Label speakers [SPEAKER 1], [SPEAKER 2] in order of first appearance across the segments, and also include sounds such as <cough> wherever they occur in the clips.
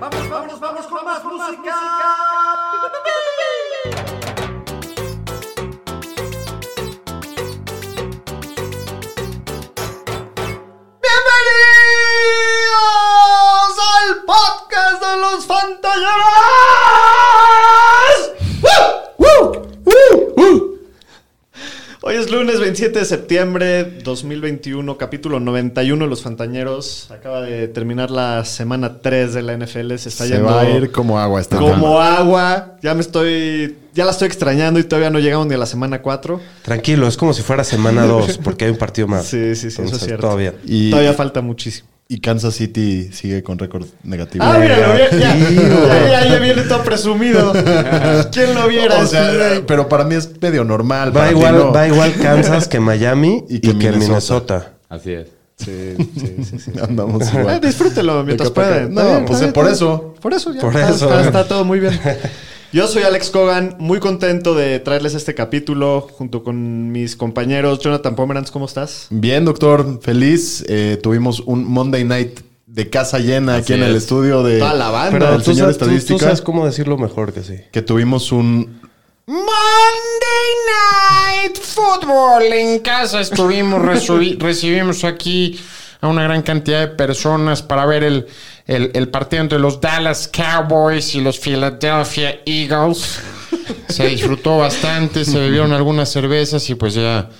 [SPEAKER 1] Vamos, vamos, vamos con más música. Bienvenidos al podcast de los Fantañeros. Hoy es lunes 27 de septiembre 2021, capítulo 91 de Los Fantañeros. Acaba de terminar la semana 3 de la NFL. Se está
[SPEAKER 2] Se
[SPEAKER 1] yendo
[SPEAKER 2] va a ir como agua esta
[SPEAKER 1] como agua. Ya me estoy. Ya la estoy extrañando y todavía no llegamos ni a la semana 4.
[SPEAKER 3] Tranquilo, es como si fuera semana <laughs> 2, porque hay un partido más.
[SPEAKER 1] Sí, sí, sí, eso es
[SPEAKER 3] Entonces,
[SPEAKER 1] cierto.
[SPEAKER 3] Todavía.
[SPEAKER 2] Ah, Y-
[SPEAKER 1] Todavía falta muchísimo.
[SPEAKER 2] Y Kansas City sigue con récord negativo.
[SPEAKER 1] Ah, míralo, ya, ya, ya, ya, ya viene todo
[SPEAKER 3] <laughs>
[SPEAKER 1] presumido. ¿Quién lo viera?
[SPEAKER 2] O sea, pero para mí es medio normal.
[SPEAKER 3] Va
[SPEAKER 2] para ti
[SPEAKER 3] igual,
[SPEAKER 2] no.
[SPEAKER 3] va igual Kansas que Miami y que, Minnesota.
[SPEAKER 4] Así es.
[SPEAKER 1] sí, sí, sí. sí.
[SPEAKER 2] Andamos
[SPEAKER 1] Eh,
[SPEAKER 2] igual.
[SPEAKER 1] disfrútelo mientras
[SPEAKER 2] De capa
[SPEAKER 1] puedan.
[SPEAKER 2] acá.
[SPEAKER 1] Está
[SPEAKER 2] No,
[SPEAKER 1] bien,
[SPEAKER 2] pues
[SPEAKER 1] está bien,
[SPEAKER 2] por
[SPEAKER 1] está bien.
[SPEAKER 2] eso.
[SPEAKER 1] Por eso ya.
[SPEAKER 3] Por
[SPEAKER 1] está,
[SPEAKER 3] eso.
[SPEAKER 1] está- está todo muy
[SPEAKER 3] <laughs>
[SPEAKER 1] bien. Yo soy Alex Cogan, muy contento de traerles este capítulo junto con mis compañeros. Jonathan Pomeranz, ¿cómo
[SPEAKER 3] <laughs>
[SPEAKER 1] estás?
[SPEAKER 2] Bien, doctor. Feliz. Eh, tuvimos un Monday night de casa llena aquí en el
[SPEAKER 4] es.
[SPEAKER 2] estudio de
[SPEAKER 1] Toda la banda.
[SPEAKER 2] del
[SPEAKER 3] tú
[SPEAKER 2] señor
[SPEAKER 3] sabes, tú- tú
[SPEAKER 2] estadística.
[SPEAKER 3] sabes cómo decirlo mejor que sí.
[SPEAKER 2] que tuvimos un
[SPEAKER 5] Monday Night Football en casa estuvimos,
[SPEAKER 4] <laughs>
[SPEAKER 5] resu- recibimos aquí a una gran cantidad de personas para ver el, el- el partido entre los Dallas Cowboys y los Philadelphia Eagles. Se disfrutó bastante, se bebieron algunas cervezas y pues ya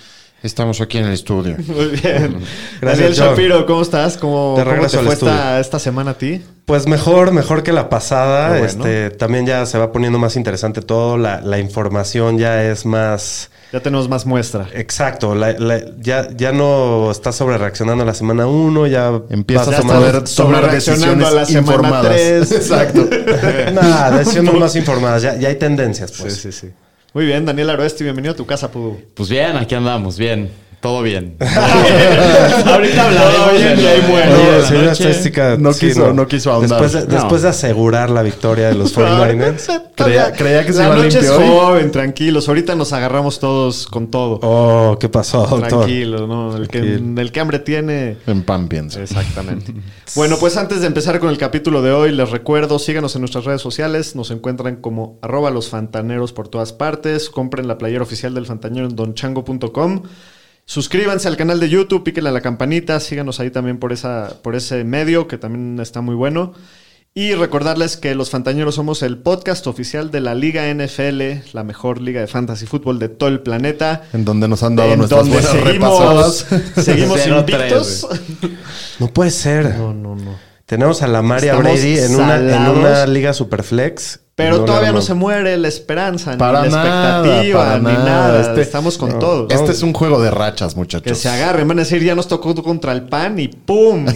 [SPEAKER 5] estamos aquí en el estudio.
[SPEAKER 1] Muy bien.
[SPEAKER 3] Gracias,
[SPEAKER 1] Daniel
[SPEAKER 3] John.
[SPEAKER 1] Shapiro, ¿cómo estás? ¿Cómo
[SPEAKER 3] De
[SPEAKER 1] cómo
[SPEAKER 3] regreso
[SPEAKER 1] te
[SPEAKER 3] al
[SPEAKER 1] fue
[SPEAKER 3] estudio.
[SPEAKER 1] esta, esta semana a ti?
[SPEAKER 3] Pues mejor, mejor que la pasada.
[SPEAKER 1] Qué bueno.
[SPEAKER 3] Este, también ya se va poniendo más interesante todo. La, la información ya es más.
[SPEAKER 1] Ya tenemos más muestra.
[SPEAKER 3] Eh. Exacto. la- la- ya, ya no estás sobre reaccionando a la semana 1, ya
[SPEAKER 2] empiezas
[SPEAKER 3] vas
[SPEAKER 2] a
[SPEAKER 3] tomando-
[SPEAKER 2] poder tomar
[SPEAKER 1] sobrereaccionando
[SPEAKER 2] decisiones
[SPEAKER 1] a la semana
[SPEAKER 2] informadas. <laughs>
[SPEAKER 1] tres.
[SPEAKER 2] Exacto.
[SPEAKER 3] <laughs> Nada, decisiones más informadas. Ya, ya hay tendencias, pues.
[SPEAKER 1] sí. Muy bien, Daniel Aroesti, bienvenido a tu casa,
[SPEAKER 3] <laughs>
[SPEAKER 1] Pudu.
[SPEAKER 4] Pues bien, aquí andamos, bien. Todo bien. Ahorita hablaremos.
[SPEAKER 1] Todo bien,
[SPEAKER 4] de-
[SPEAKER 1] y ahí
[SPEAKER 4] de-
[SPEAKER 1] muere.
[SPEAKER 4] de
[SPEAKER 3] Oye,
[SPEAKER 4] la
[SPEAKER 3] sí, la
[SPEAKER 4] noche.
[SPEAKER 3] estadística.
[SPEAKER 2] No
[SPEAKER 3] sí,
[SPEAKER 2] quiso- no quiso ahondar.
[SPEAKER 3] Después de,
[SPEAKER 4] No.
[SPEAKER 3] después de asegurar la victoria de los 49ers.
[SPEAKER 2] Creía- creía que se
[SPEAKER 1] La
[SPEAKER 2] iba
[SPEAKER 1] noche
[SPEAKER 2] limpio
[SPEAKER 1] es
[SPEAKER 2] hoy.
[SPEAKER 1] joven, tranquilos. Ahorita nos agarramos todos con todo.
[SPEAKER 3] Oh, ¿qué pasó, doctor?
[SPEAKER 1] Tranquilo, ¿no? El que,
[SPEAKER 3] Tranquilo.
[SPEAKER 1] el que hambre tiene.
[SPEAKER 2] En pan pienso.
[SPEAKER 1] Exactamente. <laughs> bueno, pues antes de empezar con el capítulo de hoy, les recuerdo, síganos en nuestras redes sociales, nos encuentran como arroba los fantaneros por todas partes, compren la playera oficial del fantanero en donchango.com, suscríbanse al canal de YouTube, píquenle a la campanita, síganos ahí también por, esa, por ese medio que también está muy bueno. Y recordarles que Los Fantañeros somos el podcast oficial de la Liga NFL, la mejor liga de fantasy fútbol de todo el planeta.
[SPEAKER 2] En donde nos han dado
[SPEAKER 1] en
[SPEAKER 2] nuestras
[SPEAKER 1] donde
[SPEAKER 2] buenas
[SPEAKER 1] seguimos,
[SPEAKER 2] repasadas.
[SPEAKER 1] seguimos
[SPEAKER 4] 0-3,
[SPEAKER 1] invictos.
[SPEAKER 3] No puede ser.
[SPEAKER 1] No, no, no.
[SPEAKER 3] Tenemos a la Maria
[SPEAKER 1] Estamos
[SPEAKER 3] Brady en una, en
[SPEAKER 1] salados.
[SPEAKER 3] una liga superflex.
[SPEAKER 1] Pero
[SPEAKER 3] No,
[SPEAKER 1] todavía no,
[SPEAKER 3] no.
[SPEAKER 1] se muere la esperanza,
[SPEAKER 2] <laughs> Para
[SPEAKER 1] <laughs> ni la
[SPEAKER 2] nada,
[SPEAKER 1] expectativa,
[SPEAKER 2] para
[SPEAKER 1] ni
[SPEAKER 2] nada.
[SPEAKER 1] nada.
[SPEAKER 2] Este-
[SPEAKER 1] Estamos con
[SPEAKER 3] no.
[SPEAKER 1] todos.
[SPEAKER 2] Este es un juego de rachas,
[SPEAKER 1] que
[SPEAKER 2] muchachos.
[SPEAKER 1] se agarren, van a decir, ya nos tocó contra el pan y
[SPEAKER 2] <laughs>
[SPEAKER 1] ¡pum!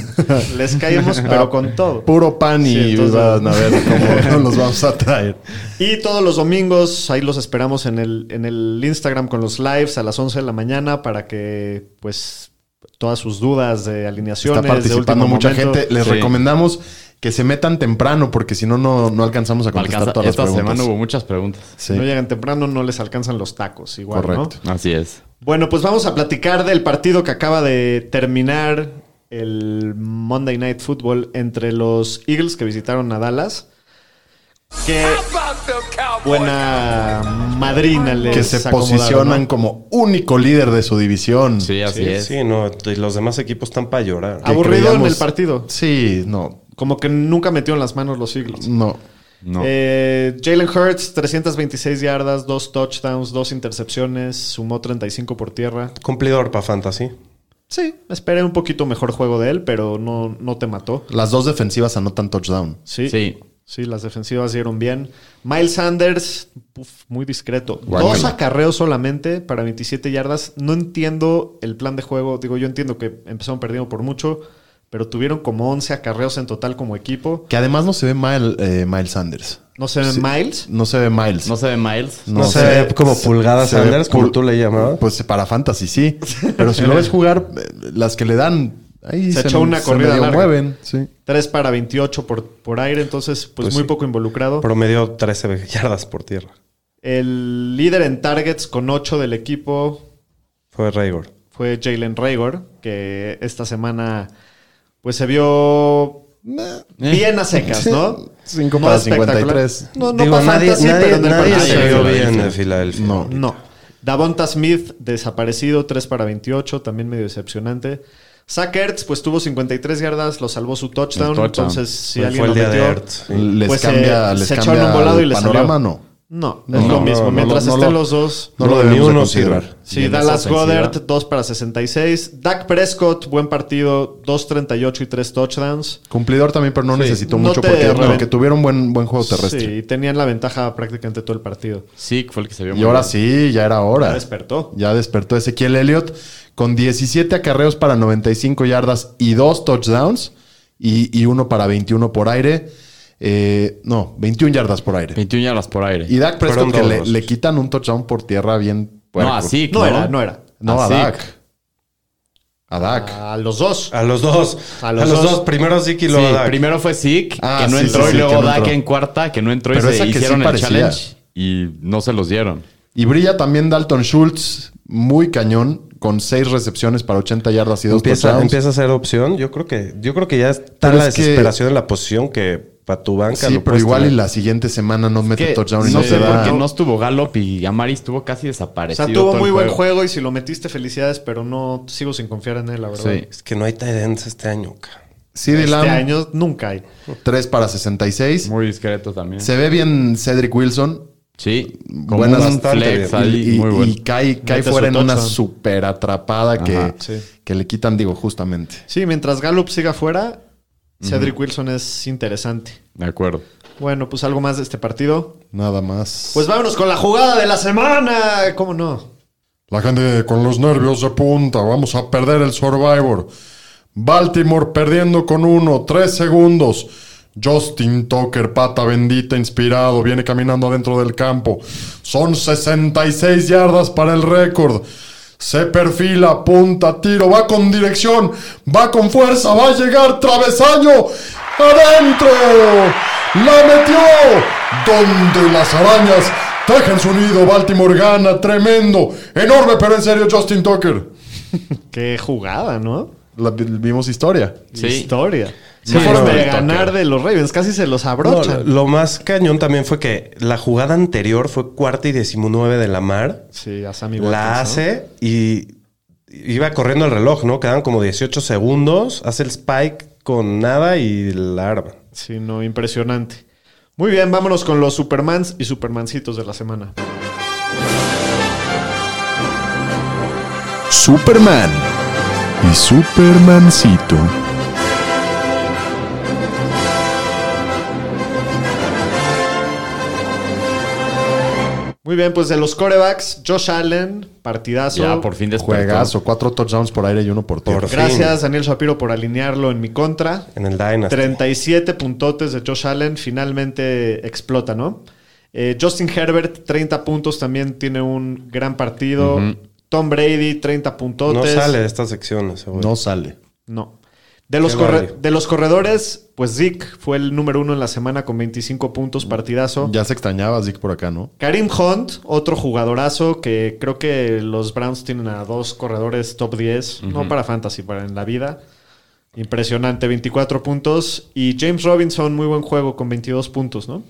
[SPEAKER 1] Les caemos, pero con todo.
[SPEAKER 2] Puro pan y
[SPEAKER 1] Sí, entonces-
[SPEAKER 2] van a ver cómo nos
[SPEAKER 1] <laughs>
[SPEAKER 2] los vamos a traer.
[SPEAKER 1] Y todos los domingos, ahí los esperamos en el, en el Instagram con los lives a las 11 de la mañana para que, pues, todas sus dudas de alineaciones.
[SPEAKER 2] Está participando
[SPEAKER 1] de último
[SPEAKER 2] mucha
[SPEAKER 1] momento-
[SPEAKER 2] gente. Les
[SPEAKER 4] Sí.
[SPEAKER 2] recomendamos que se metan temprano porque si no, no, no alcanzamos a contestar
[SPEAKER 4] Alcanza-
[SPEAKER 2] todas las
[SPEAKER 4] esta
[SPEAKER 2] preguntas.
[SPEAKER 4] semana hubo muchas preguntas.
[SPEAKER 2] Sí.
[SPEAKER 1] No llegan temprano, no les alcanzan los tacos, igual, ¿no?
[SPEAKER 2] Correcto.
[SPEAKER 4] Así es.
[SPEAKER 1] Bueno, pues vamos a platicar del partido que acaba de terminar el Monday Night Football entre los Eagles que visitaron a Dallas. Qué buena madrina les
[SPEAKER 2] Que se
[SPEAKER 1] acomodaron,
[SPEAKER 2] posicionan
[SPEAKER 1] ¿no?
[SPEAKER 2] como único líder de su división.
[SPEAKER 4] Sí, así
[SPEAKER 3] Sí,
[SPEAKER 4] es.
[SPEAKER 3] sí, no. y Los demás equipos están para llorar.
[SPEAKER 2] Ah,
[SPEAKER 1] Aburrido
[SPEAKER 2] creíamos-
[SPEAKER 1] en el partido.
[SPEAKER 2] Sí, no.
[SPEAKER 1] Como que nunca metieron las manos los Eagles.
[SPEAKER 2] No.
[SPEAKER 4] No.
[SPEAKER 1] Eh, Jalen Hurts, 326 yardas, dos touchdowns, dos intercepciones, sumó 35 por tierra.
[SPEAKER 3] Cumplidor para Fantasy.
[SPEAKER 1] Sí, esperé un poquito mejor juego de él, pero no, no te mató.
[SPEAKER 2] Las dos defensivas anotan touchdown.
[SPEAKER 1] Sí.
[SPEAKER 4] Sí.
[SPEAKER 1] Sí, las defensivas dieron bien. Miles Sanders, uf, muy discreto.
[SPEAKER 2] Guácala.
[SPEAKER 1] Dos acarreos solamente para 27 yardas. No entiendo el plan de juego. Digo, yo entiendo que empezaron perdiendo por mucho, pero tuvieron como 11 acarreos en total como equipo.
[SPEAKER 2] Que además no se ve mal eh, Miles Sanders.
[SPEAKER 1] No se ven
[SPEAKER 2] Sí.
[SPEAKER 1] Miles.
[SPEAKER 2] No se ve Miles.
[SPEAKER 4] No se ve Miles.
[SPEAKER 3] No se ve como pulgadas, Sanders, como tú le llamabas.
[SPEAKER 4] <laughs>
[SPEAKER 2] Pues para fantasy sí. Pero si lo ves jugar, eh,
[SPEAKER 6] las que le dan, ahí
[SPEAKER 1] Se echó una corrida
[SPEAKER 6] medio
[SPEAKER 1] larga.
[SPEAKER 6] mueven. Sí.
[SPEAKER 1] 3 para 28 por, por aire, entonces pues,
[SPEAKER 3] Pues
[SPEAKER 1] muy
[SPEAKER 3] sí.
[SPEAKER 1] poco involucrado.
[SPEAKER 3] Promedio 13 <laughs> yardas por tierra.
[SPEAKER 1] El líder en targets con 8 del equipo
[SPEAKER 3] Fue Raygor.
[SPEAKER 1] fue Jalen Raygor, que esta semana pues se vio eh, bien a secas, ¿no?
[SPEAKER 6] 5
[SPEAKER 1] No
[SPEAKER 6] para
[SPEAKER 1] espectacular.
[SPEAKER 6] 53.
[SPEAKER 1] No, no
[SPEAKER 3] Digo,
[SPEAKER 1] para
[SPEAKER 3] nadie,
[SPEAKER 1] fantasy,
[SPEAKER 3] nadie-
[SPEAKER 1] pero en el
[SPEAKER 3] nadie
[SPEAKER 1] partido
[SPEAKER 3] se vio
[SPEAKER 1] sí.
[SPEAKER 3] bien eh. en Filadelfia.
[SPEAKER 6] No.
[SPEAKER 1] No. Davonta Smith, desaparecido, 3 para 28, también medio decepcionante. Zach Ertz, pues tuvo 53 yardas, lo salvó su touchdown.
[SPEAKER 4] El touchdown.
[SPEAKER 1] Entonces, si
[SPEAKER 3] Fue
[SPEAKER 1] alguien
[SPEAKER 3] el
[SPEAKER 1] lo
[SPEAKER 3] día de
[SPEAKER 1] metió,
[SPEAKER 3] Ertz.
[SPEAKER 6] Mm, Les
[SPEAKER 1] Pues,
[SPEAKER 6] cambia,
[SPEAKER 1] eh,
[SPEAKER 6] les
[SPEAKER 1] se
[SPEAKER 6] cambia
[SPEAKER 1] echaron un volado y
[SPEAKER 6] el
[SPEAKER 1] les
[SPEAKER 6] panorama,
[SPEAKER 1] salió.
[SPEAKER 6] no.
[SPEAKER 1] no, es
[SPEAKER 6] No,
[SPEAKER 1] lo
[SPEAKER 6] no,
[SPEAKER 1] mismo.
[SPEAKER 6] no,
[SPEAKER 1] Mientras
[SPEAKER 6] no, no
[SPEAKER 1] estén
[SPEAKER 6] lo-
[SPEAKER 1] los dos,
[SPEAKER 6] No lo
[SPEAKER 3] Ni
[SPEAKER 6] debemos de
[SPEAKER 3] uno
[SPEAKER 6] considerar.
[SPEAKER 3] sirve.
[SPEAKER 4] Y
[SPEAKER 1] Sí,
[SPEAKER 4] en esa
[SPEAKER 1] Dallas
[SPEAKER 4] ofensiva.
[SPEAKER 1] Goddard, 2 para 66. Dak Prescott, buen partido, 2.38 y 3 touchdowns.
[SPEAKER 6] Cumplidor también, pero no
[SPEAKER 1] Sí.
[SPEAKER 6] necesitó
[SPEAKER 1] No
[SPEAKER 6] mucho
[SPEAKER 1] te
[SPEAKER 6] porque,
[SPEAKER 1] revent-
[SPEAKER 6] porque tuvieron buen, buen juego terrestre.
[SPEAKER 1] Sí, tenían la ventaja prácticamente todo el partido.
[SPEAKER 4] Sí, fue el que se vio
[SPEAKER 6] Y ahora sí, ya era hora.
[SPEAKER 1] Ya despertó.
[SPEAKER 6] Ya despertó Ezequiel Elliott con 17 acarreos para 95 yardas y dos touchdowns y, y uno para 21 por aire. Eh, no, 21 yardas por aire.
[SPEAKER 4] 21 yardas por aire.
[SPEAKER 6] Y Dak Prescott
[SPEAKER 3] Fueron
[SPEAKER 6] que le,
[SPEAKER 3] todos.
[SPEAKER 6] le quitan un touchdown por tierra bien puerco.
[SPEAKER 4] no, así,
[SPEAKER 1] No era, no era.
[SPEAKER 6] No, a
[SPEAKER 4] Así.
[SPEAKER 6] Dak. A Dak.
[SPEAKER 1] A los dos.
[SPEAKER 3] A los dos.
[SPEAKER 1] A
[SPEAKER 3] A
[SPEAKER 1] los
[SPEAKER 3] los,
[SPEAKER 1] dos.
[SPEAKER 3] dos. Primero Ziki y
[SPEAKER 4] Sí,
[SPEAKER 3] luego Dak.
[SPEAKER 4] primero fue Zeke,
[SPEAKER 6] Ah,
[SPEAKER 4] que no
[SPEAKER 6] sí,
[SPEAKER 4] entró,
[SPEAKER 6] sí, sí,
[SPEAKER 4] y
[SPEAKER 6] que
[SPEAKER 4] luego
[SPEAKER 6] no
[SPEAKER 4] Dak
[SPEAKER 6] entró.
[SPEAKER 4] en cuarta, que no entró
[SPEAKER 6] Pero
[SPEAKER 4] y
[SPEAKER 6] esa
[SPEAKER 4] se
[SPEAKER 6] que sí
[SPEAKER 4] hicieron el
[SPEAKER 6] parecía.
[SPEAKER 4] challenge y no se los dieron.
[SPEAKER 6] Y brilla también Dalton Schultz, muy cañón, con seis recepciones para 80 yardas y dos
[SPEAKER 3] Empieza,
[SPEAKER 6] touchdowns.
[SPEAKER 3] empieza a ser opción. Yo creo que, yo creo que ya está
[SPEAKER 6] Pero
[SPEAKER 3] la
[SPEAKER 6] es que-
[SPEAKER 3] desesperación en la posición que para tu banca.
[SPEAKER 6] sí,
[SPEAKER 3] lo eh.
[SPEAKER 6] pero
[SPEAKER 3] puedes
[SPEAKER 6] igual
[SPEAKER 3] tener.
[SPEAKER 6] y la siguiente semana no mete
[SPEAKER 4] Que
[SPEAKER 6] touchdown y
[SPEAKER 4] no
[SPEAKER 6] no
[SPEAKER 4] sé
[SPEAKER 6] se
[SPEAKER 4] por
[SPEAKER 6] da.
[SPEAKER 4] qué no estuvo Gallop y Amari estuvo casi
[SPEAKER 1] O
[SPEAKER 4] desaparecido.
[SPEAKER 1] sea, tuvo
[SPEAKER 4] todo el
[SPEAKER 1] muy buen juego y si lo metiste, felicidades, pero no sigo sin confiar en él, la verdad.
[SPEAKER 4] Sí.
[SPEAKER 3] Es que no hay tight ends este año. ca.
[SPEAKER 6] CD
[SPEAKER 1] Este
[SPEAKER 6] Lamb,
[SPEAKER 1] año nunca hay.
[SPEAKER 6] 3 para 66.
[SPEAKER 4] Muy discreto también.
[SPEAKER 6] Se ve bien Cedric Wilson.
[SPEAKER 4] Sí.
[SPEAKER 6] Como Buenas
[SPEAKER 4] un flex
[SPEAKER 6] y,
[SPEAKER 4] ahí,
[SPEAKER 6] y-
[SPEAKER 4] muy bueno.
[SPEAKER 6] y cae, cae
[SPEAKER 1] Mete
[SPEAKER 6] fuera en
[SPEAKER 1] su
[SPEAKER 6] una
[SPEAKER 1] touchdown.
[SPEAKER 6] super atrapada que,
[SPEAKER 1] sí.
[SPEAKER 6] que le quitan, digo, justamente.
[SPEAKER 1] Sí, mientras Gallup siga fuera, Cedric Wilson es interesante.
[SPEAKER 4] De acuerdo.
[SPEAKER 1] Bueno, pues algo más de este partido.
[SPEAKER 6] Nada más.
[SPEAKER 1] Pues vámonos con la jugada de la semana. ¿Cómo no?
[SPEAKER 6] La gente con los nervios de punta. Vamos a perder el Survivor. Baltimore perdiendo con uno, tres segundos. Justin Tucker, pata bendita, inspirado, viene caminando adentro del campo. Son 66 yardas para el récord. Se perfila, apunta, tiro, va con dirección, va con fuerza, va a llegar, travesaño, adentro. La metió. Donde las arañas tejen su nido, Baltimore gana, tremendo, enorme, pero en serio, Justin Tucker.
[SPEAKER 1] Qué jugada, ¿no?
[SPEAKER 6] La, vi- vimos historia.
[SPEAKER 4] Sí.
[SPEAKER 1] Historia.
[SPEAKER 4] Sí,
[SPEAKER 1] Qué
[SPEAKER 3] no,
[SPEAKER 1] forma de
[SPEAKER 3] no,
[SPEAKER 1] ganar de los Ravens. Casi se los
[SPEAKER 3] No,
[SPEAKER 1] abrochan.
[SPEAKER 3] lo más cañón también fue que la jugada anterior fue cuarta y 19 de la mar.
[SPEAKER 1] sí, a Sammy Watkins,
[SPEAKER 3] La
[SPEAKER 1] ¿no?
[SPEAKER 3] hace y iba corriendo el reloj, ¿no? Quedan como 18 segundos. Hace el spike con nada y la arma.
[SPEAKER 1] Sí, no, impresionante. Muy bien, vámonos con los Supermans y Supermancitos de la semana.
[SPEAKER 7] Superman y Supermancito.
[SPEAKER 1] Muy bien, pues de los corebacks, Josh Allen, partidazo.
[SPEAKER 4] Ya por fin despertó.
[SPEAKER 6] Juegazo, cuatro touchdowns por aire y uno por tierra.
[SPEAKER 3] Por
[SPEAKER 1] Gracias, Daniel Shapiro, por alinearlo en mi contra.
[SPEAKER 3] En el Dynasty.
[SPEAKER 1] 37 puntotes de Josh Allen, finalmente explota, ¿no? Eh, Justin Herbert, 30 puntos, también tiene un gran partido. Tom Brady, 30
[SPEAKER 3] no
[SPEAKER 1] puntotes.
[SPEAKER 3] sale de estas secciones. güey.
[SPEAKER 6] No sale.
[SPEAKER 1] No. De los,
[SPEAKER 3] Qué
[SPEAKER 1] corre-
[SPEAKER 3] barrio.
[SPEAKER 1] de los corredores, pues Zeke fue el número uno en la semana con 25 puntos,
[SPEAKER 3] Mm.
[SPEAKER 1] partidazo.
[SPEAKER 6] Ya se extrañaba Zeke por acá, ¿no?
[SPEAKER 1] Karim Hunt, otro jugadorazo que creo que los Browns tienen a dos corredores top 10, no para fantasy, para en la vida. Impresionante, 24 puntos. Y James Robinson, muy buen juego con 22 puntos, ¿no?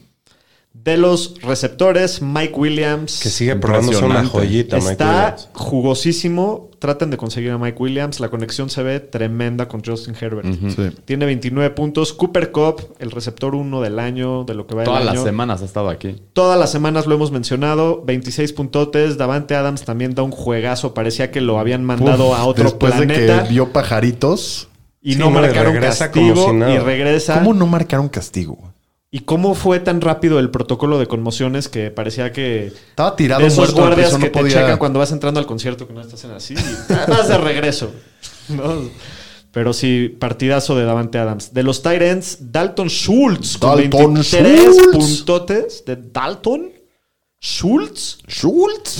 [SPEAKER 1] De los receptores, Mike Williams.
[SPEAKER 3] Que sigue probándose una
[SPEAKER 4] Impresionante.
[SPEAKER 3] joyita, Mike
[SPEAKER 1] Está
[SPEAKER 3] Williams.
[SPEAKER 1] jugosísimo. Traten de conseguir a Mike Williams. La conexión se ve tremenda con Justin Herbert.
[SPEAKER 6] Sí.
[SPEAKER 1] Tiene 29 puntos. Cooper Cup, el receptor 1 del año, de lo que va
[SPEAKER 4] Todas
[SPEAKER 1] el año.
[SPEAKER 4] las semanas ha estado aquí.
[SPEAKER 1] Todas las semanas lo hemos mencionado. 26 puntotes. Davante Adams también da un juegazo. Parecía que lo habían mandado
[SPEAKER 6] Uf,
[SPEAKER 1] a otro
[SPEAKER 6] después
[SPEAKER 1] planeta.
[SPEAKER 6] de que vio pajaritos,
[SPEAKER 1] y
[SPEAKER 3] Sí,
[SPEAKER 1] no,
[SPEAKER 3] no, y
[SPEAKER 1] marcaron
[SPEAKER 3] regresa como
[SPEAKER 1] castigo.
[SPEAKER 3] si nada.
[SPEAKER 1] y regresa.
[SPEAKER 6] ¿cómo no marcaron castigo?
[SPEAKER 1] ¿Y cómo fue tan rápido el protocolo de conmociones que parecía que...
[SPEAKER 6] Estaba tirado
[SPEAKER 1] De esos
[SPEAKER 6] muerto,
[SPEAKER 1] guardias
[SPEAKER 6] eso
[SPEAKER 1] que
[SPEAKER 6] no podía.
[SPEAKER 1] te checan cuando vas entrando al concierto que no estás en así.
[SPEAKER 6] <laughs>
[SPEAKER 1] y Vas de regreso. ¿no? Pero sí, partidazo de Davante Adams. De los Tyrants, Dalton Schultz con
[SPEAKER 6] Dalton
[SPEAKER 1] 23
[SPEAKER 6] Schultz.
[SPEAKER 1] puntotes de Dalton Schultz.
[SPEAKER 6] Schultz.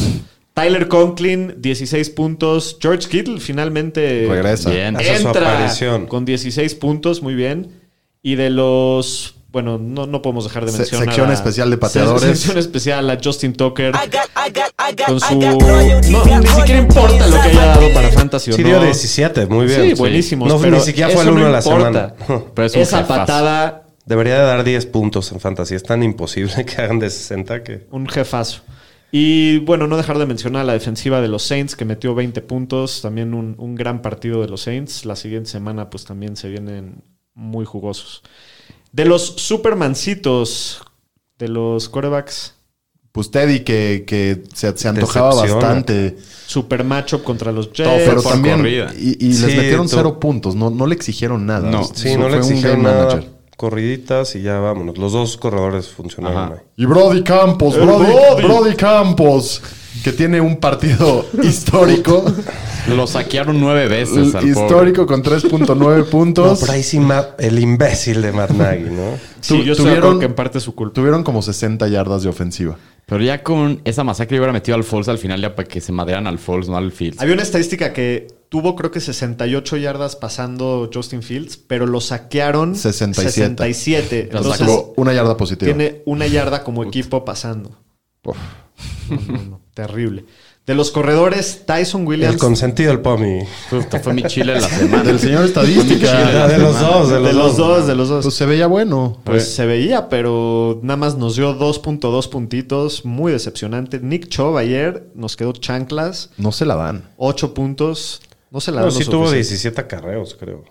[SPEAKER 1] Tyler Conklin, 16 puntos. George Kittle finalmente
[SPEAKER 3] Regresa.
[SPEAKER 4] Bien.
[SPEAKER 3] Hace su
[SPEAKER 1] entra
[SPEAKER 3] aparición.
[SPEAKER 1] con 16 puntos, muy bien. Y de los. Bueno, no, no podemos dejar de
[SPEAKER 6] Se-
[SPEAKER 1] mencionar.
[SPEAKER 6] sección
[SPEAKER 1] a-
[SPEAKER 6] especial de pateadores.
[SPEAKER 1] Se- Sección especial a Justin Tucker. Con
[SPEAKER 8] Con
[SPEAKER 1] su. No, ni siquiera importa lo que haya dado para Fantasy o
[SPEAKER 3] Sí,
[SPEAKER 1] no.
[SPEAKER 3] dio 17, muy bien.
[SPEAKER 1] Sí, buenísimo.
[SPEAKER 3] No,
[SPEAKER 1] pero
[SPEAKER 3] ni siquiera fue
[SPEAKER 1] eso
[SPEAKER 3] el uno
[SPEAKER 1] no
[SPEAKER 3] de la
[SPEAKER 1] importa.
[SPEAKER 3] semana. <laughs>
[SPEAKER 4] Pero es un
[SPEAKER 1] Esa
[SPEAKER 4] jefazo.
[SPEAKER 1] patada,
[SPEAKER 3] Debería de dar 10 puntos en fantasía. Es tan imposible que hagan de 60 que.
[SPEAKER 1] un jefazo. Y bueno, no dejar de mencionar la defensiva de los Saints, que metió 20 puntos. También un, un gran partido de los Saints. La siguiente semana, pues también se vienen muy jugosos. De los Supermancitos, de los quarterbacks,
[SPEAKER 6] Pues Teddy, que, que se, se antojaba
[SPEAKER 3] Decepciona.
[SPEAKER 6] bastante.
[SPEAKER 1] super matchup contra los Jets.
[SPEAKER 4] Todo fue
[SPEAKER 6] Pero
[SPEAKER 4] por
[SPEAKER 6] también.
[SPEAKER 4] corrida.
[SPEAKER 6] Y, y les
[SPEAKER 3] Sí,
[SPEAKER 6] metieron
[SPEAKER 3] tú-
[SPEAKER 6] cero puntos. No, no le exigieron nada. Este,
[SPEAKER 4] No,
[SPEAKER 6] Eso
[SPEAKER 3] Sí, no
[SPEAKER 6] fue
[SPEAKER 3] le
[SPEAKER 6] un
[SPEAKER 3] exigieron
[SPEAKER 6] game
[SPEAKER 3] nada.
[SPEAKER 6] manager.
[SPEAKER 3] Corriditas y ya vámonos. Los dos corredores funcionaron
[SPEAKER 4] Ajá.
[SPEAKER 3] ahí.
[SPEAKER 2] Y Brody Campos, Brody,
[SPEAKER 1] Brody.
[SPEAKER 2] Brody Campos.
[SPEAKER 6] Que tiene un
[SPEAKER 3] <laughs>
[SPEAKER 6] partido histórico.
[SPEAKER 4] Lo saquearon nueve veces al pobre.
[SPEAKER 6] histórico con 3.9
[SPEAKER 3] No,
[SPEAKER 6] puntos.
[SPEAKER 3] pero ahí sí, Ma- el imbécil de Matt Nagy, ¿no?
[SPEAKER 1] Sí,
[SPEAKER 6] Tu-
[SPEAKER 1] yo estoy de
[SPEAKER 6] tuvieron-
[SPEAKER 1] acuerdo que en parte es su culpa.
[SPEAKER 6] Tuvieron como 60 yardas de ofensiva.
[SPEAKER 4] Pero ya con esa masacre yo hubiera metido al Falls al final ya para que se maderan al Falls, no al Fields.
[SPEAKER 1] Había una estadística que tuvo creo que 68 yardas pasando Justin Fields, pero lo saquearon
[SPEAKER 6] 67.
[SPEAKER 1] 67.
[SPEAKER 4] Lo
[SPEAKER 1] Entonces
[SPEAKER 6] Sacó una yarda positiva.
[SPEAKER 1] tiene una yarda como equipo pasando. No, no, no. Terrible. De los corredores, Tyson Williams.
[SPEAKER 3] El consentido, el Pomi.
[SPEAKER 4] Esto fue mi chile de la semana.
[SPEAKER 6] <laughs>
[SPEAKER 1] <laughs>
[SPEAKER 6] Del señor
[SPEAKER 4] Chile
[SPEAKER 6] estadística.
[SPEAKER 4] la
[SPEAKER 3] De los
[SPEAKER 4] semana.
[SPEAKER 3] dos,
[SPEAKER 1] de los dos, de los dos.
[SPEAKER 6] Pues
[SPEAKER 1] Pues,
[SPEAKER 6] se veía bueno.
[SPEAKER 1] se veía, pero nada más nos dio 2.2 puntitos. Muy decepcionante. Nick Chubb ayer nos quedó chanclas.
[SPEAKER 6] No se la dan.
[SPEAKER 1] 8 puntos. No se la
[SPEAKER 3] No,
[SPEAKER 1] dan
[SPEAKER 3] sí
[SPEAKER 1] lo
[SPEAKER 3] tuvo
[SPEAKER 1] suficiente.
[SPEAKER 3] 17 acarreos, creo.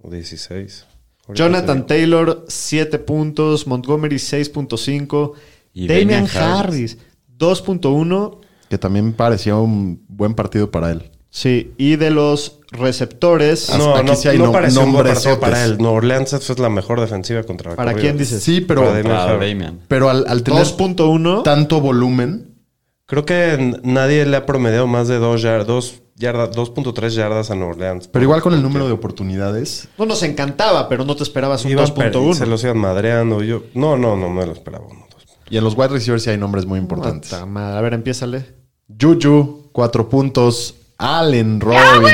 [SPEAKER 3] O 16. Ahorita
[SPEAKER 1] Jonathan
[SPEAKER 3] te digo.
[SPEAKER 1] Taylor, 7 puntos. Montgomery, 6.5.
[SPEAKER 4] Y
[SPEAKER 1] Damian
[SPEAKER 4] Damian
[SPEAKER 1] Harris, 2.1.
[SPEAKER 6] Que también parecía un buen partido para él.
[SPEAKER 1] Sí, y de los receptores.
[SPEAKER 3] Ah, No,
[SPEAKER 6] Aquí
[SPEAKER 3] no,
[SPEAKER 6] sí hay
[SPEAKER 3] no
[SPEAKER 6] nom-
[SPEAKER 3] pareció un buen partido
[SPEAKER 6] nombresotes.
[SPEAKER 3] para él. No, Orleans es la mejor defensiva contra la
[SPEAKER 1] ¿Para
[SPEAKER 3] corrida.
[SPEAKER 1] quién dices?
[SPEAKER 6] Sí, pero,
[SPEAKER 3] Para Damian
[SPEAKER 4] Ah,
[SPEAKER 3] Harris.
[SPEAKER 4] Damian.
[SPEAKER 6] pero al, al tener
[SPEAKER 1] 2.1.
[SPEAKER 6] tanto volumen,
[SPEAKER 3] Creo que n- nadie le ha promediado más de 2 yardas, 2 yardas, 2.3 yardas a New Orleans.
[SPEAKER 6] pero igual con el número de oportunidades,
[SPEAKER 1] No nos encantaba, pero no te esperabas un
[SPEAKER 3] Iban per- se
[SPEAKER 1] 2.1.
[SPEAKER 3] los iban madreando. Yo, no, no, no me lo esperaba. uno, dos.
[SPEAKER 6] y en los wide receivers sí hay nombres muy importantes.
[SPEAKER 1] Puta madre, A ver, empiézale.
[SPEAKER 6] Juju, cuatro puntos. Allen Robinson.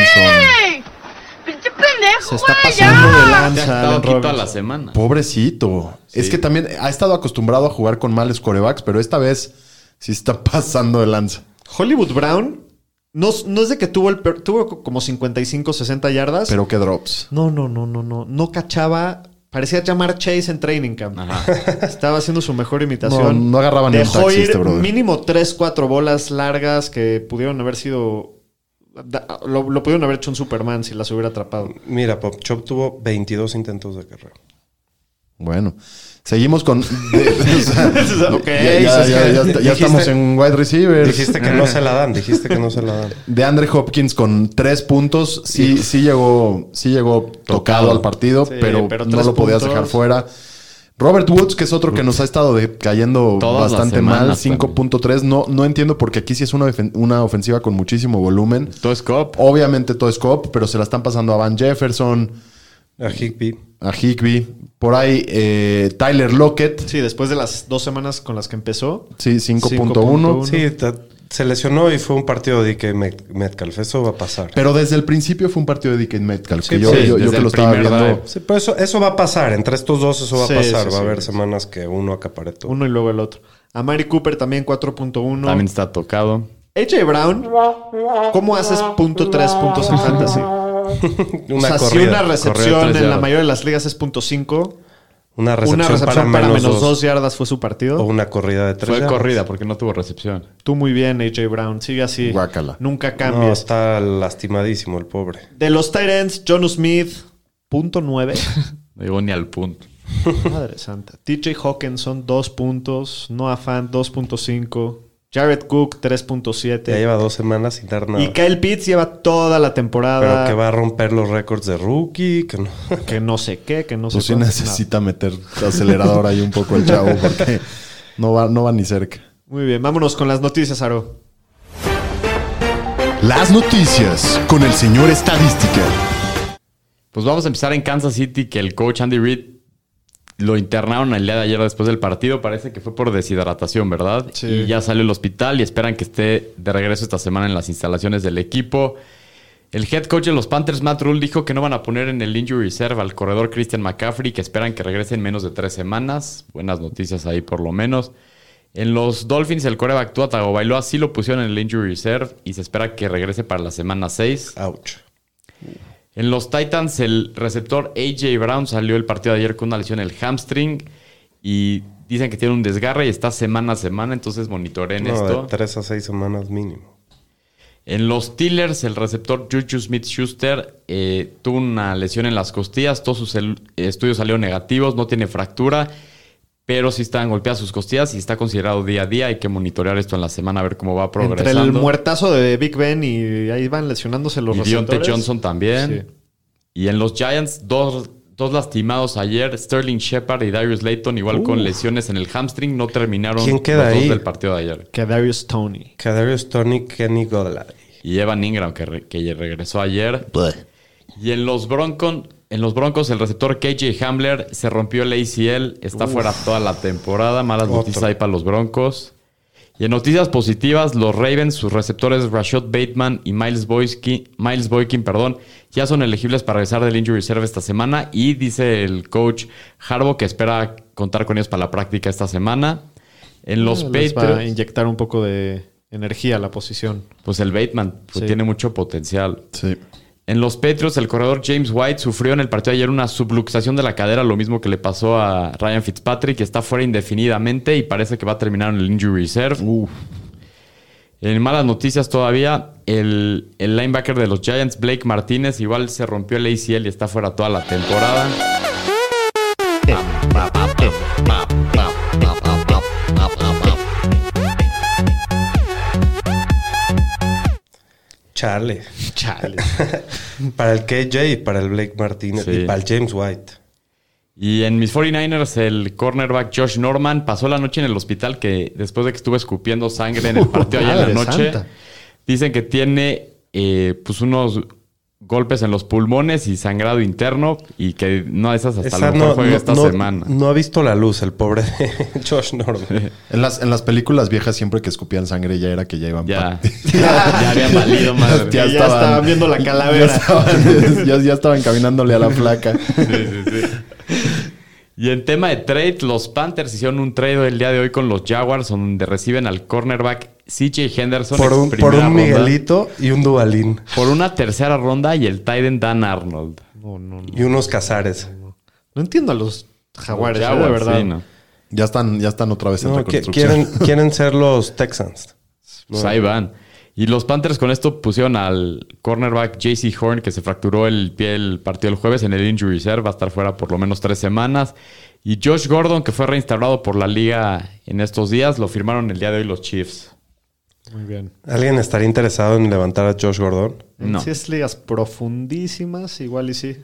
[SPEAKER 8] ¡Pinche pendejo,
[SPEAKER 1] Se está
[SPEAKER 8] güey,
[SPEAKER 1] pasando
[SPEAKER 8] ya!
[SPEAKER 1] de
[SPEAKER 4] Te ha
[SPEAKER 1] lanza.
[SPEAKER 4] estado
[SPEAKER 1] Allen
[SPEAKER 4] aquí toda
[SPEAKER 1] Robinson.
[SPEAKER 4] la semana.
[SPEAKER 6] Pobrecito. Es que también ha estado acostumbrado a jugar con males corebacks, pero esta vez sí está <laughs> pasando de lanza.
[SPEAKER 1] Hollywood Brown. No, no es de que tuvo el peor- tuvo como 55, 60 yardas.
[SPEAKER 6] Pero qué drops.
[SPEAKER 1] No, no, no, no, no. No cachaba. Parecía llamar Chase en Training Camp. <laughs> Estaba haciendo su mejor imitación.
[SPEAKER 6] No, no agarraba ni un
[SPEAKER 1] Dejó
[SPEAKER 6] taxi
[SPEAKER 1] ir
[SPEAKER 6] este brother.
[SPEAKER 1] mínimo 3, 4 bolas largas que pudieron haber sido. da- Lo, lo pudieron haber hecho un Superman si las hubiera atrapado.
[SPEAKER 3] Mira, Pop Chop tuvo 22 intentos de carrera.
[SPEAKER 6] Bueno, seguimos con. <laughs> de- o sea,
[SPEAKER 1] Ok,
[SPEAKER 6] <laughs> ya, ya- ya- ya- ya
[SPEAKER 3] dijiste-
[SPEAKER 6] estamos en wide receivers.
[SPEAKER 3] Dijiste que no se la dan, dijiste que no se la dan.
[SPEAKER 6] De Andre Hopkins con tres puntos. Sí, sí llegó, sí llegó tocado al partido,
[SPEAKER 1] Sí,
[SPEAKER 6] pero,
[SPEAKER 1] pero
[SPEAKER 6] no
[SPEAKER 1] tres
[SPEAKER 6] lo podías
[SPEAKER 1] puntos.
[SPEAKER 6] dejar fuera. Robert Woods, que es otro que nos ha estado de- cayendo
[SPEAKER 4] Todas las
[SPEAKER 6] bastante
[SPEAKER 4] semanas
[SPEAKER 6] mal, 5.3. No, no entiendo porque aquí sí es una, ofen- una ofensiva con muchísimo volumen.
[SPEAKER 4] Todo es cop.
[SPEAKER 6] Obviamente todo es cop, pero se la están pasando a Van Jefferson,
[SPEAKER 3] A Higby.
[SPEAKER 6] a Higby. Por ahí eh, Tyler Lockett,
[SPEAKER 1] Sí, después de las dos semanas con las que empezó.
[SPEAKER 6] sí, 5.1.
[SPEAKER 3] Sí, ta- se lesionó y fue un partido de que Met- Metcalf. Eso va a pasar.
[SPEAKER 6] Pero desde el principio fue un partido de DK Metcalf.
[SPEAKER 3] Sí,
[SPEAKER 6] que yo,
[SPEAKER 3] sí,
[SPEAKER 6] yo- yo
[SPEAKER 4] desde
[SPEAKER 6] que
[SPEAKER 4] el
[SPEAKER 6] lo estaba
[SPEAKER 4] primer
[SPEAKER 6] viendo. pues,
[SPEAKER 4] drive.
[SPEAKER 3] Sí, pero eso, eso va a pasar. Entre estos dos eso va
[SPEAKER 1] Sí,
[SPEAKER 3] a pasar.
[SPEAKER 1] sí,
[SPEAKER 3] va a
[SPEAKER 1] sí,
[SPEAKER 3] haber
[SPEAKER 1] sí.
[SPEAKER 3] semanas que uno acapare todo.
[SPEAKER 1] Uno y luego el otro. A Mari Cooper también 4.1.
[SPEAKER 4] También está tocado.
[SPEAKER 1] AJ Brown, ¿cómo haces punto tres puntos en fantasy?
[SPEAKER 3] Una
[SPEAKER 1] o sea, si
[SPEAKER 3] corrida,
[SPEAKER 1] una
[SPEAKER 3] corrida
[SPEAKER 1] recepción
[SPEAKER 3] tres
[SPEAKER 1] en la
[SPEAKER 3] yardas.
[SPEAKER 1] mayoría de las ligas es punto .5,
[SPEAKER 3] Una recepción,
[SPEAKER 1] una recepción
[SPEAKER 3] para, menos,
[SPEAKER 1] dos.
[SPEAKER 3] dos.
[SPEAKER 1] yardas fue su partido.
[SPEAKER 3] O una corrida de tres.
[SPEAKER 4] Fue
[SPEAKER 3] yardas.
[SPEAKER 4] corrida porque no tuvo recepción.
[SPEAKER 1] Tú muy bien, AJ Brown. Sigue así.
[SPEAKER 6] Guácala.
[SPEAKER 1] Nunca
[SPEAKER 3] No,
[SPEAKER 1] cambias.
[SPEAKER 3] está lastimadísimo el pobre.
[SPEAKER 1] De los Tyrants, John Smith, punto
[SPEAKER 3] <laughs>
[SPEAKER 1] nueve.
[SPEAKER 4] No llegó ni al punto.
[SPEAKER 1] Madre santa. TJ Hawkinson, dos puntos. Noah Fant, 2.5. Jared Cook,
[SPEAKER 3] Ya
[SPEAKER 1] 3.7.
[SPEAKER 3] lleva dos semanas sin dar nada.
[SPEAKER 1] Y Kyle Pitts lleva toda la temporada.
[SPEAKER 3] Pero que va a romper los récords de rookie. Que no.
[SPEAKER 1] que no sé qué, que no
[SPEAKER 6] Pues
[SPEAKER 1] sé
[SPEAKER 6] sí
[SPEAKER 1] cuánto.
[SPEAKER 6] necesita meter acelerador ahí un poco el chavo porque no va, no va ni cerca.
[SPEAKER 1] Nada. Muy bien, vámonos con las noticias, Aro.
[SPEAKER 6] Las noticias con el señor estadística.
[SPEAKER 4] Pues vamos a empezar en Kansas City, que el coach Andy Reid lo internaron el día de ayer después del partido. Parece que fue por deshidratación, ¿verdad?
[SPEAKER 1] Sí.
[SPEAKER 4] Y ya salió del hospital y esperan que esté de regreso esta semana en las instalaciones del equipo. El head coach de los Panthers, Matt Rule, dijo que no van a poner en el injury reserve al corredor Christian McCaffrey, que esperan que regrese en menos de tres semanas. Buenas noticias ahí por lo menos. En los Dolphins, el coreback Tua Tagovailoa sí lo pusieron en el injury reserve y se espera que regrese para la semana 6.
[SPEAKER 3] Ouch.
[SPEAKER 4] En los Titans, el receptor AJ Brown salió el partido de ayer con una lesión en el hamstring y dicen que tiene un desgarre y está semana a semana, entonces monitoreen
[SPEAKER 3] No,
[SPEAKER 4] esto.
[SPEAKER 3] de tres a seis semanas mínimo.
[SPEAKER 4] En los Steelers, el receptor Juju Smith Schuster tuvo una lesión en las costillas, todos sus el- estudios salieron negativos, no tiene fractura, pero sí están golpeadas sus costillas y está considerado día a día, hay que monitorear esto en la semana a ver cómo va
[SPEAKER 1] Entre
[SPEAKER 4] progresando.
[SPEAKER 1] el muertazo de Big Ben y ahí van lesionándose los
[SPEAKER 4] Y Dionte
[SPEAKER 1] receptores.
[SPEAKER 4] Johnson también.
[SPEAKER 1] Sí.
[SPEAKER 4] Y en los Giants, dos, dos lastimados ayer, Sterling Shepard y Darius Layton, igual
[SPEAKER 1] Uh.
[SPEAKER 4] con lesiones en el hamstring, no terminaron
[SPEAKER 3] ¿Quién queda
[SPEAKER 4] los dos
[SPEAKER 3] ahí?
[SPEAKER 4] del partido de ayer.
[SPEAKER 1] Que Darius Tony.
[SPEAKER 3] Kadarius Tony, Kenny Golladay.
[SPEAKER 4] Y Evan Ingram, que, re- que regresó ayer. Y en los Broncos, en los Broncos, el receptor KJ Hamler se rompió el ACL, está fuera toda la temporada. Malas noticias ahí para los Broncos. Y en noticias positivas, los Ravens, sus receptores Rashad Bateman y Miles Boykin, Miles Boykin, perdón, ya son elegibles para regresar del injury reserve esta semana y dice el coach Harbaugh que espera contar con ellos para la práctica esta semana. En los
[SPEAKER 1] Eh, Les va a
[SPEAKER 4] Patriots,
[SPEAKER 1] inyectar un poco de energía a la posición.
[SPEAKER 4] pues el Bateman pues,
[SPEAKER 1] Sí.
[SPEAKER 4] tiene mucho potencial.
[SPEAKER 6] Sí.
[SPEAKER 4] En los Patriots, el corredor James White sufrió en el partido de ayer una subluxación de la cadera, lo mismo que le pasó a Ryan Fitzpatrick, que está fuera indefinidamente y parece que va a terminar en el injury reserve. En malas noticias todavía, el, el linebacker de los Giants, Blake Martínez, igual se rompió el ACL y está fuera toda la temporada.
[SPEAKER 3] Chale. Chale. <laughs> para el KJ, para el Blake Martínez
[SPEAKER 4] Sí.
[SPEAKER 3] y para el James White.
[SPEAKER 4] Y en mis 49ers, el cornerback Josh Norman pasó la noche en el hospital que después de que estuvo escupiendo sangre
[SPEAKER 1] <laughs>
[SPEAKER 4] en el partido ayer en la
[SPEAKER 1] Madre
[SPEAKER 4] noche,
[SPEAKER 1] santa.
[SPEAKER 4] dicen que tiene eh, pues unos golpes en los pulmones y sangrado interno y que no esas hasta
[SPEAKER 3] Esa
[SPEAKER 4] lo mejor
[SPEAKER 3] no,
[SPEAKER 4] juega
[SPEAKER 3] no-
[SPEAKER 4] esta
[SPEAKER 3] no-
[SPEAKER 4] semana.
[SPEAKER 3] no ha visto la luz el pobre de <laughs> Josh Norman.
[SPEAKER 6] En las, en las películas viejas siempre que escupían sangre ya era que ya
[SPEAKER 3] <laughs>
[SPEAKER 6] iban
[SPEAKER 4] Ya,
[SPEAKER 6] pa-
[SPEAKER 4] ya habían valido madre.
[SPEAKER 6] Ya
[SPEAKER 1] Que ya
[SPEAKER 6] estaban-
[SPEAKER 1] estaban viendo la
[SPEAKER 6] <laughs> Ya
[SPEAKER 1] calavera.
[SPEAKER 6] estaban, <laughs> ya- ya estaban caminándole a la flaca.
[SPEAKER 4] Y en tema de trade, los Panthers hicieron un trade el día de hoy con los Jaguars, donde reciben al cornerback CJ Henderson.
[SPEAKER 3] Por
[SPEAKER 4] ex
[SPEAKER 3] un, por
[SPEAKER 4] primera
[SPEAKER 3] un
[SPEAKER 4] ronda,
[SPEAKER 3] Miguelito y un Dubalín.
[SPEAKER 4] Por una tercera ronda y el Tiden Dan Arnold.
[SPEAKER 3] Y unos Casares.
[SPEAKER 1] No entiendo a los jaguares,
[SPEAKER 4] Ya,
[SPEAKER 1] eh, de
[SPEAKER 4] güey,
[SPEAKER 1] verdad.
[SPEAKER 4] sí, ¿no?
[SPEAKER 6] Ya están, ya están otra vez en
[SPEAKER 3] No, qui-
[SPEAKER 6] reconstrucción.
[SPEAKER 4] <laughs>
[SPEAKER 3] quieren, quieren ser los Texans.
[SPEAKER 4] Pues ahí van. Y los Panthers con esto pusieron al cornerback JC Horn, que se fracturó el pie el partido el jueves en el injury reserve, va a estar fuera por lo menos tres semanas. Y Josh Gordon, que fue reinstaurado por la liga en estos días, lo firmaron el día de hoy los Chiefs.
[SPEAKER 1] Muy bien.
[SPEAKER 3] ¿Alguien estaría interesado en levantar a Josh Gordon?
[SPEAKER 4] No.
[SPEAKER 1] Si es ligas profundísimas, igual y sí.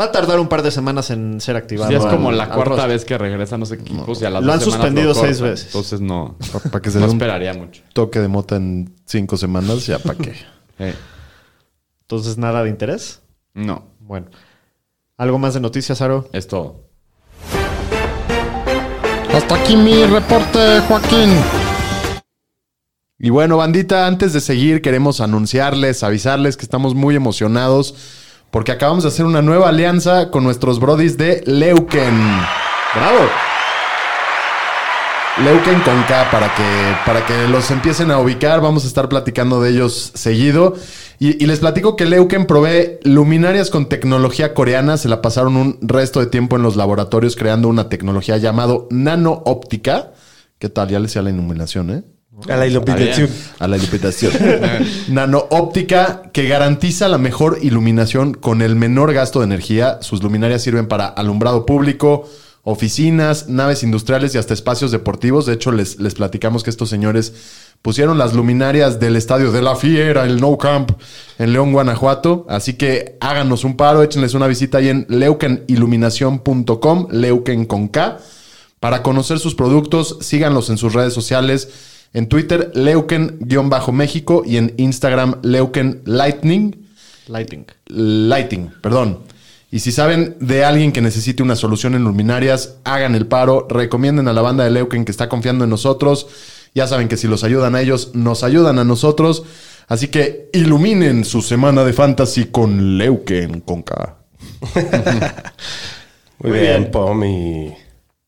[SPEAKER 1] Va a tardar un par de semanas en ser activado.
[SPEAKER 4] Sí, es
[SPEAKER 1] al-
[SPEAKER 4] como la
[SPEAKER 1] al
[SPEAKER 4] cuarta
[SPEAKER 1] roster.
[SPEAKER 4] vez que regresa, no sé qué equipos. y a las
[SPEAKER 1] Lo
[SPEAKER 4] dos
[SPEAKER 1] han
[SPEAKER 4] semanas
[SPEAKER 1] suspendido
[SPEAKER 4] cortan.
[SPEAKER 1] seis veces.
[SPEAKER 4] Entonces no,
[SPEAKER 6] Pa- Para que se
[SPEAKER 4] no
[SPEAKER 6] dé un
[SPEAKER 4] esperaría mucho.
[SPEAKER 6] toque de mota en cinco semanas, ya para qué.
[SPEAKER 4] Eh,
[SPEAKER 1] Entonces, nada de interés.
[SPEAKER 4] no,
[SPEAKER 1] Bueno. ¿Algo más de noticias, Aro?
[SPEAKER 4] es todo.
[SPEAKER 6] Hasta aquí mi reporte, Joaquín. Y bueno, bandita, antes de seguir, queremos anunciarles, avisarles que estamos muy emocionados porque acabamos de hacer una nueva alianza con nuestros brodis de Leuken. ¡Bravo! Leuken con K para que, para que los empiecen a ubicar. Vamos a estar platicando de ellos seguido. Y, y les platico que Leuken provee luminarias con tecnología coreana. Se la pasaron un resto de tiempo en los laboratorios creando una tecnología llamado nano-óptica. ¿Qué tal? Ya le decía la iluminación, ¿eh?
[SPEAKER 3] A la iluminación.
[SPEAKER 6] A la iluminación. Nanoóptica que garantiza la mejor iluminación con el menor gasto de energía. Sus luminarias sirven para alumbrado público, oficinas, naves industriales y hasta espacios deportivos. De hecho, les, les platicamos que estos señores pusieron las luminarias del estadio de la Fiera, el No Camp, en León, Guanajuato. Así que háganos un paro, échenles una visita ahí en leukeniluminación.com, leuken con K. Para conocer sus productos, síganlos en sus redes sociales. En Twitter, Leuken-México y en Instagram, Leuken Lightning.
[SPEAKER 1] Lighting.
[SPEAKER 6] Lighting, perdón. Y si saben de alguien que necesite una solución en luminarias, hagan el paro, recomienden a la banda de Leuken que está confiando en nosotros. Ya saben que si los ayudan a ellos, nos ayudan a nosotros. Así que iluminen su semana de fantasy con Leuken, con K.
[SPEAKER 3] Muy, bien, Pomi.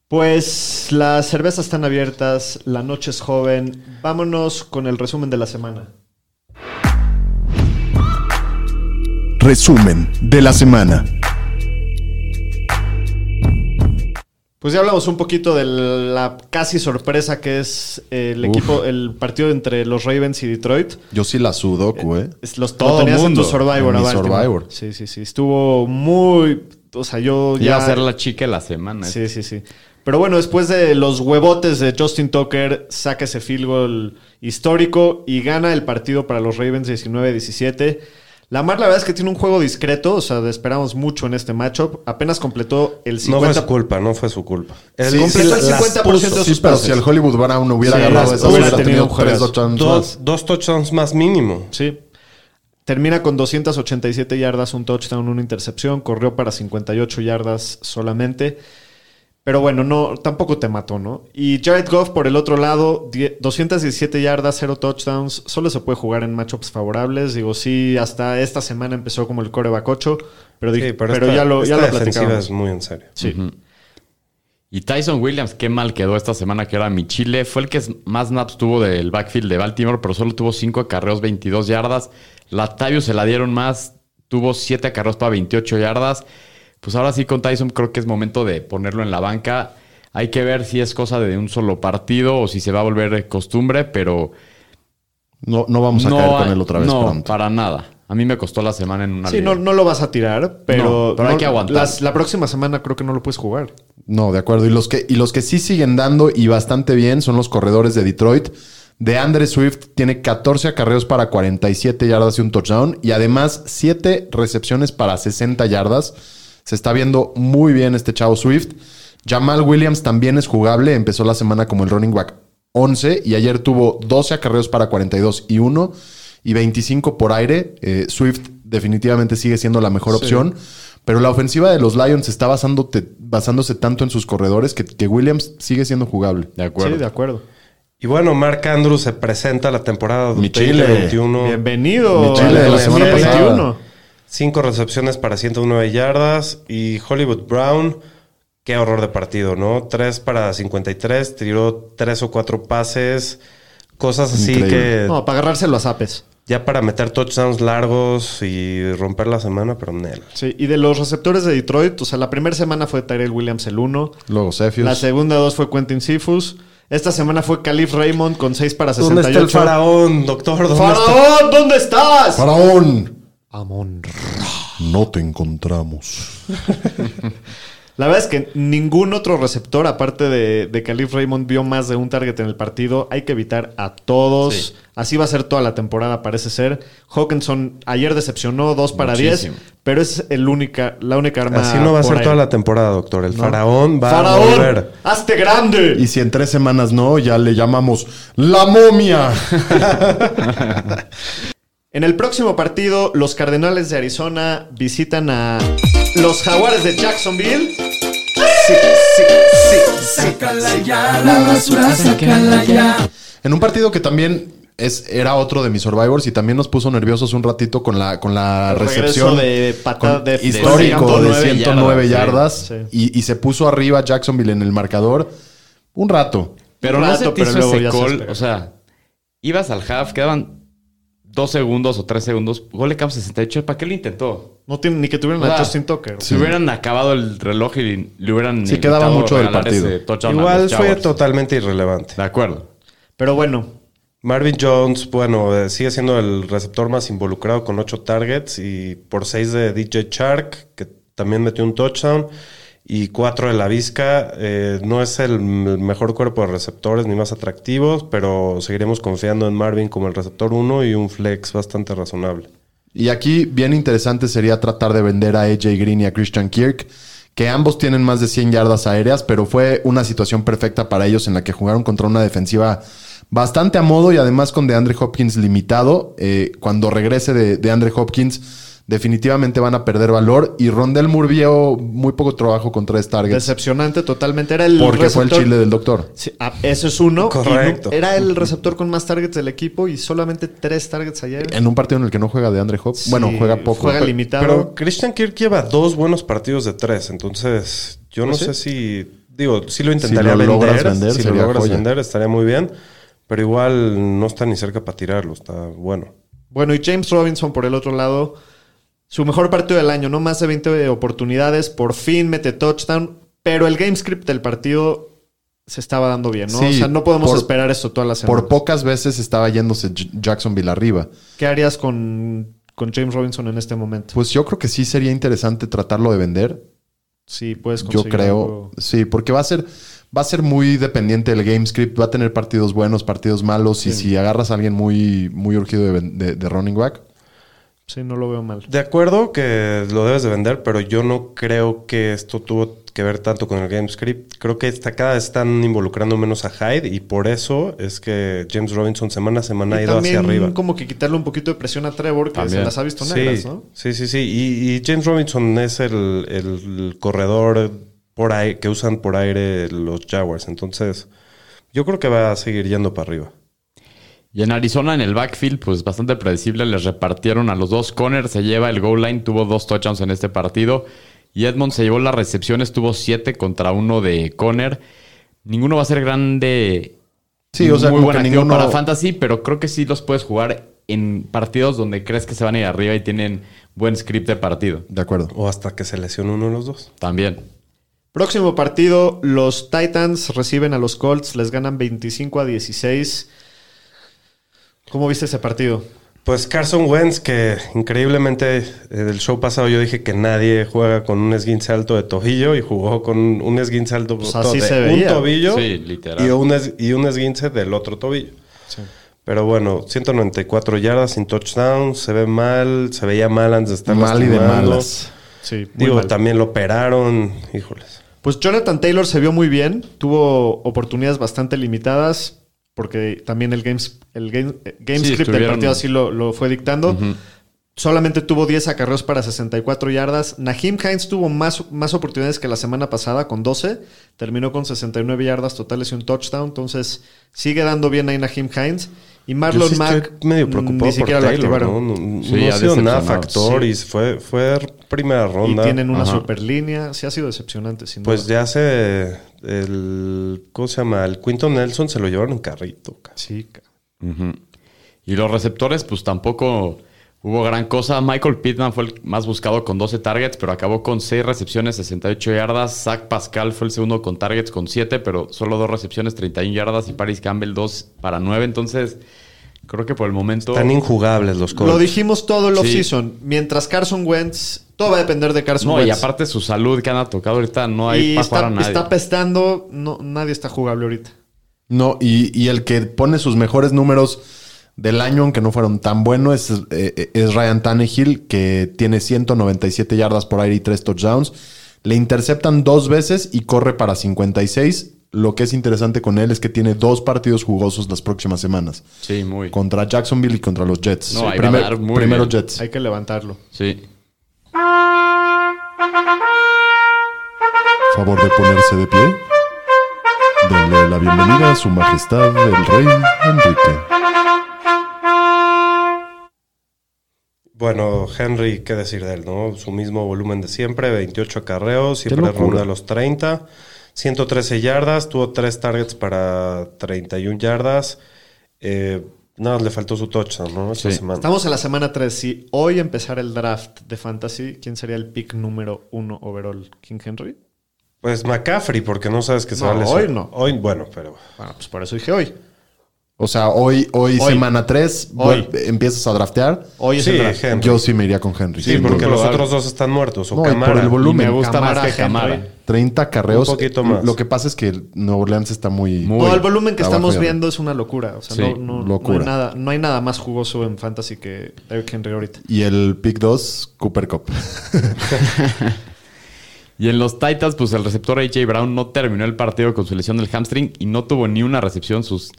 [SPEAKER 1] Pues las cervezas están abiertas, la noche es joven. Vámonos con el resumen de la semana.
[SPEAKER 6] Resumen de la semana.
[SPEAKER 1] Pues ya hablamos un poquito de la casi sorpresa que es el equipo, el partido entre los Ravens y Detroit.
[SPEAKER 6] Yo sí la sudoku, ¿eh?
[SPEAKER 1] Es- Los,
[SPEAKER 4] Todo
[SPEAKER 1] lo tenías
[SPEAKER 4] mundo.
[SPEAKER 1] en tu Survivor,
[SPEAKER 6] En
[SPEAKER 1] a
[SPEAKER 6] mi
[SPEAKER 1] Baltimore.
[SPEAKER 6] Survivor.
[SPEAKER 1] Sí, sí, sí. Estuvo muy. O sea, yo ya.
[SPEAKER 4] Iba a ser la chica de la semana.
[SPEAKER 1] Sí, sí, sí. Pero bueno, después de los huevotes de Justin Tucker, saca ese field goal histórico y gana el partido para los Ravens 19-17. Lamar, la verdad es que tiene un juego discreto, o sea, esperamos mucho en este matchup. Apenas completó el 50%.
[SPEAKER 3] No fue su culpa, no fue su culpa. Él
[SPEAKER 6] Sí,
[SPEAKER 3] completó
[SPEAKER 6] sí,
[SPEAKER 3] el
[SPEAKER 6] las
[SPEAKER 3] 50%
[SPEAKER 6] puso.
[SPEAKER 3] de
[SPEAKER 6] Sí,
[SPEAKER 3] sus
[SPEAKER 6] pero
[SPEAKER 3] pases.
[SPEAKER 6] si el Hollywood Brown hubiera
[SPEAKER 1] Sí,
[SPEAKER 6] agarrado
[SPEAKER 1] las
[SPEAKER 6] esas,
[SPEAKER 1] hubiera
[SPEAKER 6] hubiera tenido
[SPEAKER 1] tenido un
[SPEAKER 6] tres
[SPEAKER 1] juegazo.
[SPEAKER 6] touchdowns más.
[SPEAKER 3] dos, dos touchdowns más mínimo.
[SPEAKER 1] Sí. Termina con 287 yardas, un touchdown, una intercepción. Corrió para 58 yardas solamente. Pero bueno, no, tampoco te mató, ¿no? Y Jared Goff, por el otro lado, die- 217 yardas, 0 touchdowns. Solo se puede jugar en matchups favorables. Digo, sí, hasta esta semana empezó como el coreback 8, pero, dije-
[SPEAKER 3] Sí,
[SPEAKER 1] pero,
[SPEAKER 3] esta-
[SPEAKER 1] ya lo, ya
[SPEAKER 3] esta
[SPEAKER 1] lo
[SPEAKER 3] defensiva es
[SPEAKER 1] platicamos.
[SPEAKER 3] muy en serio.
[SPEAKER 1] Sí.
[SPEAKER 4] Y Tyson Williams, qué mal quedó esta semana que era mi chile. Fue el que más naps tuvo del backfield de Baltimore, pero solo tuvo 5 acarreos, 22 yardas. Latavio se la dieron más, tuvo 7 acarreos para 28 yardas. Pues ahora sí con Tyson creo que es momento de ponerlo en la banca. Hay que ver si es cosa de un solo partido o si se va a volver costumbre, pero
[SPEAKER 6] No, no vamos a
[SPEAKER 4] no,
[SPEAKER 6] caer con él otra vez
[SPEAKER 4] no,
[SPEAKER 6] pronto.
[SPEAKER 4] para nada. A mí me costó la semana en una
[SPEAKER 1] Sí,
[SPEAKER 4] liga.
[SPEAKER 1] no, no lo vas a tirar, pero,
[SPEAKER 4] No, pero hay
[SPEAKER 1] no-
[SPEAKER 4] que aguantar.
[SPEAKER 1] las- la próxima semana creo que no lo puedes jugar.
[SPEAKER 6] No, de acuerdo. Y los, que, y los que sí siguen dando y bastante bien son los corredores de Detroit. De Andre Swift tiene 14 acarreos para 47 yardas y un touchdown. Y además 7 recepciones para 60 yardas. Se está viendo muy bien este chavo Swift. Jamal Williams también es jugable. Empezó la semana como el running back 11 y ayer tuvo 12 acarreos para 42 y 1 y 25 por aire. Eh, Swift definitivamente sigue siendo la mejor opción. Pero la ofensiva de los Lions está basándote- basándose tanto en sus corredores que, que Williams sigue siendo jugable.
[SPEAKER 4] De acuerdo.
[SPEAKER 1] Sí, de acuerdo.
[SPEAKER 3] Y bueno, Mark Andrews se presenta la temporada
[SPEAKER 6] Mi chile.
[SPEAKER 3] 2021.
[SPEAKER 1] Bienvenido
[SPEAKER 6] Mi chile
[SPEAKER 1] al
[SPEAKER 6] de la semana
[SPEAKER 1] 2021.
[SPEAKER 6] pasada.
[SPEAKER 3] Cinco recepciones para 109 yardas. Y Hollywood Brown, qué horror de partido, ¿no? 3 para 53, tiró tres o cuatro pases. Cosas así
[SPEAKER 6] Increíble.
[SPEAKER 3] que
[SPEAKER 1] No, para agarrárselo a zapes.
[SPEAKER 3] ya para meter touchdowns largos y romper la semana, pero nel.
[SPEAKER 1] Sí, y de los receptores de Detroit, o sea, la primera semana fue Tyrell Williams el 1,
[SPEAKER 6] Luego Cephus.
[SPEAKER 1] la segunda dos fue Quentin Sifus, esta semana fue Calif Raymond con 6 para
[SPEAKER 3] ¿Dónde
[SPEAKER 1] 68.
[SPEAKER 3] está el faraón, doctor? ¿Dónde está?
[SPEAKER 1] ¡Faraón, ¿dónde estás?
[SPEAKER 6] ¡Faraón! No te encontramos.
[SPEAKER 1] La verdad es que ningún otro receptor, aparte de, de Calif Raymond, vio más de un target en el partido. Hay que evitar a todos.
[SPEAKER 4] Sí.
[SPEAKER 1] Así va a ser toda la temporada, parece ser. Hawkinson ayer decepcionó 2 para 10,
[SPEAKER 4] Muchísimo.
[SPEAKER 1] pero es el única, la única arma.
[SPEAKER 3] Así no va a
[SPEAKER 1] Ah, por
[SPEAKER 3] ser
[SPEAKER 1] aire.
[SPEAKER 3] toda la temporada, doctor. El faraón va a
[SPEAKER 1] ¡Faraón!
[SPEAKER 3] volver.
[SPEAKER 1] ¡Hazte grande!
[SPEAKER 6] Y si en tres semanas no, ya le llamamos la momia.
[SPEAKER 1] En el próximo partido, los Cardenales de Arizona visitan a los Jaguares de Jacksonville.
[SPEAKER 6] En un partido que también es, era otro de mis Survivors y también nos puso nerviosos un ratito con la, con la
[SPEAKER 1] El
[SPEAKER 6] recepción
[SPEAKER 1] regreso de patada- de- de-
[SPEAKER 6] histórico de,
[SPEAKER 1] de 109
[SPEAKER 6] 109 yardas,
[SPEAKER 1] sí,
[SPEAKER 6] Y, y se puso arriba Jacksonville en el marcador un rato.
[SPEAKER 4] Pero
[SPEAKER 1] Un
[SPEAKER 4] no
[SPEAKER 1] rato,
[SPEAKER 4] se te
[SPEAKER 1] pero
[SPEAKER 4] hizo
[SPEAKER 1] luego
[SPEAKER 4] ese
[SPEAKER 1] ya se
[SPEAKER 4] gol.
[SPEAKER 1] despegó.
[SPEAKER 4] o sea, ibas al half, quedaban dos segundos o tres segundos. Gol de campo 68. ¿Para qué lo intentó?
[SPEAKER 1] No tienen ni que tuvieran a
[SPEAKER 4] Ah.
[SPEAKER 1] Justin Tucker.
[SPEAKER 4] Si hubieran acabado el reloj y le hubieran.
[SPEAKER 6] Sí, quedaba
[SPEAKER 4] evitado
[SPEAKER 6] mucho del
[SPEAKER 4] regalar
[SPEAKER 6] partido.
[SPEAKER 4] ese touchdown a
[SPEAKER 3] Igual
[SPEAKER 4] los
[SPEAKER 3] fue
[SPEAKER 4] Jaguars.
[SPEAKER 3] totalmente irrelevante.
[SPEAKER 4] De acuerdo.
[SPEAKER 1] Pero bueno,
[SPEAKER 3] Marvin Jones, bueno, eh, sigue siendo el receptor más involucrado con ocho targets y por seis de DJ Shark, que también metió un touchdown, y cuatro de la Vizca. Eh, no es el m- mejor cuerpo de receptores ni más atractivos, pero seguiremos confiando en Marvin como el receptor uno y un flex bastante razonable.
[SPEAKER 6] Y aquí bien interesante sería tratar de vender a AJ Green y a Christian Kirk, que ambos tienen más de 100 yardas aéreas, pero fue una situación perfecta para ellos en la que jugaron contra una defensiva bastante a modo y además con DeAndre Hopkins limitado. Eh, cuando regrese de DeAndre Hopkins, definitivamente van a perder valor. Y Rondell Moore vio muy poco trabajo con tres targets.
[SPEAKER 1] Decepcionante totalmente. Era el
[SPEAKER 6] Porque fue el
[SPEAKER 1] receptor-
[SPEAKER 6] chile del doctor.
[SPEAKER 1] Sí, ah, ese es uno. Y no-
[SPEAKER 3] Correcto.
[SPEAKER 1] era el receptor con más targets del equipo y solamente tres targets ayer.
[SPEAKER 6] En un partido en el que no juega de Andre Hopkins.
[SPEAKER 1] Sí,
[SPEAKER 6] bueno, juega poco.
[SPEAKER 1] Juega
[SPEAKER 6] Pero-
[SPEAKER 1] limitado.
[SPEAKER 3] Pero Christian Kirk lleva dos buenos partidos de tres, entonces yo no
[SPEAKER 1] Pues sí.
[SPEAKER 3] sé si, digo, si lo intentaría
[SPEAKER 6] lo logras
[SPEAKER 3] vender,
[SPEAKER 6] vender,
[SPEAKER 3] si lo
[SPEAKER 6] sería
[SPEAKER 3] logras
[SPEAKER 6] joya.
[SPEAKER 3] vender estaría muy bien, pero igual no está ni cerca para tirarlo, está bueno.
[SPEAKER 1] Bueno, y James Robinson por el otro lado, su mejor partido del año, no más de 20 oportunidades, por fin mete touchdown, pero el game script del partido se estaba dando bien, ¿no?
[SPEAKER 6] Sí,
[SPEAKER 1] o sea, no podemos
[SPEAKER 6] por-
[SPEAKER 1] esperar esto toda la semana.
[SPEAKER 6] por pocas veces estaba yéndose J- Jacksonville arriba.
[SPEAKER 1] ¿Qué harías con, con James Robinson en este momento?
[SPEAKER 6] Pues yo creo que sí sería interesante tratarlo de vender.
[SPEAKER 1] Sí, puedes
[SPEAKER 6] Yo
[SPEAKER 1] conseguir
[SPEAKER 6] creo,
[SPEAKER 1] algo.
[SPEAKER 6] sí, porque va a ser va a ser muy dependiente del game script, va a tener partidos buenos, partidos malos y si agarras a alguien muy muy urgido de, ven- de- de running back,
[SPEAKER 1] Sí, no lo veo mal.
[SPEAKER 3] De acuerdo que lo debes de vender, pero yo no creo que esto tuvo que ver tanto con el game script. Creo que está, cada vez están involucrando menos a Hyde y por eso es que James Robinson semana a semana ha
[SPEAKER 1] Y
[SPEAKER 3] ido hacia arriba.
[SPEAKER 1] también como que quitarle un poquito de presión a Trevor, que
[SPEAKER 4] También.
[SPEAKER 1] se las ha visto
[SPEAKER 3] Sí,
[SPEAKER 1] negras, ¿no?
[SPEAKER 3] sí, sí, sí. Y, y James Robinson es el, el corredor por ahí, que usan por aire los Jaguars. Entonces, yo creo que va a seguir yendo para arriba.
[SPEAKER 4] Y en Arizona, en el backfield, pues bastante predecible, les repartieron a los dos. Conner se lleva el goal line, tuvo dos touchdowns en este partido. Y Edmond se llevó las recepciones, tuvo siete contra uno de Conner. Ninguno va a ser grande.
[SPEAKER 6] Sí, o sea,
[SPEAKER 4] muy
[SPEAKER 6] como
[SPEAKER 4] buen
[SPEAKER 6] que
[SPEAKER 4] activo
[SPEAKER 6] ninguno-
[SPEAKER 4] para fantasy, pero creo que sí los puedes jugar en partidos donde crees que se van a ir arriba y tienen buen script de partido.
[SPEAKER 6] de acuerdo.
[SPEAKER 3] O hasta que se lesione uno de los dos.
[SPEAKER 4] También.
[SPEAKER 1] Próximo partido, los Titans reciben a los Colts, les ganan 25 a 16. ¿Cómo viste ese partido?
[SPEAKER 3] Pues Carson Wentz, que increíblemente eh, del show pasado yo dije que nadie juega con un esguince alto de tobillo y jugó con un esguince alto
[SPEAKER 1] Pues así
[SPEAKER 3] de
[SPEAKER 1] se
[SPEAKER 3] un
[SPEAKER 1] veía.
[SPEAKER 3] tobillo
[SPEAKER 4] Sí, literal.
[SPEAKER 3] y, un es- y un esguince del otro tobillo. Pero bueno, 194 yardas sin touchdown, se ve mal, se veía mal antes de estar
[SPEAKER 6] Mal y de
[SPEAKER 3] lastimando.
[SPEAKER 6] malas.
[SPEAKER 1] Sí, muy
[SPEAKER 3] Digo,
[SPEAKER 1] mal.
[SPEAKER 3] también lo operaron, híjoles.
[SPEAKER 1] Pues Jonathan Taylor se vio muy bien, tuvo oportunidades bastante limitadas, porque también el game, el game, eh, game
[SPEAKER 4] Sí,
[SPEAKER 1] script del
[SPEAKER 4] estuvieron-
[SPEAKER 1] partido así lo, lo fue dictando. Solamente tuvo 10 acarreos para 64 yardas. Nahim Hines tuvo más, más oportunidades que la semana pasada con 12. Terminó con 69 yardas totales y un touchdown. Entonces sigue dando bien ahí Nahim Hines. Y
[SPEAKER 3] Yo
[SPEAKER 1] Marlon
[SPEAKER 3] sí estoy
[SPEAKER 1] Mack
[SPEAKER 3] medio
[SPEAKER 1] mm,
[SPEAKER 3] preocupado
[SPEAKER 1] ni
[SPEAKER 3] por
[SPEAKER 1] siquiera lo
[SPEAKER 3] Taylor, ¿no?
[SPEAKER 1] activaron.
[SPEAKER 3] No, no-
[SPEAKER 4] Sí,
[SPEAKER 3] no ha
[SPEAKER 4] ha
[SPEAKER 3] sido nada
[SPEAKER 4] decepcionado.
[SPEAKER 3] factor
[SPEAKER 4] Sí.
[SPEAKER 3] y fue, fue primera
[SPEAKER 1] Y
[SPEAKER 3] ronda.
[SPEAKER 1] tienen una
[SPEAKER 4] Ajá.
[SPEAKER 1] super línea. Sí ha sido decepcionante, sin
[SPEAKER 3] Pues
[SPEAKER 1] duda.
[SPEAKER 3] ya se... El, ¿Cómo se llama? El Quinton Nelson se lo llevaron en carrito. ca-
[SPEAKER 1] Sí, ca-
[SPEAKER 4] Ujú. Y los receptores, pues tampoco hubo gran cosa. Michael Pittman fue el más buscado con 12 targets, pero acabó con 6 recepciones, 68 yardas. Zach Pascal fue el segundo con targets con 7, pero solo 2 recepciones, 31 yardas. Y Paris Campbell 2 para 9. Entonces, creo que por el momento.
[SPEAKER 3] Tan injugables los Colts.
[SPEAKER 1] Lo dijimos todo el
[SPEAKER 4] Sí.
[SPEAKER 1] offseason. Mientras Carson Wentz, todo va a depender de Carson
[SPEAKER 4] No,
[SPEAKER 1] Wentz.
[SPEAKER 4] y aparte su salud que han tocado ahorita, no
[SPEAKER 1] Y
[SPEAKER 4] hay para jugar a
[SPEAKER 1] está,
[SPEAKER 4] nadie.
[SPEAKER 1] está pestando, no, nadie está jugable ahorita.
[SPEAKER 6] No, y, y el que pone sus mejores números del año, aunque no fueron tan buenos, es, eh, es Ryan Tannehill, que tiene 197 yardas por aire y 3 touchdowns. Le interceptan dos veces y corre para 56. Lo que es interesante con él es que tiene dos partidos jugosos las próximas semanas.
[SPEAKER 4] Sí, muy.
[SPEAKER 6] Contra Jacksonville y contra los Jets.
[SPEAKER 4] No, ahí va a dar muy
[SPEAKER 6] primero
[SPEAKER 4] bien.
[SPEAKER 6] Jets.
[SPEAKER 1] Hay que levantarlo.
[SPEAKER 4] Sí.
[SPEAKER 6] Favor de ponerse de pie. Denle la bienvenida a su majestad el rey Enrique.
[SPEAKER 3] Bueno, Henry, qué decir de él, ¿no? Su mismo volumen de siempre, 28 acarreos, siempre ronda los 30, 113 yardas, tuvo 3 targets para 31 yardas. Eh, nada, más le faltó su touchdown, ¿no? Esta
[SPEAKER 4] Sí.
[SPEAKER 3] semana.
[SPEAKER 1] Estamos en la semana 3. Si hoy empezara el draft de Fantasy, ¿quién sería el pick número 1 overall? ¿King Henry?
[SPEAKER 3] Pues McCaffrey, porque no sabes que se
[SPEAKER 1] No,
[SPEAKER 3] va a lesionar.
[SPEAKER 1] hoy no.
[SPEAKER 3] Hoy, bueno, pero...
[SPEAKER 1] Bueno, pues por eso dije hoy.
[SPEAKER 6] O sea, hoy, hoy,
[SPEAKER 1] Hoy.
[SPEAKER 6] semana 3,
[SPEAKER 1] Hoy.
[SPEAKER 6] empiezas a draftear.
[SPEAKER 1] Hoy es
[SPEAKER 3] Sí,
[SPEAKER 1] el draft.
[SPEAKER 3] Henry.
[SPEAKER 6] Yo sí me iría con Henry.
[SPEAKER 3] sí, porque
[SPEAKER 4] no,
[SPEAKER 3] los
[SPEAKER 4] no,
[SPEAKER 3] otros dos están muertos. O
[SPEAKER 6] No, y por
[SPEAKER 3] Camara.
[SPEAKER 6] el volumen.
[SPEAKER 4] Y me gusta
[SPEAKER 1] Camara,
[SPEAKER 4] más que
[SPEAKER 1] Henry.
[SPEAKER 4] Camara.
[SPEAKER 6] 30 carreos.
[SPEAKER 3] Un poquito más.
[SPEAKER 6] Lo que pasa es que el Nuevo Orleans está muy.
[SPEAKER 4] Muy.
[SPEAKER 1] No, el volumen que
[SPEAKER 6] Abajo y
[SPEAKER 1] estamos
[SPEAKER 6] arriba.
[SPEAKER 1] viendo es una locura. O sea,
[SPEAKER 4] Sí,
[SPEAKER 1] no, no- no
[SPEAKER 6] locura.
[SPEAKER 1] hay nada, no hay nada más jugoso en Fantasy que Derrick Henry ahorita.
[SPEAKER 6] Y el pick 2, Cooper Cup.
[SPEAKER 4] Y en los Titans, pues el receptor AJ Brown no terminó el partido con su lesión del hamstring y no tuvo ni una recepción. Sus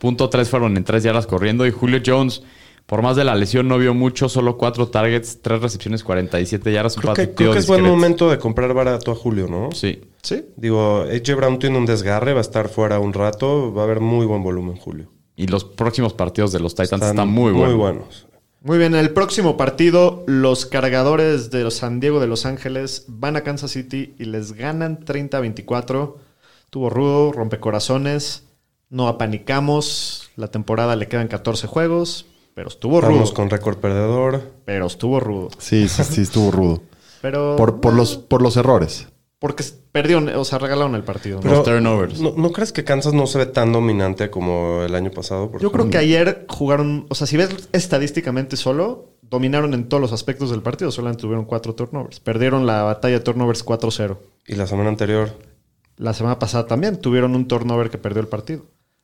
[SPEAKER 4] punto tres fueron en tres yardas corriendo. Y Julio Jones, Por más de la lesión, no vio mucho, solo cuatro targets, tres recepciones, 47 yardas. un
[SPEAKER 3] Creo que,
[SPEAKER 4] patuteo
[SPEAKER 3] creo que es buen
[SPEAKER 4] discreto.
[SPEAKER 3] momento de comprar barato a Julio, ¿no?
[SPEAKER 4] Sí.
[SPEAKER 1] Sí.
[SPEAKER 3] Digo, AJ Brown tiene un desgarre, va a estar fuera un rato, va a haber muy buen volumen, Julio.
[SPEAKER 4] Y los próximos partidos de los Titans están, muy buenos.
[SPEAKER 3] Muy buenos.
[SPEAKER 1] Muy bien, el próximo partido, los cargadores de San Diego de Los Ángeles van a Kansas City y les ganan 30-24. Tuvo rudo, rompecorazones, no apanicamos. La temporada le quedan 14 juegos, pero estuvo
[SPEAKER 3] Vamos
[SPEAKER 1] rudo.
[SPEAKER 3] con récord perdedor.
[SPEAKER 1] Pero estuvo rudo.
[SPEAKER 6] <laughs> Sí, sí, sí, estuvo rudo.
[SPEAKER 1] Pero.
[SPEAKER 6] Por, por, los, por los errores.
[SPEAKER 1] Porque perdieron, o sea, regalaron el partido. ¿no?
[SPEAKER 3] Pero-
[SPEAKER 4] Los turnovers.
[SPEAKER 3] ¿no, no crees que Kansas no se ve tan dominante como el año pasado? por
[SPEAKER 1] Yo creo
[SPEAKER 3] ejemplo?
[SPEAKER 1] que ayer jugaron, o sea, si ves estadísticamente solo, dominaron en todos los aspectos del partido, solamente tuvieron cuatro turnovers. Perdieron la batalla de turnovers 4-0.
[SPEAKER 3] Y la semana anterior.
[SPEAKER 1] La semana pasada también tuvieron un turnover que perdió el partido.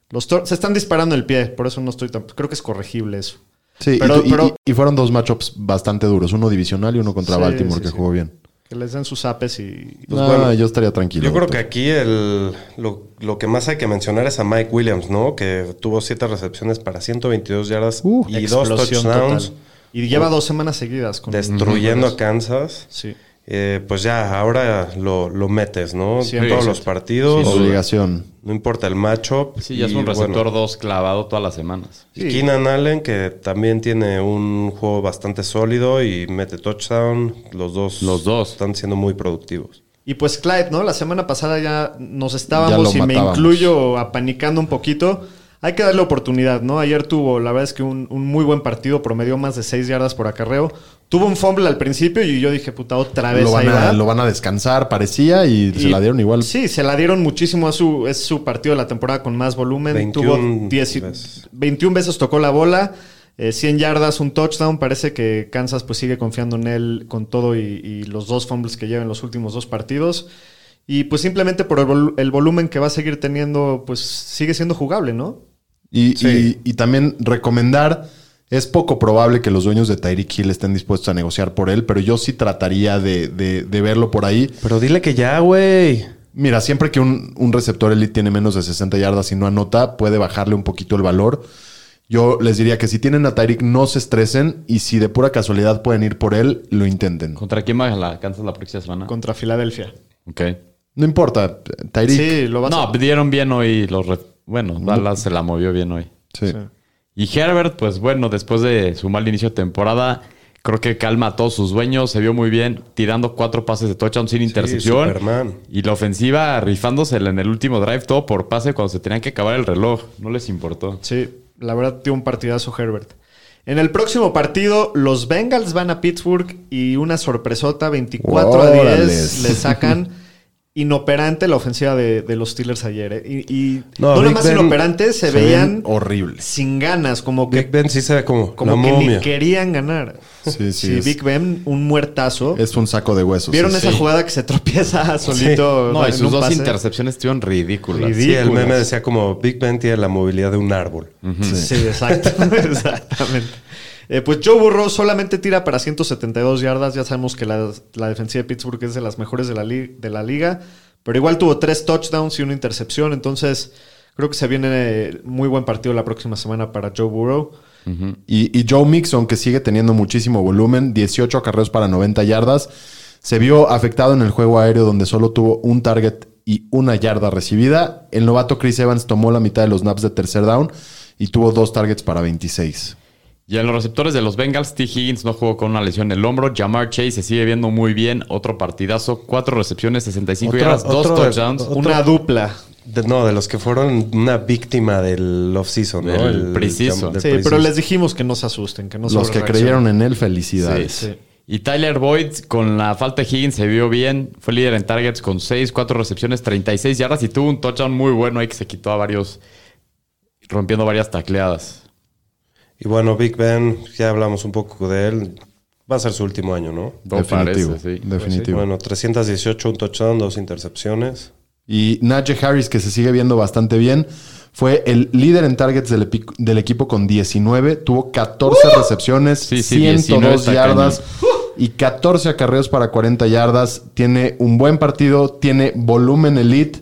[SPEAKER 1] Los tor- se están disparando el pie, por eso no estoy tan... Creo que es corregible eso.
[SPEAKER 6] Sí, y
[SPEAKER 1] Pero-
[SPEAKER 6] tu- y,
[SPEAKER 1] pero-
[SPEAKER 6] y- y fueron dos matchups bastante duros. Uno divisional y uno contra
[SPEAKER 1] Sí,
[SPEAKER 6] Baltimore,
[SPEAKER 1] sí,
[SPEAKER 6] que
[SPEAKER 1] sí.
[SPEAKER 6] jugó bien.
[SPEAKER 1] Que les den sus apes y...
[SPEAKER 6] no,
[SPEAKER 3] bueno,
[SPEAKER 6] yo estaría tranquilo.
[SPEAKER 3] Yo creo que
[SPEAKER 6] doctor.
[SPEAKER 3] aquí el, lo, lo que más hay que mencionar es a Mike Williams, ¿no? Que tuvo siete recepciones para 122 yardas
[SPEAKER 6] Uh,
[SPEAKER 3] y dos
[SPEAKER 1] Explosión
[SPEAKER 3] touchdowns,
[SPEAKER 1] total. Y lleva dos semanas seguidas con...
[SPEAKER 3] destruyendo a Kansas.
[SPEAKER 1] Sí.
[SPEAKER 3] Eh, pues ya, ahora lo, lo metes, ¿no?
[SPEAKER 1] Sí,
[SPEAKER 3] En todos
[SPEAKER 4] sí.
[SPEAKER 3] los partidos.
[SPEAKER 6] Obligación.
[SPEAKER 3] no importa el matchup.
[SPEAKER 4] Sí, ya es
[SPEAKER 3] y,
[SPEAKER 4] un receptor
[SPEAKER 3] bueno,
[SPEAKER 4] 2 clavado todas las semanas.
[SPEAKER 3] y Keenan Allen, que también tiene un juego bastante sólido y mete touchdown. Los dos,
[SPEAKER 4] Los dos.
[SPEAKER 3] están siendo muy productivos.
[SPEAKER 1] Y pues Clyde, ¿no? La semana pasada ya nos estábamos
[SPEAKER 6] Ya lo
[SPEAKER 1] y me
[SPEAKER 6] matábamos.
[SPEAKER 1] incluyo apanicando un poquito. Hay que darle oportunidad, ¿no? Ayer tuvo, la verdad es que un, un muy buen partido, promedió más de 6 yardas por acarreo. Tuvo un fumble al principio y yo dije, puta, otra vez
[SPEAKER 6] Lo van,
[SPEAKER 1] ahí va.
[SPEAKER 6] a, lo van a descansar, parecía, y, se
[SPEAKER 1] Y-
[SPEAKER 6] la dieron igual.
[SPEAKER 1] Sí, se la dieron muchísimo. Es su, es su partido de la temporada con más volumen.
[SPEAKER 3] 21
[SPEAKER 1] Tuvo 10
[SPEAKER 3] veces.
[SPEAKER 1] 21 veces tocó la bola. eh, 100 yardas, un touchdown. Parece que Kansas pues sigue confiando en él con todo y, y los dos fumbles que lleva en los últimos dos partidos. Y pues simplemente por el, vol- el volumen que va a seguir teniendo, pues sigue siendo jugable, ¿no?
[SPEAKER 6] Y,
[SPEAKER 3] Sí.
[SPEAKER 6] y- y también recomendar, es poco probable que los dueños de Tyreek Hill estén dispuestos a negociar por él, pero yo sí trataría de, de- de verlo por ahí.
[SPEAKER 3] Pero dile que ya, güey.
[SPEAKER 6] Mira, siempre que un, un receptor elite tiene menos de 60 yardas y no anota, puede bajarle un poquito el valor. Yo les diría que si tienen a Tyreek, no se estresen y si de pura casualidad pueden ir por él, lo intenten.
[SPEAKER 4] ¿Contra quién va la Kansas la próxima semana?
[SPEAKER 1] Contra Filadelfia.
[SPEAKER 4] Ok.
[SPEAKER 6] No importa, Tyreek.
[SPEAKER 1] Sí, lo vas a-
[SPEAKER 4] No, dieron bien hoy los... re- Bueno, Dallas se la movió bien hoy.
[SPEAKER 6] Sí.
[SPEAKER 4] Y Herbert, pues bueno, después de su mal inicio de temporada, creo que calma a todos sus dueños. Se vio muy bien, tirando cuatro pases de touchdown sin intercepción.
[SPEAKER 3] Superman.
[SPEAKER 4] Y la ofensiva rifándosela en el último drive, todo por pase cuando se tenían que acabar el reloj. No les importó.
[SPEAKER 1] Sí, la verdad tiene un partidazo Herbert. En el próximo partido, los Bengals van a Pittsburgh y una sorpresota 24 a 10
[SPEAKER 6] Órales.
[SPEAKER 1] le sacan inoperante la ofensiva de, de los Steelers ayer. ¿eh? Y, y
[SPEAKER 3] No,
[SPEAKER 1] no, nada
[SPEAKER 3] Big
[SPEAKER 1] más
[SPEAKER 3] Ben
[SPEAKER 1] inoperante, se,
[SPEAKER 6] Se ven
[SPEAKER 1] veían
[SPEAKER 6] horribles.
[SPEAKER 1] sin ganas, como
[SPEAKER 3] Big
[SPEAKER 1] que,
[SPEAKER 3] Ben sí se ve como,
[SPEAKER 1] como
[SPEAKER 3] una
[SPEAKER 1] que
[SPEAKER 3] momia.
[SPEAKER 1] ni querían ganar.
[SPEAKER 6] Sí, sí, es-
[SPEAKER 1] Big Ben, un muertazo.
[SPEAKER 6] Es un saco de huesos.
[SPEAKER 1] ¿Vieron
[SPEAKER 6] sí,
[SPEAKER 1] esa
[SPEAKER 6] sí.
[SPEAKER 1] jugada que se tropieza solito?
[SPEAKER 3] Pues
[SPEAKER 4] No, y
[SPEAKER 1] en
[SPEAKER 4] sus
[SPEAKER 1] un
[SPEAKER 4] dos
[SPEAKER 1] pase?
[SPEAKER 4] intercepciones estuvieron ridículas.
[SPEAKER 1] Ridículas.
[SPEAKER 3] Sí, el meme decía como Big Ben tiene la movilidad de un árbol.
[SPEAKER 4] Mm.
[SPEAKER 1] Sí, exacto. <laughs> Exactamente. Eh, pues Joe Burrow solamente tira para 172 yardas. Ya sabemos que la, la defensiva de Pittsburgh es de las mejores de la, li- de la liga. Pero igual tuvo tres touchdowns y una intercepción. Entonces, creo que se viene eh, muy buen partido la próxima semana para Joe Burrow.
[SPEAKER 6] Y, y Joe Mixon, que sigue teniendo muchísimo volumen, 18 acarreos para 90 yardas, se vio afectado en el juego aéreo donde solo tuvo un target y una yarda recibida. El novato Chris Evans tomó la mitad de los naps de tercer down y tuvo dos targets para 26.
[SPEAKER 4] Y en los receptores de los Bengals, T. Higgins no jugó con una lesión en el hombro. Jamar Chase se sigue viendo muy bien. Otro partidazo, cuatro recepciones, 65
[SPEAKER 3] Otro-
[SPEAKER 4] yardas, dos
[SPEAKER 3] otro-
[SPEAKER 4] touchdowns.
[SPEAKER 3] otro-
[SPEAKER 1] Una dupla.
[SPEAKER 3] De- no, de los que fueron una víctima del off-season, ¿no?
[SPEAKER 4] Del preciso.
[SPEAKER 3] del
[SPEAKER 1] Sí,
[SPEAKER 3] preciso.
[SPEAKER 1] pero les dijimos que no se asusten, que no
[SPEAKER 6] los que creyeron en él, felicidades.
[SPEAKER 1] Sí, sí.
[SPEAKER 4] Y Tyler Boyd, con la falta de Higgins, se vio bien. Fue líder en targets con 6, 4 recepciones, 36 yardas y tuvo un touchdown muy bueno ahí que se quitó a varios, rompiendo varias tacleadas.
[SPEAKER 3] Y bueno, Big Ben, ya hablamos un poco de él. Va a ser su último año, ¿no?
[SPEAKER 4] No
[SPEAKER 6] definitivo.
[SPEAKER 4] parece, sí.
[SPEAKER 6] definitivo.
[SPEAKER 3] Bueno, 318, un touchdown, dos intercepciones.
[SPEAKER 6] Y Najee Harris, que se sigue viendo bastante bien, fue el líder en targets del, epi- del equipo con 19. Tuvo 14 recepciones,
[SPEAKER 4] Sí, sí, 19
[SPEAKER 6] 102
[SPEAKER 4] está
[SPEAKER 6] yardas y 14 acarreos para 40 yardas. Tiene un buen partido, tiene volumen elite.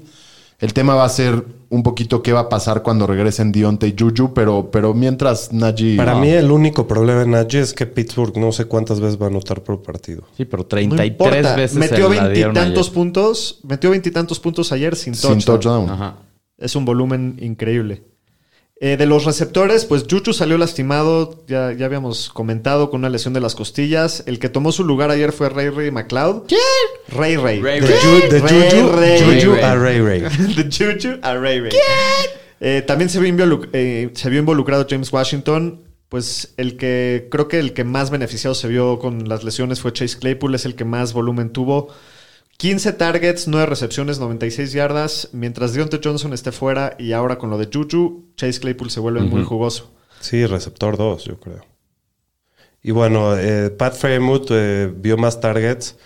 [SPEAKER 6] El tema va a ser un poquito qué va a pasar cuando regresen Dionte y Juju, pero, pero mientras Najee.
[SPEAKER 3] Para
[SPEAKER 6] No.
[SPEAKER 3] mí el único problema en Najee es que Pittsburgh no sé cuántas veces va a anotar por partido.
[SPEAKER 4] Sí, pero
[SPEAKER 1] No
[SPEAKER 4] 33
[SPEAKER 1] importa.
[SPEAKER 4] veces.
[SPEAKER 1] Metió
[SPEAKER 4] se la dieron
[SPEAKER 1] veintitantos
[SPEAKER 4] ayer.
[SPEAKER 1] puntos. Metió veintitantos puntos ayer sin
[SPEAKER 6] sin
[SPEAKER 1] touchdown.
[SPEAKER 6] touchdown.
[SPEAKER 4] Ajá.
[SPEAKER 1] Es un volumen increíble. Eh, de los receptores, pues Juju salió lastimado, ya, ya habíamos comentado, con una lesión de las costillas. El que tomó su lugar ayer fue Ray Ray McLeod. ¿Quién? Ray Ray.
[SPEAKER 4] Ray
[SPEAKER 3] De,
[SPEAKER 4] Ray.
[SPEAKER 3] Ju- de
[SPEAKER 1] Ray,
[SPEAKER 3] Juju,
[SPEAKER 1] Ray,
[SPEAKER 3] Juju
[SPEAKER 4] Ray.
[SPEAKER 3] a Ray Ray.
[SPEAKER 1] de Juju a Ray Ray. Eh, también se vio, involuc- eh, se vio involucrado James Washington. Pues el que creo que el que más beneficiado se vio con las lesiones fue Chase Claypool, es el que más volumen tuvo. 15 targets, 9 recepciones, 96 yardas. Mientras Deontay Johnson esté fuera y ahora con lo de Juju, Chase Claypool se vuelve muy jugoso.
[SPEAKER 3] Sí, receptor 2, yo creo. Y bueno, eh, Pat Fairmouth eh, vio más targets,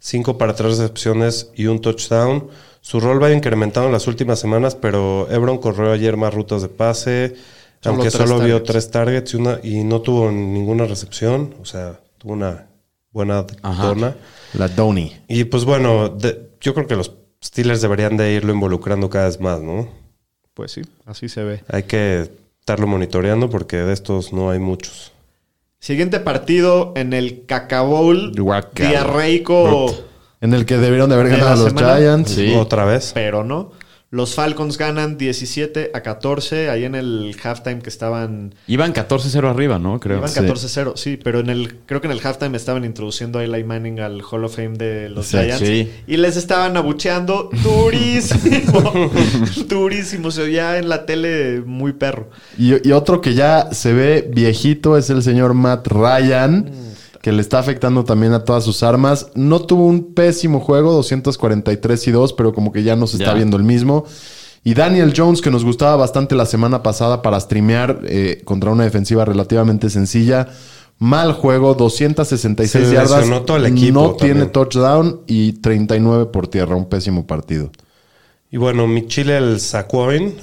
[SPEAKER 3] 5 para 3 recepciones y un touchdown. Su rol va incrementando en las últimas semanas, pero Ebron corrió ayer más rutas de pase,
[SPEAKER 1] Solo
[SPEAKER 3] aunque
[SPEAKER 1] tres
[SPEAKER 3] solo vio
[SPEAKER 1] targets.
[SPEAKER 3] 3 targets y, una, y no tuvo ninguna recepción, o sea, tuvo una buena
[SPEAKER 4] Ajá.
[SPEAKER 3] dona.
[SPEAKER 6] La Downey.
[SPEAKER 3] Y pues bueno, de- yo creo que los Steelers deberían de irlo involucrando cada vez más, ¿no?
[SPEAKER 1] Pues sí, así se ve.
[SPEAKER 3] Hay que estarlo monitoreando porque de estos no hay muchos.
[SPEAKER 1] Siguiente partido en el Cacabowl
[SPEAKER 6] Guacala.
[SPEAKER 1] diarreico,
[SPEAKER 6] En el que debieron de haber
[SPEAKER 1] De la
[SPEAKER 6] ganado a los
[SPEAKER 1] semana.
[SPEAKER 6] Giants.
[SPEAKER 4] Sí.
[SPEAKER 3] Otra vez.
[SPEAKER 1] pero no. Los Falcons ganan 17 a 14 ahí en el halftime que estaban
[SPEAKER 4] Iban 14-0 arriba, ¿no? Creo.
[SPEAKER 1] Iban 14-0, sí, pero en el creo que en el halftime estaban introduciendo a Eli Manning al Hall of Fame de los
[SPEAKER 6] Sí,
[SPEAKER 1] Giants
[SPEAKER 4] sí.
[SPEAKER 1] y les estaban abucheando durísimo, <laughs> durísimo, se oía en la tele muy perro.
[SPEAKER 6] Y, y otro que ya se ve viejito es el señor Matt Ryan, que le está afectando también a todas sus armas. No tuvo un pésimo juego, 243 y 2, pero como que ya no se está
[SPEAKER 4] Ya.
[SPEAKER 6] viendo el mismo. Y Daniel Jones, que nos gustaba bastante la semana pasada para streamear eh, contra una defensiva relativamente sencilla. Mal juego, 266
[SPEAKER 3] Se
[SPEAKER 6] yardas.
[SPEAKER 3] lesionó todo el equipo
[SPEAKER 6] no tiene
[SPEAKER 3] también.
[SPEAKER 6] touchdown y 39 por tierra, un pésimo partido.
[SPEAKER 3] Y bueno, mi chile el Sacoin,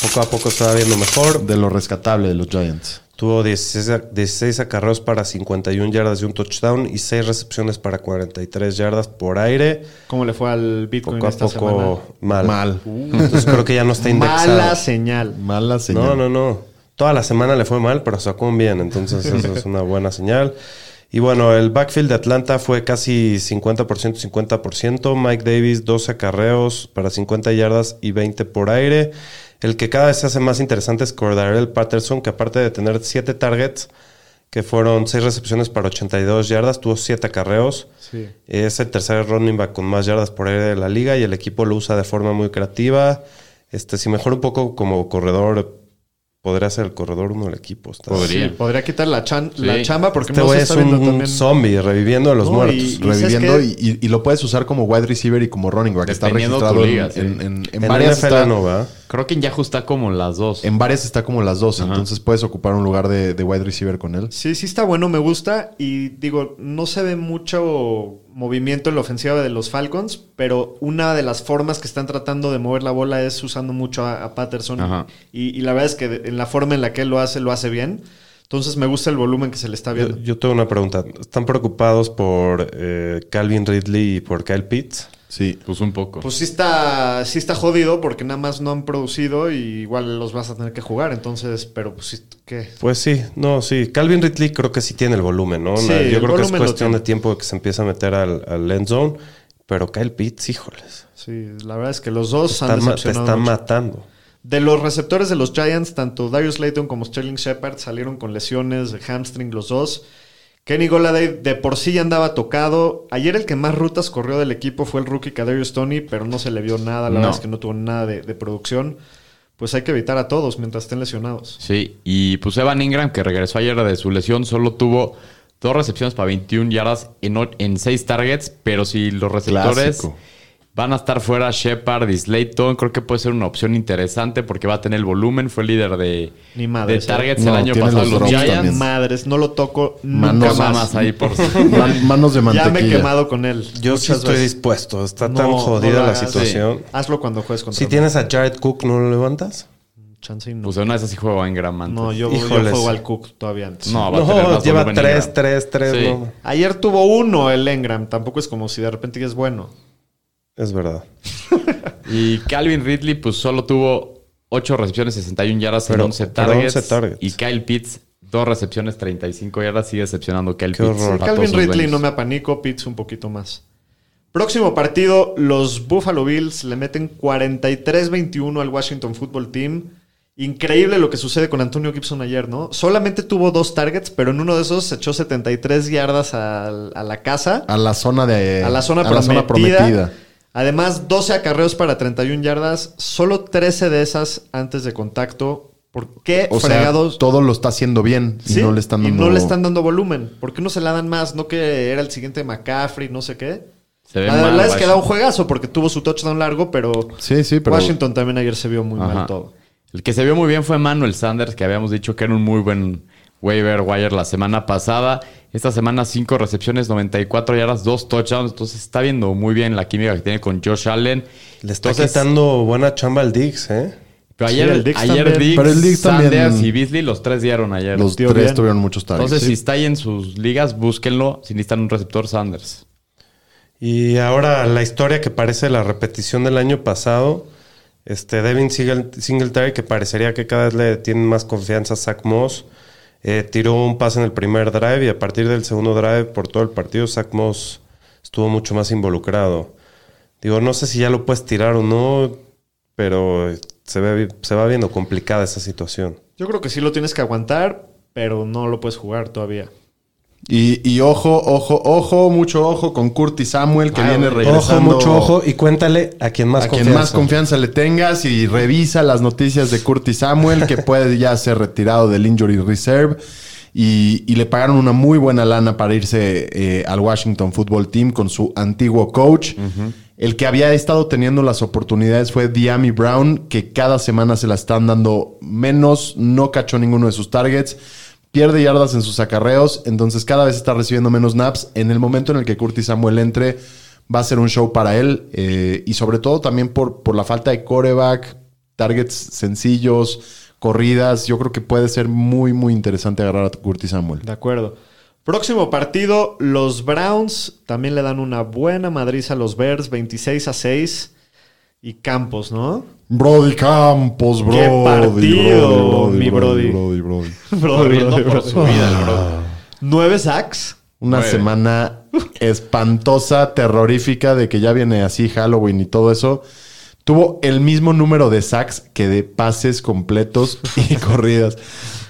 [SPEAKER 3] poco a poco estaba viendo mejor.
[SPEAKER 6] De lo rescatable de los Giants.
[SPEAKER 3] Tuvo 16, a- 16 acarreos para 51 yardas y un touchdown y 6 recepciones para 43 yardas por aire.
[SPEAKER 1] ¿Cómo le fue al Bitcoin
[SPEAKER 3] Poco a
[SPEAKER 1] esta semana?
[SPEAKER 3] poco mal.
[SPEAKER 6] Mal.
[SPEAKER 3] Entonces creo que ya
[SPEAKER 1] <laughs>
[SPEAKER 3] no está indexado.
[SPEAKER 1] Mala señal.
[SPEAKER 6] Mala señal.
[SPEAKER 3] No, no, no. Toda la semana le fue mal, pero sacó un bien. Entonces, eso es una buena señal. Y bueno, el backfield de Atlanta fue casi 50%, 50%. Mike Davis, 12 acarreos para 50 yardas y 20 por aire. El que cada vez se hace más interesante es Cordarel Patterson, que aparte de tener 7 targets, que fueron 6 recepciones para 82 yardas, tuvo 7 acarreos.
[SPEAKER 1] Sí.
[SPEAKER 3] Es el tercer running back con más yardas por aire de la liga y el equipo lo usa de forma muy creativa. Este, si mejora un poco como corredor, podría ser el corredor uno del equipo. Está-
[SPEAKER 4] Podría.
[SPEAKER 1] Sí, podría quitar la, chan- la
[SPEAKER 4] Sí.
[SPEAKER 1] chamba porque
[SPEAKER 3] Este
[SPEAKER 1] no se
[SPEAKER 3] güey es
[SPEAKER 1] está viendo
[SPEAKER 3] un
[SPEAKER 1] también.
[SPEAKER 3] zombie reviviendo a los
[SPEAKER 1] No,
[SPEAKER 3] muertos.
[SPEAKER 1] y- ¿sabes
[SPEAKER 6] Pues, reviviendo
[SPEAKER 1] qué?
[SPEAKER 6] y, y- y lo puedes usar como wide receiver y como running back. Está
[SPEAKER 4] Dependiendo
[SPEAKER 6] registrado
[SPEAKER 4] tu
[SPEAKER 6] en-
[SPEAKER 4] liga, sí.
[SPEAKER 6] en, en- en
[SPEAKER 3] En
[SPEAKER 6] varias.
[SPEAKER 3] NFL
[SPEAKER 6] Está,
[SPEAKER 3] no, ¿verdad?
[SPEAKER 4] Creo que en Yahoo está como las dos.
[SPEAKER 6] en varias está como las dos, entonces puedes ocupar un lugar de, de wide receiver con él.
[SPEAKER 1] Sí, sí está bueno, me gusta. Y digo, no se ve mucho movimiento en la ofensiva de los Falcons, pero una de las formas que están tratando de mover la bola es usando mucho a, a Patterson.
[SPEAKER 4] Ajá.
[SPEAKER 1] Y, y la verdad es que de- en la forma en la que él lo hace, lo hace bien. Entonces me gusta el volumen que se le está
[SPEAKER 3] Yo,
[SPEAKER 1] viendo.
[SPEAKER 3] yo tengo una pregunta. ¿Están preocupados por eh, Calvin Ridley y por Kyle Pitts?
[SPEAKER 6] Sí.
[SPEAKER 4] Pues un poco.
[SPEAKER 1] Pues sí está, sí está jodido porque nada más no han producido y igual los vas a tener que jugar. Entonces, pero pues sí, ¿qué?
[SPEAKER 3] Pues sí, no, sí. Calvin Ridley creo que sí tiene el volumen, ¿no?
[SPEAKER 1] Sí,
[SPEAKER 3] Na-
[SPEAKER 1] el
[SPEAKER 3] Yo creo que es
[SPEAKER 1] volumen lo
[SPEAKER 3] cuestión
[SPEAKER 1] tiene.
[SPEAKER 3] de tiempo que se empieza a meter al, al end zone. Pero Kyle Pitts, híjoles.
[SPEAKER 1] Sí, la verdad es que los dos
[SPEAKER 3] Está
[SPEAKER 1] han
[SPEAKER 3] ma- te
[SPEAKER 1] decepcionado
[SPEAKER 3] está
[SPEAKER 1] mucho.
[SPEAKER 3] matando.
[SPEAKER 1] De los receptores de los Giants, tanto Darius Layton como Sterling Shepard salieron con lesiones de hamstring los dos. Kenny Goladay de por sí ya andaba tocado. Ayer el que más rutas corrió del equipo fue el rookie Kadarius Tony, pero no se le vio nada. La
[SPEAKER 4] No.
[SPEAKER 1] verdad es que no tuvo nada de, de producción. Pues hay que evitar a todos mientras estén lesionados.
[SPEAKER 4] Sí, y pues Evan Ingram, que regresó ayer de su lesión, solo tuvo dos recepciones para 21 yardas en, o- en seis targets, pero si los receptores
[SPEAKER 6] Clásico.
[SPEAKER 4] van a estar fuera Shepard y Slayton, creo que puede ser una opción interesante porque va a tener el volumen, fue líder de,
[SPEAKER 1] Ni madre,
[SPEAKER 4] de
[SPEAKER 1] ¿eh?
[SPEAKER 4] targets
[SPEAKER 6] No,
[SPEAKER 4] el año
[SPEAKER 6] tiene
[SPEAKER 4] pasado
[SPEAKER 6] los
[SPEAKER 4] los,
[SPEAKER 6] drops
[SPEAKER 4] Giants.
[SPEAKER 6] también.
[SPEAKER 1] Madres, no lo toco nunca
[SPEAKER 6] Manos
[SPEAKER 4] Nunca
[SPEAKER 1] más.
[SPEAKER 4] más ahí
[SPEAKER 1] <laughs>
[SPEAKER 4] por
[SPEAKER 6] Man- manos de
[SPEAKER 1] Ya me he
[SPEAKER 6] mantequilla.
[SPEAKER 1] quemado con él.
[SPEAKER 3] Yo sí
[SPEAKER 1] muchas
[SPEAKER 3] estoy
[SPEAKER 1] veces.
[SPEAKER 3] dispuesto. Está
[SPEAKER 1] No,
[SPEAKER 3] tan
[SPEAKER 1] no
[SPEAKER 3] jodida
[SPEAKER 1] lo
[SPEAKER 3] la
[SPEAKER 1] hagas,
[SPEAKER 3] situación.
[SPEAKER 1] sí. Hazlo cuando juegues contra
[SPEAKER 3] Si
[SPEAKER 1] mí.
[SPEAKER 3] tienes a Jared Cook, ¿no lo levantas?
[SPEAKER 1] Chance y no.
[SPEAKER 4] Pues de una vez así juego a Ingram antes.
[SPEAKER 1] no, yo, yo
[SPEAKER 3] Híjoles.
[SPEAKER 1] juego al Cook todavía antes.
[SPEAKER 4] No, va a tener
[SPEAKER 3] No,
[SPEAKER 4] más
[SPEAKER 3] lleva
[SPEAKER 4] volumen
[SPEAKER 3] tres,
[SPEAKER 4] Ingram.
[SPEAKER 3] tres, tres.
[SPEAKER 4] Sí.
[SPEAKER 3] no.
[SPEAKER 1] Ayer tuvo uno el Engram, tampoco es como si de repente ya es bueno.
[SPEAKER 3] Es verdad.
[SPEAKER 4] Y Calvin Ridley, pues solo tuvo 8 recepciones, 61 yardas en
[SPEAKER 3] Pero-
[SPEAKER 4] 11
[SPEAKER 3] pero
[SPEAKER 4] targets.
[SPEAKER 3] 11 targets.
[SPEAKER 4] Y Kyle Pitts, 2 recepciones, 35 yardas. Sigue decepcionando Kyle
[SPEAKER 3] Qué
[SPEAKER 4] Pitts.
[SPEAKER 3] horror.
[SPEAKER 4] para todos
[SPEAKER 1] Calvin
[SPEAKER 4] sus
[SPEAKER 1] Ridley
[SPEAKER 4] dueños.
[SPEAKER 1] no me apanico, Pitts un poquito más. Próximo partido, los Buffalo Bills le meten 43-21 al Washington Football Team. Increíble lo que sucede con Antonio Gibson ayer, ¿no? Solamente tuvo dos targets, pero en uno de esos se echó 73 yardas al- a, la casa,
[SPEAKER 6] A la zona de.
[SPEAKER 1] Ah, a la zona, prometida. Además, 12 acarreos para 31 yardas, solo 13 de esas antes de contacto. ¿Por qué
[SPEAKER 6] O sea,
[SPEAKER 1] fregados?
[SPEAKER 6] todo lo está haciendo bien
[SPEAKER 1] Sí,
[SPEAKER 6] y no le están dando.
[SPEAKER 1] le están dando volumen. ¿Por qué no se la dan más? No que era el siguiente McCaffrey, no sé qué.
[SPEAKER 4] Se ve
[SPEAKER 1] la
[SPEAKER 4] mal,
[SPEAKER 1] verdad es que da un
[SPEAKER 4] Washington.
[SPEAKER 1] juegazo porque tuvo su touchdown largo, pero,
[SPEAKER 6] Sí, sí, pero.
[SPEAKER 1] Washington también ayer se vio muy mal
[SPEAKER 4] Ajá.
[SPEAKER 1] todo.
[SPEAKER 4] El que se vio muy bien fue Manuel Sanders, que habíamos dicho que era un muy buen waiver wire la semana pasada. Esta semana 5 recepciones, 94 yardas, 2 touchdowns. Entonces está viendo muy bien la química que tiene con Josh Allen.
[SPEAKER 3] Le está
[SPEAKER 4] Entonces,
[SPEAKER 3] quitando buena chamba al Diggs, ¿eh?
[SPEAKER 4] Pero
[SPEAKER 1] Sí,
[SPEAKER 4] ayer,
[SPEAKER 1] el Diggs
[SPEAKER 4] ayer
[SPEAKER 1] también.
[SPEAKER 4] Diggs,
[SPEAKER 6] Pero el Diggs también-
[SPEAKER 4] Sanders y Beasley los tres dieron ayer.
[SPEAKER 6] Los
[SPEAKER 1] Dio
[SPEAKER 6] tres
[SPEAKER 1] bien.
[SPEAKER 6] tuvieron muchos targets.
[SPEAKER 4] Entonces, si está ahí en sus ligas, búsquenlo. Si necesitan un receptor, Sanders.
[SPEAKER 3] Y ahora la historia que parece la repetición del año pasado. Este Devin Singel- Singletary, que parecería que cada vez le tienen más confianza a Zach Moss, eh, tiró un pase en el primer drive y a partir del segundo drive, por todo el partido, Zach Moss estuvo mucho más involucrado. Digo, no sé si ya lo puedes tirar o no, pero se, ve, vi- se va viendo complicada esa situación.
[SPEAKER 1] Yo creo que sí lo tienes que aguantar, pero no lo puedes jugar todavía.
[SPEAKER 6] Y, y ojo, ojo, ojo, mucho ojo con Curtis Samuel que
[SPEAKER 4] Ah,
[SPEAKER 6] viene
[SPEAKER 4] ojo,
[SPEAKER 6] regresando.
[SPEAKER 3] y cuéntale a quien
[SPEAKER 6] A quien más confianza le tengas y revisa las noticias de Curtis Samuel, que puede ya ser retirado del Injury Reserve. Y, y le pagaron una muy buena lana para irse eh, al Washington Football Team con su antiguo coach. El que había estado teniendo las oportunidades fue Diami Brown, que cada semana se la están dando menos, no cachó ninguno de sus targets, pierde yardas en sus acarreos, entonces cada vez está recibiendo menos naps. En el momento en el que Curtis Samuel entre, va a ser un show para él eh, y sobre todo también por, por la falta de coreback, targets sencillos, corridas. Yo creo que puede ser muy, muy interesante agarrar a Curtis Samuel.
[SPEAKER 1] De acuerdo. Próximo partido, los Browns también le dan una buena madriz a los Bears, 26 a 6. Y Campos, ¿no? <laughs>
[SPEAKER 2] Brody Campos, Brody.
[SPEAKER 1] partido, mi Brody.
[SPEAKER 2] Brody, Brody.
[SPEAKER 4] Corriendo por su vida, el bro.
[SPEAKER 1] 9 sacks.
[SPEAKER 6] Una
[SPEAKER 3] <laughs>
[SPEAKER 4] Nueve.
[SPEAKER 6] semana espantosa, terrorífica, de que ya viene así Halloween y todo eso. Tuvo el mismo número de sacks que de pases
[SPEAKER 3] <laughs>
[SPEAKER 6] completos y corridas.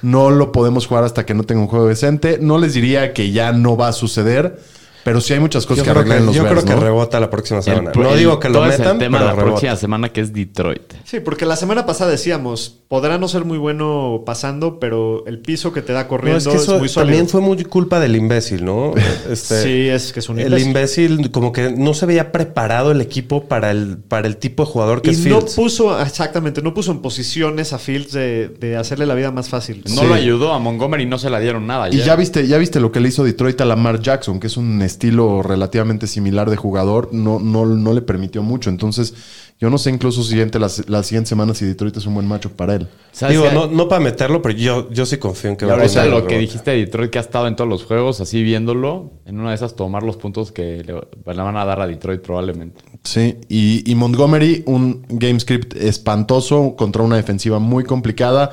[SPEAKER 6] No lo podemos jugar hasta que no tenga un juego decente. No les diría que ya no va a suceder, pero sí hay muchas
[SPEAKER 3] Yo
[SPEAKER 6] cosas que
[SPEAKER 3] creo que,
[SPEAKER 6] arreglan los
[SPEAKER 3] yo creo
[SPEAKER 6] Bears,
[SPEAKER 3] que
[SPEAKER 6] ¿no?
[SPEAKER 3] rebota la próxima semana.
[SPEAKER 4] El-
[SPEAKER 3] no
[SPEAKER 4] el-
[SPEAKER 3] digo que lo
[SPEAKER 4] todo es
[SPEAKER 3] metan,
[SPEAKER 4] el tema
[SPEAKER 3] pero
[SPEAKER 4] de la
[SPEAKER 3] rebota.
[SPEAKER 4] próxima semana que es Detroit.
[SPEAKER 1] Sí, porque la semana pasada decíamos, podrá no ser muy bueno pasando, pero el piso que te da
[SPEAKER 3] No,
[SPEAKER 1] corriendo
[SPEAKER 3] es
[SPEAKER 1] es,
[SPEAKER 3] que eso
[SPEAKER 1] muy sólido.
[SPEAKER 3] también fue muy culpa del
[SPEAKER 1] <laughs>
[SPEAKER 3] imbécil, ¿no? Este,
[SPEAKER 1] sí, es que es un
[SPEAKER 3] El
[SPEAKER 1] imbécil.
[SPEAKER 3] imbécil como que no se veía preparado el equipo para el, para el tipo de jugador que
[SPEAKER 1] Y
[SPEAKER 3] es
[SPEAKER 1] no
[SPEAKER 3] Fields.
[SPEAKER 1] puso, exactamente, no puso en posiciones a Fields de, de hacerle la vida más fácil.
[SPEAKER 4] No lo ayudó a Montgomery, no se la dieron nada.
[SPEAKER 6] Y
[SPEAKER 4] ayer.
[SPEAKER 6] ya viste, ya viste lo que le hizo Detroit a Lamar Jackson, que es un estilo relativamente similar de jugador, no, no, no le permitió mucho. Entonces, yo no sé incluso siguiente, la, la siguiente semana si Detroit es un buen macho para él.
[SPEAKER 4] ¿Sabes
[SPEAKER 3] Digo,
[SPEAKER 4] qué?
[SPEAKER 3] no, no para meterlo, pero yo, yo sí confío en que
[SPEAKER 4] Y
[SPEAKER 3] va a
[SPEAKER 4] ahorita
[SPEAKER 3] ganar,
[SPEAKER 4] lo que
[SPEAKER 3] ¿no?
[SPEAKER 4] dijiste de Detroit, que ha estado en todos los juegos, así viéndolo, en una de esas tomar los puntos que le, le van a dar a Detroit probablemente.
[SPEAKER 6] Sí, y, y Montgomery, un game script espantoso contra una defensiva muy complicada.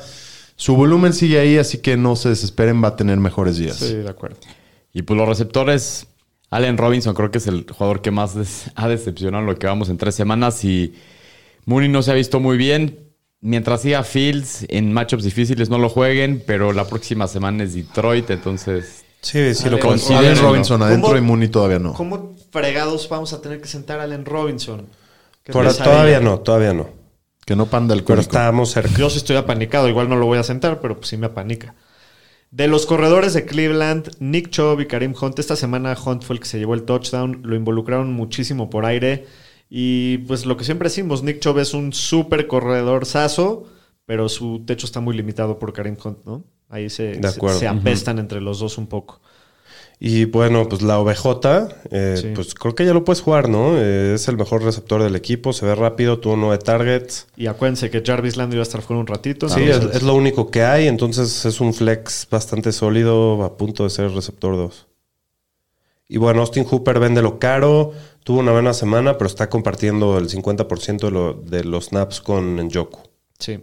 [SPEAKER 6] Su volumen sigue ahí, así que no se desesperen, va a tener mejores días.
[SPEAKER 1] Sí, de acuerdo.
[SPEAKER 4] Y pues los receptores, Allen Robinson creo que es el jugador que más des- ha decepcionado en lo que vamos en tres semanas y Mooney no se ha visto muy bien. Mientras siga Fields en matchups difíciles no lo jueguen, pero la próxima semana es Detroit, entonces
[SPEAKER 3] Sí, sí lo
[SPEAKER 1] Ale-
[SPEAKER 3] confío.
[SPEAKER 4] Sí,
[SPEAKER 6] Allen
[SPEAKER 4] no.
[SPEAKER 6] Robinson adentro
[SPEAKER 1] ¿Cómo?
[SPEAKER 6] y Mooney todavía no.
[SPEAKER 1] ¿Cómo fregados vamos a tener que sentar a Allen Robinson? Qué
[SPEAKER 3] Pero
[SPEAKER 1] pesadilla.
[SPEAKER 3] todavía no, todavía no.
[SPEAKER 6] Que no panda el
[SPEAKER 3] Pero
[SPEAKER 6] cuerpo.
[SPEAKER 3] estábamos cerca.
[SPEAKER 1] Yo sí estoy apanicado, igual no lo voy a sentar, pero pues sí me apanica. De los corredores de Cleveland, Nick Chubb y Karim Hunt, esta semana Hunt fue el que se llevó el touchdown, lo involucraron muchísimo por aire y pues lo que siempre decimos, Nick Chubb es un súper corredor saso, pero su techo está muy limitado por Karim Hunt, ¿no? Ahí se,
[SPEAKER 3] De
[SPEAKER 1] se-
[SPEAKER 3] acuerdo.
[SPEAKER 1] se apestan entre los dos un poco.
[SPEAKER 3] Y bueno, pues la OBJ, eh,
[SPEAKER 1] Sí.
[SPEAKER 3] pues creo que ya lo puedes jugar, ¿no? Eh, es el mejor receptor del equipo, se ve rápido, tuvo nueve targets.
[SPEAKER 1] Y acuérdense que Jarvis Land iba a estar fuera un ratito.
[SPEAKER 3] Sí, es,
[SPEAKER 1] entonces-
[SPEAKER 3] es lo único que hay, entonces es un flex bastante sólido a punto de ser receptor 2. Y bueno, Austin Hooper vende lo caro, tuvo una buena semana, pero está compartiendo el 50% de, lo- de los snaps con Njoku.
[SPEAKER 1] Sí.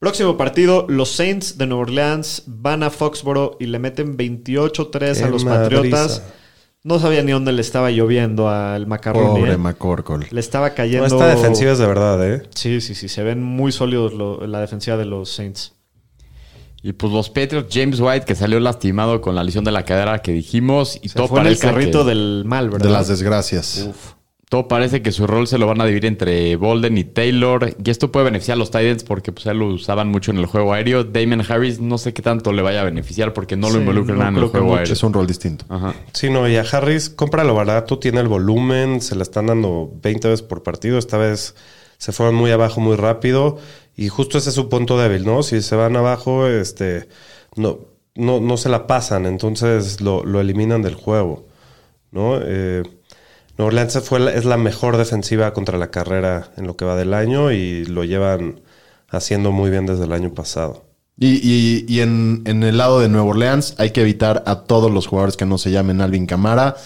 [SPEAKER 1] Próximo partido, los Saints de Nueva Orleans van a Foxboro y le meten 28-3 a
[SPEAKER 3] Qué
[SPEAKER 1] los
[SPEAKER 3] madriza.
[SPEAKER 1] Patriotas. No sabía ni dónde le estaba lloviendo al Macarrón.
[SPEAKER 6] Pobre McCorkle.
[SPEAKER 1] Le estaba
[SPEAKER 3] No,
[SPEAKER 1] cayendo.
[SPEAKER 3] esta defensiva es de verdad, ¿eh?
[SPEAKER 1] Sí, sí, sí. Se ven muy sólidos lo- la defensiva de los Saints.
[SPEAKER 4] Y pues los Patriots, James White, que salió lastimado con la lesión de la cadera que dijimos. Y
[SPEAKER 1] Se
[SPEAKER 4] todo
[SPEAKER 1] fue en el
[SPEAKER 4] parece,
[SPEAKER 1] carrito
[SPEAKER 4] que,
[SPEAKER 1] del mal, ¿verdad?
[SPEAKER 6] De las desgracias.
[SPEAKER 4] todo parece que su rol se lo van a dividir entre Bolden y Taylor. Y esto puede beneficiar a los Titans porque pues, ya lo usaban mucho en el juego aéreo. Damon Harris no sé qué tanto le vaya a beneficiar porque no lo
[SPEAKER 1] Sí,
[SPEAKER 4] involucra
[SPEAKER 1] no
[SPEAKER 4] nada en el
[SPEAKER 1] creo que
[SPEAKER 4] juego
[SPEAKER 1] mucho.
[SPEAKER 4] aéreo.
[SPEAKER 6] Es un rol distinto.
[SPEAKER 4] Ajá.
[SPEAKER 3] Sí, no, y a Harris, cómpralo barato, tiene el volumen, se la están dando 20 veces por partido, esta vez se fueron muy abajo muy rápido y justo ese es su punto débil, ¿no? Si se van abajo, este, no, no, no se la pasan, entonces lo, lo eliminan del juego, ¿no? Eh, Nueva Orleans se fue, la- es la mejor defensiva contra la carrera en lo que va del año y lo llevan haciendo muy bien desde el año pasado.
[SPEAKER 6] Y, y- y en, en el lado de Nueva Orleans hay que evitar a todos los jugadores que no se llamen Alvin Camara.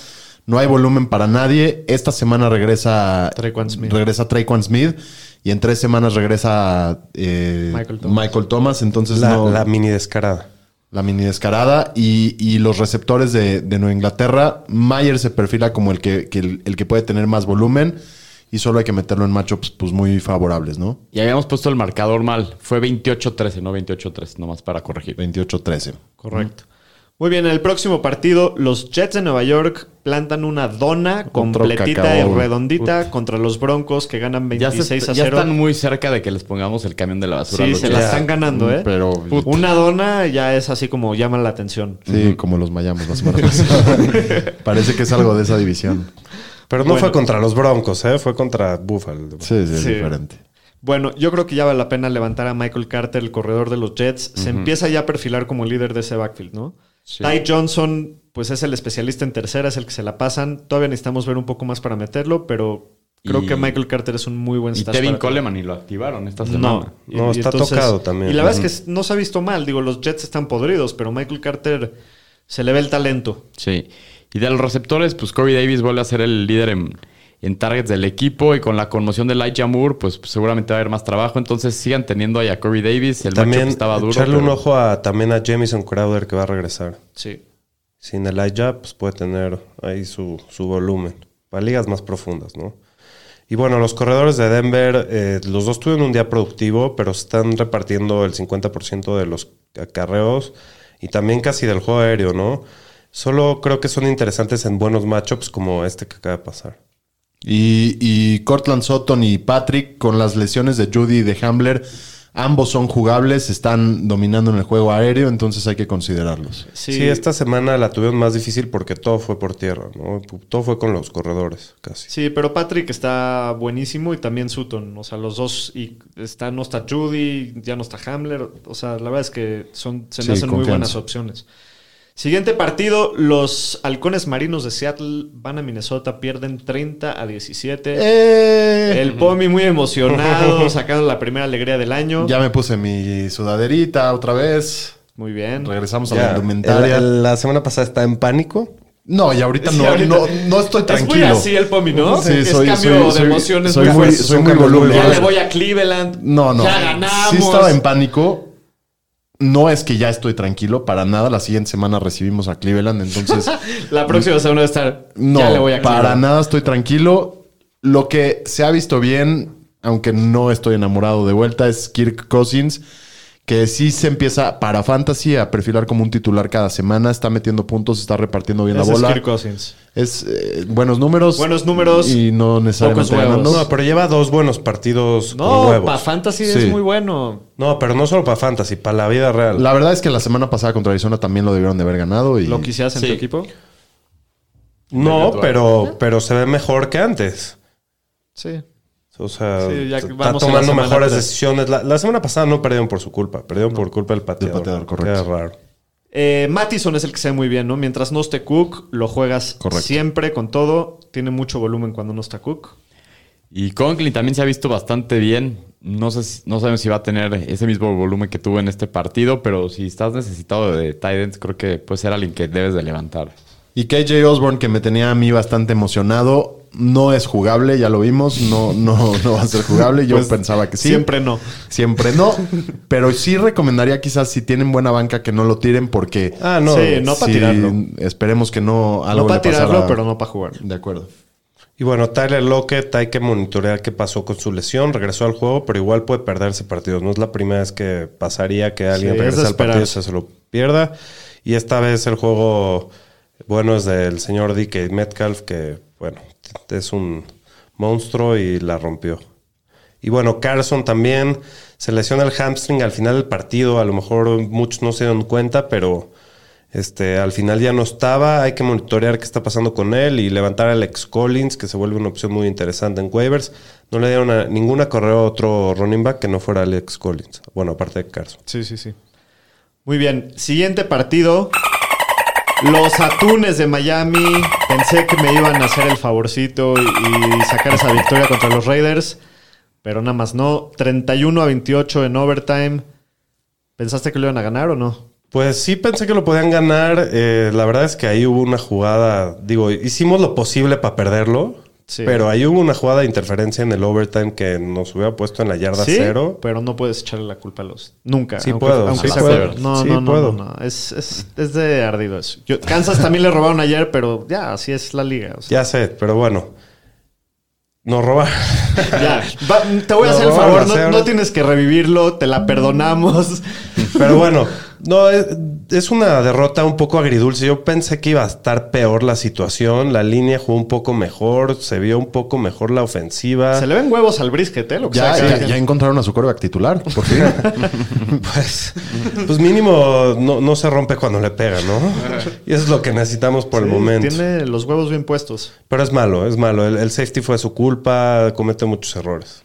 [SPEAKER 6] No hay volumen para nadie. Esta semana regresa
[SPEAKER 1] Tre'Quan Smith.
[SPEAKER 6] Regresa Tre'Quan Smith. Y en tres semanas regresa eh,
[SPEAKER 1] Michael
[SPEAKER 6] Michael,
[SPEAKER 1] Thomas.
[SPEAKER 6] Thomas. Entonces
[SPEAKER 3] La,
[SPEAKER 6] no-
[SPEAKER 3] la mini descarada.
[SPEAKER 6] la mini descarada y, y los receptores de, de Nueva Inglaterra. Mayer se perfila como el que, que el, el que puede tener más volumen y solo hay que meterlo en matchups pues, muy favorables, ¿no?
[SPEAKER 4] Y habíamos puesto el marcador mal. Fue 28-13, no 28-3, nomás para corregir.
[SPEAKER 6] 28-13.
[SPEAKER 1] Correcto. Muy bien, en el próximo partido, los Jets de Nueva York plantan una dona completita y
[SPEAKER 6] cacao.
[SPEAKER 1] redondita contra los Broncos que ganan
[SPEAKER 4] Ya, se-
[SPEAKER 1] 26 a 0.
[SPEAKER 4] ya están muy cerca de que les pongamos el camión de la basura. a
[SPEAKER 1] Sí,
[SPEAKER 4] los
[SPEAKER 1] se
[SPEAKER 4] Jets.
[SPEAKER 1] la están ganando, ¿eh?
[SPEAKER 6] Pero
[SPEAKER 1] Puta. Una dona ya es así como llama la atención.
[SPEAKER 6] sí, como los mayamos la semana <laughs> pasada. Parece que es algo de esa división.
[SPEAKER 3] Pero no
[SPEAKER 1] Bueno.
[SPEAKER 3] fue contra los Broncos, ¿eh? fue contra Buffalo.
[SPEAKER 6] Sí, sí, es
[SPEAKER 1] Sí.
[SPEAKER 6] diferente.
[SPEAKER 1] Bueno, yo creo que ya vale la pena levantar a Michael Carter, el corredor de los Jets. Se empieza ya a perfilar como líder de ese backfield, ¿no? Ty Johnson, pues es el especialista en tercera, es el que se la pasan. Todavía necesitamos ver un poco más para meterlo, pero creo
[SPEAKER 4] Y-
[SPEAKER 1] que Michael Carter es un muy buen
[SPEAKER 4] Y
[SPEAKER 1] stash
[SPEAKER 4] Tevin
[SPEAKER 1] para-
[SPEAKER 4] Coleman y lo activaron esta semana.
[SPEAKER 1] No,
[SPEAKER 3] No, está tocado también.
[SPEAKER 1] Y la verdad es que no se ha visto mal. Digo, los Jets están podridos, pero Michael Carter se le ve el talento.
[SPEAKER 4] Sí. Y de los receptores, pues Corey Davis vuelve a ser el líder en, en targets del equipo. Y con la conmoción de Elijah Moore, pues seguramente va a haber más trabajo. Entonces sigan teniendo ahí a Corey Davis. El
[SPEAKER 3] también
[SPEAKER 4] matchup estaba duro.
[SPEAKER 3] echarle un
[SPEAKER 4] pero-
[SPEAKER 3] ojo a, también a Jamison Crowder que va a regresar.
[SPEAKER 1] Sí.
[SPEAKER 3] Sin Elijah, pues puede tener ahí su, su volumen. Para ligas más profundas, ¿no? Y bueno, los corredores de Denver, eh, los dos tuvieron un día productivo, pero están repartiendo el 50% de los acarreos y también casi del juego aéreo, ¿no? Solo creo que son interesantes en buenos matchups como este que acaba de pasar.
[SPEAKER 6] Y, y Cortland Sutton y Patrick, con las lesiones de Judy y de Hambler, ambos son jugables, están dominando en el juego aéreo, entonces hay que considerarlos.
[SPEAKER 3] Sí. esta semana la tuvieron más difícil porque todo fue por tierra, ¿no? Todo fue con los corredores, casi.
[SPEAKER 1] Sí, pero Patrick está buenísimo y también Sutton. O sea, los dos. Y está, no está Judy, ya no está Hamler. O sea, la verdad es que son, se me
[SPEAKER 6] Sí,
[SPEAKER 1] hacen muy
[SPEAKER 6] confianza.
[SPEAKER 1] buenas opciones. Siguiente partido: los halcones marinos de Seattle van a Minnesota, pierden 30 a
[SPEAKER 6] Eh.
[SPEAKER 1] 17. El Pomi muy
[SPEAKER 6] <laughs>
[SPEAKER 1] emocionado, sacando la primera alegría del año.
[SPEAKER 6] Ya me puse mi sudaderita otra vez.
[SPEAKER 1] Muy bien.
[SPEAKER 6] Regresamos a
[SPEAKER 3] Ya,
[SPEAKER 6] la indumentaria.
[SPEAKER 3] el- el- la semana pasada está en pánico.
[SPEAKER 6] No, y
[SPEAKER 1] <laughs>
[SPEAKER 6] ahorita,
[SPEAKER 1] Sí,
[SPEAKER 6] no,
[SPEAKER 1] ahorita-
[SPEAKER 6] no, no estoy tranquilo.
[SPEAKER 1] Es muy así el Pomi, ¿no?
[SPEAKER 6] Sí,
[SPEAKER 1] es
[SPEAKER 6] soy-
[SPEAKER 1] cambio
[SPEAKER 6] soy-
[SPEAKER 1] de
[SPEAKER 6] soy-
[SPEAKER 1] emociones
[SPEAKER 6] soy
[SPEAKER 1] muy,
[SPEAKER 6] muy-
[SPEAKER 1] fuerte.
[SPEAKER 6] soy
[SPEAKER 1] Son
[SPEAKER 6] muy
[SPEAKER 1] cambios
[SPEAKER 6] voluble.
[SPEAKER 1] Ya le voy a Cleveland.
[SPEAKER 6] No, no.
[SPEAKER 1] Ya ganamos.
[SPEAKER 6] Sí estaba en pánico. No es que ya estoy tranquilo, para nada. La siguiente semana recibimos a
[SPEAKER 1] <laughs>
[SPEAKER 6] Cleveland, entonces
[SPEAKER 1] La próxima semana va a estar.
[SPEAKER 6] no,
[SPEAKER 1] ya le voy a
[SPEAKER 6] para
[SPEAKER 1] Cleveland.
[SPEAKER 6] nada estoy tranquilo. Lo que se ha visto bien, aunque no estoy enamorado de vuelta, es Kirk Cousins, que sí se empieza para fantasy a perfilar como un titular cada semana. Está metiendo puntos, está repartiendo bien
[SPEAKER 1] Ese
[SPEAKER 6] la
[SPEAKER 1] es
[SPEAKER 6] bola.
[SPEAKER 1] Kirk Cousins.
[SPEAKER 6] Es eh, buenos números.
[SPEAKER 1] Buenos números,
[SPEAKER 6] Y no necesariamente
[SPEAKER 1] pocos huevos.
[SPEAKER 6] ganando.
[SPEAKER 3] No, pero lleva dos buenos partidos con
[SPEAKER 1] No,
[SPEAKER 3] huevos.
[SPEAKER 1] para Fantasy
[SPEAKER 6] Sí.
[SPEAKER 1] es muy bueno.
[SPEAKER 3] no, pero no solo para Fantasy, para la vida real.
[SPEAKER 6] La verdad es que la semana pasada contra Arizona también lo debieron de haber ganado. Y
[SPEAKER 1] ¿Lo quisieras en
[SPEAKER 4] Sí.
[SPEAKER 1] tu equipo?
[SPEAKER 3] no, pero, pero se ve mejor que antes.
[SPEAKER 1] Sí.
[SPEAKER 3] O sea,
[SPEAKER 1] Sí, ya que
[SPEAKER 3] está
[SPEAKER 1] vamos a la
[SPEAKER 3] tomando
[SPEAKER 1] semana
[SPEAKER 3] mejores
[SPEAKER 1] tres.
[SPEAKER 3] decisiones. La, la semana pasada no perdieron por su culpa, perdieron por culpa del pateador.
[SPEAKER 6] pateador, correcto.
[SPEAKER 3] Qué raro.
[SPEAKER 1] Eh, Mattison es el que se ve muy bien, ¿no? Mientras no esté Cook, lo juegas
[SPEAKER 6] Correcto.
[SPEAKER 1] siempre con todo. Tiene mucho volumen cuando no está Cook.
[SPEAKER 4] Y Conklin también se ha visto bastante bien. No, sé si- no sabemos si va a tener ese mismo volumen que tuvo en este partido, pero si estás necesitado de tight ends, creo que puede ser alguien que debes de levantar.
[SPEAKER 6] Y KJ Osborne, que me tenía a mí bastante emocionado, no es jugable, ya lo vimos, no, no, no va a ser jugable. Yo
[SPEAKER 1] Pues,
[SPEAKER 6] pensaba que sí.
[SPEAKER 1] Siempre no.
[SPEAKER 6] Siempre no, pero sí recomendaría quizás si tienen buena banca que no lo tiren porque
[SPEAKER 3] Ah, no.
[SPEAKER 1] Sí, no para
[SPEAKER 6] sí,
[SPEAKER 1] tirarlo.
[SPEAKER 6] esperemos que no algo
[SPEAKER 1] No
[SPEAKER 6] le
[SPEAKER 1] para
[SPEAKER 6] pasara.
[SPEAKER 1] tirarlo, pero no para jugar.
[SPEAKER 6] De acuerdo.
[SPEAKER 3] Y bueno, Tyler Lockett hay que monitorear qué pasó con su lesión. Regresó al juego, pero igual puede perderse partidos. No es la primera vez que pasaría que alguien
[SPEAKER 1] Sí, es
[SPEAKER 3] regrese
[SPEAKER 1] de
[SPEAKER 3] al partido y
[SPEAKER 1] esperar.
[SPEAKER 3] se lo pierda. Y esta vez el juego bueno es del señor DK Metcalf, que bueno, es un monstruo y la rompió. Y bueno, Carson también se lesiona el hamstring al final del partido. A lo mejor muchos no se dieron cuenta, pero este, al final ya no estaba. Hay que monitorear qué está pasando con él y levantar al ex Collins, que se vuelve una opción muy interesante en waivers. No le dieron a- ninguna correo a otro running back que no fuera Alex Collins. Bueno, aparte de Carson.
[SPEAKER 1] Sí, sí, sí. Muy bien. Siguiente partido. Los Atunes de Miami. Pensé que me iban a hacer el favorcito y y sacar esa victoria contra los Raiders. Pero nada más no. 31 a 28 en overtime. ¿Pensaste que lo iban a ganar o no?
[SPEAKER 3] Pues sí pensé que lo podían ganar. Eh, la verdad es que ahí hubo una jugada, digo, hicimos lo posible para perderlo.
[SPEAKER 1] Sí.
[SPEAKER 3] Pero ahí hubo una jugada de interferencia en el overtime que nos hubiera puesto en la yarda cero.
[SPEAKER 1] pero no puedes echarle la culpa a los. Nunca.
[SPEAKER 3] Sí puedo, sí
[SPEAKER 1] sea-
[SPEAKER 3] puedo.
[SPEAKER 1] No,
[SPEAKER 3] Sí
[SPEAKER 1] no, no,
[SPEAKER 3] puedo.
[SPEAKER 1] no, no. Es, es- es de ardido eso. Yo- Kansas también le robaron ayer, pero ya, así es la liga. o sea,
[SPEAKER 3] Ya sé, pero bueno. Nos robaron.
[SPEAKER 1] Ya, va- te voy a
[SPEAKER 3] No,
[SPEAKER 1] hacer el
[SPEAKER 3] vamos a
[SPEAKER 1] favor, no,
[SPEAKER 3] hacer-
[SPEAKER 1] no tienes que revivirlo, te la perdonamos.
[SPEAKER 3] Pero bueno, no, es, es una derrota un poco agridulce. Yo pensé que iba a estar peor la situación. La línea jugó un poco mejor, se vio un poco mejor la ofensiva.
[SPEAKER 1] Se le ven huevos al brisket, ¿eh? Lo que
[SPEAKER 6] Ya,
[SPEAKER 1] sea que
[SPEAKER 6] ya-
[SPEAKER 1] hagan.
[SPEAKER 6] ya encontraron a su coreback titular,
[SPEAKER 1] <laughs>
[SPEAKER 6] por fin.
[SPEAKER 3] Pues, pues mínimo no, no se rompe cuando le pega,
[SPEAKER 1] <laughs>
[SPEAKER 3] ¿no? Y eso es lo que necesitamos por el
[SPEAKER 1] Sí,
[SPEAKER 3] momento.
[SPEAKER 1] Tiene los huevos bien puestos.
[SPEAKER 3] Pero es malo, es malo. El, el safety fue su culpa, comete muchos errores.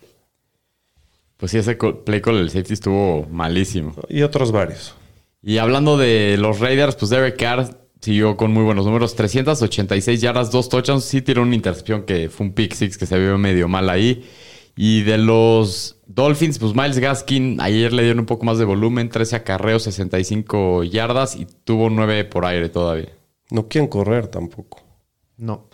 [SPEAKER 4] Pues sí, ese co- play call del safety estuvo malísimo.
[SPEAKER 3] Y otros varios.
[SPEAKER 4] Y hablando de los Raiders, pues Derek Carr siguió con muy buenos números. 386 yardas, dos touchdowns. Sí tiró una intercepción que fue un pick six que se vio medio mal ahí. Y de los Dolphins, pues Miles Gaskin ayer le dieron un poco más de volumen. 13 acarreos, 65 yardas y tuvo 9 por aire todavía.
[SPEAKER 3] No quieren correr tampoco.
[SPEAKER 1] No.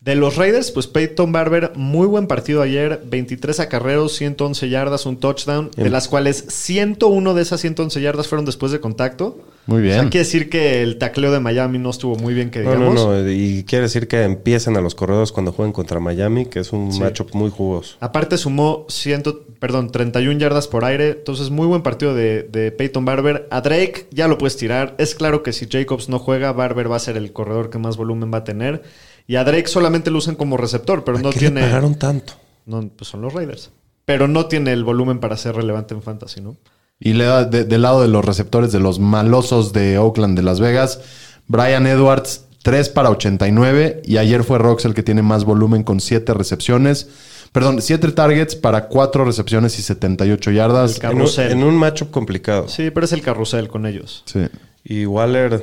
[SPEAKER 1] De los Raiders, pues Peyton Barber, muy buen partido ayer, 23 acarreos, 111 yardas, un touchdown, de las cuales 101 de esas 111 yardas fueron después de contacto.
[SPEAKER 6] Muy bien.
[SPEAKER 1] O sea, quiere decir que el tacleo de Miami no estuvo muy bien, que
[SPEAKER 3] No,
[SPEAKER 1] digamos.
[SPEAKER 3] no, no. Y quiere decir que empiecen a los corredores cuando jueguen contra Miami, que es un matchup muy jugoso.
[SPEAKER 1] Aparte sumó 100, perdón, 31 yardas por aire. Entonces, muy buen partido de, de Peyton Barber. A Drake ya lo puedes tirar. Es claro que si Jacobs no juega, Barber va a ser el corredor que más volumen va a tener. Y a Drake solamente lo usan como receptor, pero no
[SPEAKER 3] ¿Qué le
[SPEAKER 1] tiene...
[SPEAKER 3] pagaron tanto?
[SPEAKER 1] No, pues son los Raiders. Pero no tiene el volumen para ser relevante en fantasy, ¿no?
[SPEAKER 6] Y le da de- del lado de los receptores de los malosos de Oakland de Las Vegas, Brian Edwards, 3 para 89. Y ayer fue Rox el que tiene más volumen con 7 recepciones. Perdón, 7 targets para 4 recepciones y 78 yardas.
[SPEAKER 1] El
[SPEAKER 3] En un,
[SPEAKER 1] carrusel.
[SPEAKER 3] en un matchup complicado.
[SPEAKER 1] Sí, pero es el carrusel con ellos.
[SPEAKER 6] Sí.
[SPEAKER 3] Y Waller,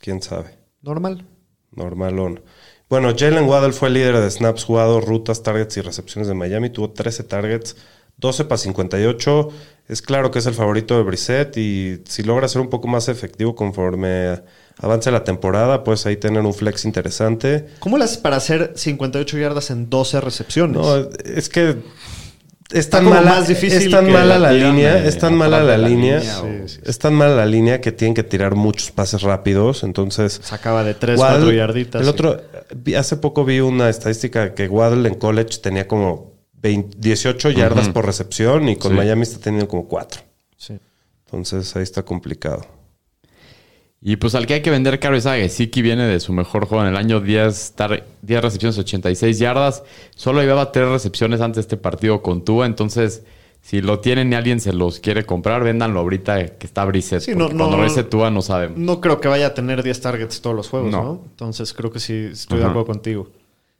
[SPEAKER 3] quién sabe,
[SPEAKER 1] Normal.
[SPEAKER 3] normalón. Bueno, Jalen Waddell fue el líder de snaps jugados, rutas, targets y recepciones de Miami. Tuvo 13 targets, 12 para 58. Es claro que es el favorito de Brissett y si logra ser un poco más efectivo conforme avance la temporada, pues ahí tener un flex interesante.
[SPEAKER 1] ¿Cómo le haces para hacer 58 yardas en 12 recepciones?
[SPEAKER 3] No, es que es
[SPEAKER 1] Pues, Está
[SPEAKER 3] tan
[SPEAKER 1] como
[SPEAKER 3] mala,
[SPEAKER 1] más difícil
[SPEAKER 3] es tan
[SPEAKER 1] que la
[SPEAKER 3] mala la
[SPEAKER 4] tiran,
[SPEAKER 3] línea,
[SPEAKER 4] eh,
[SPEAKER 3] es tan mala la
[SPEAKER 4] atrás de la
[SPEAKER 3] línea,
[SPEAKER 4] línea,
[SPEAKER 1] o- Sí, sí,
[SPEAKER 3] es tan mala la línea que tienen que tirar muchos pases rápidos, entonces
[SPEAKER 1] Sacaba de 3,
[SPEAKER 3] Waddle,
[SPEAKER 1] 4 yarditas.
[SPEAKER 3] El
[SPEAKER 1] sí.
[SPEAKER 3] otro, vi- hace poco vi una estadística que Waddle en college tenía como 20 18 yardas por recepción y con
[SPEAKER 4] Sí.
[SPEAKER 3] Miami está teniendo como 4.
[SPEAKER 1] Sí.
[SPEAKER 3] Entonces ahí está complicado.
[SPEAKER 4] Y pues al que hay que vender caro es a Gesicki, viene de su mejor juego en el año, 10, tar- 10 recepciones, 86 yardas. Solo llevaba 3 recepciones antes de este partido con Tua, entonces si lo tienen y alguien se los quiere comprar, véndanlo ahorita que está Brissett.
[SPEAKER 1] Sí,
[SPEAKER 4] porque
[SPEAKER 1] no, no.
[SPEAKER 4] cuando regrese Tua no sabemos.
[SPEAKER 1] No creo que vaya a tener 10 targets todos los juegos, ¿no?
[SPEAKER 4] No.
[SPEAKER 1] Entonces creo que sí estoy de
[SPEAKER 4] Ajá.
[SPEAKER 1] acuerdo contigo.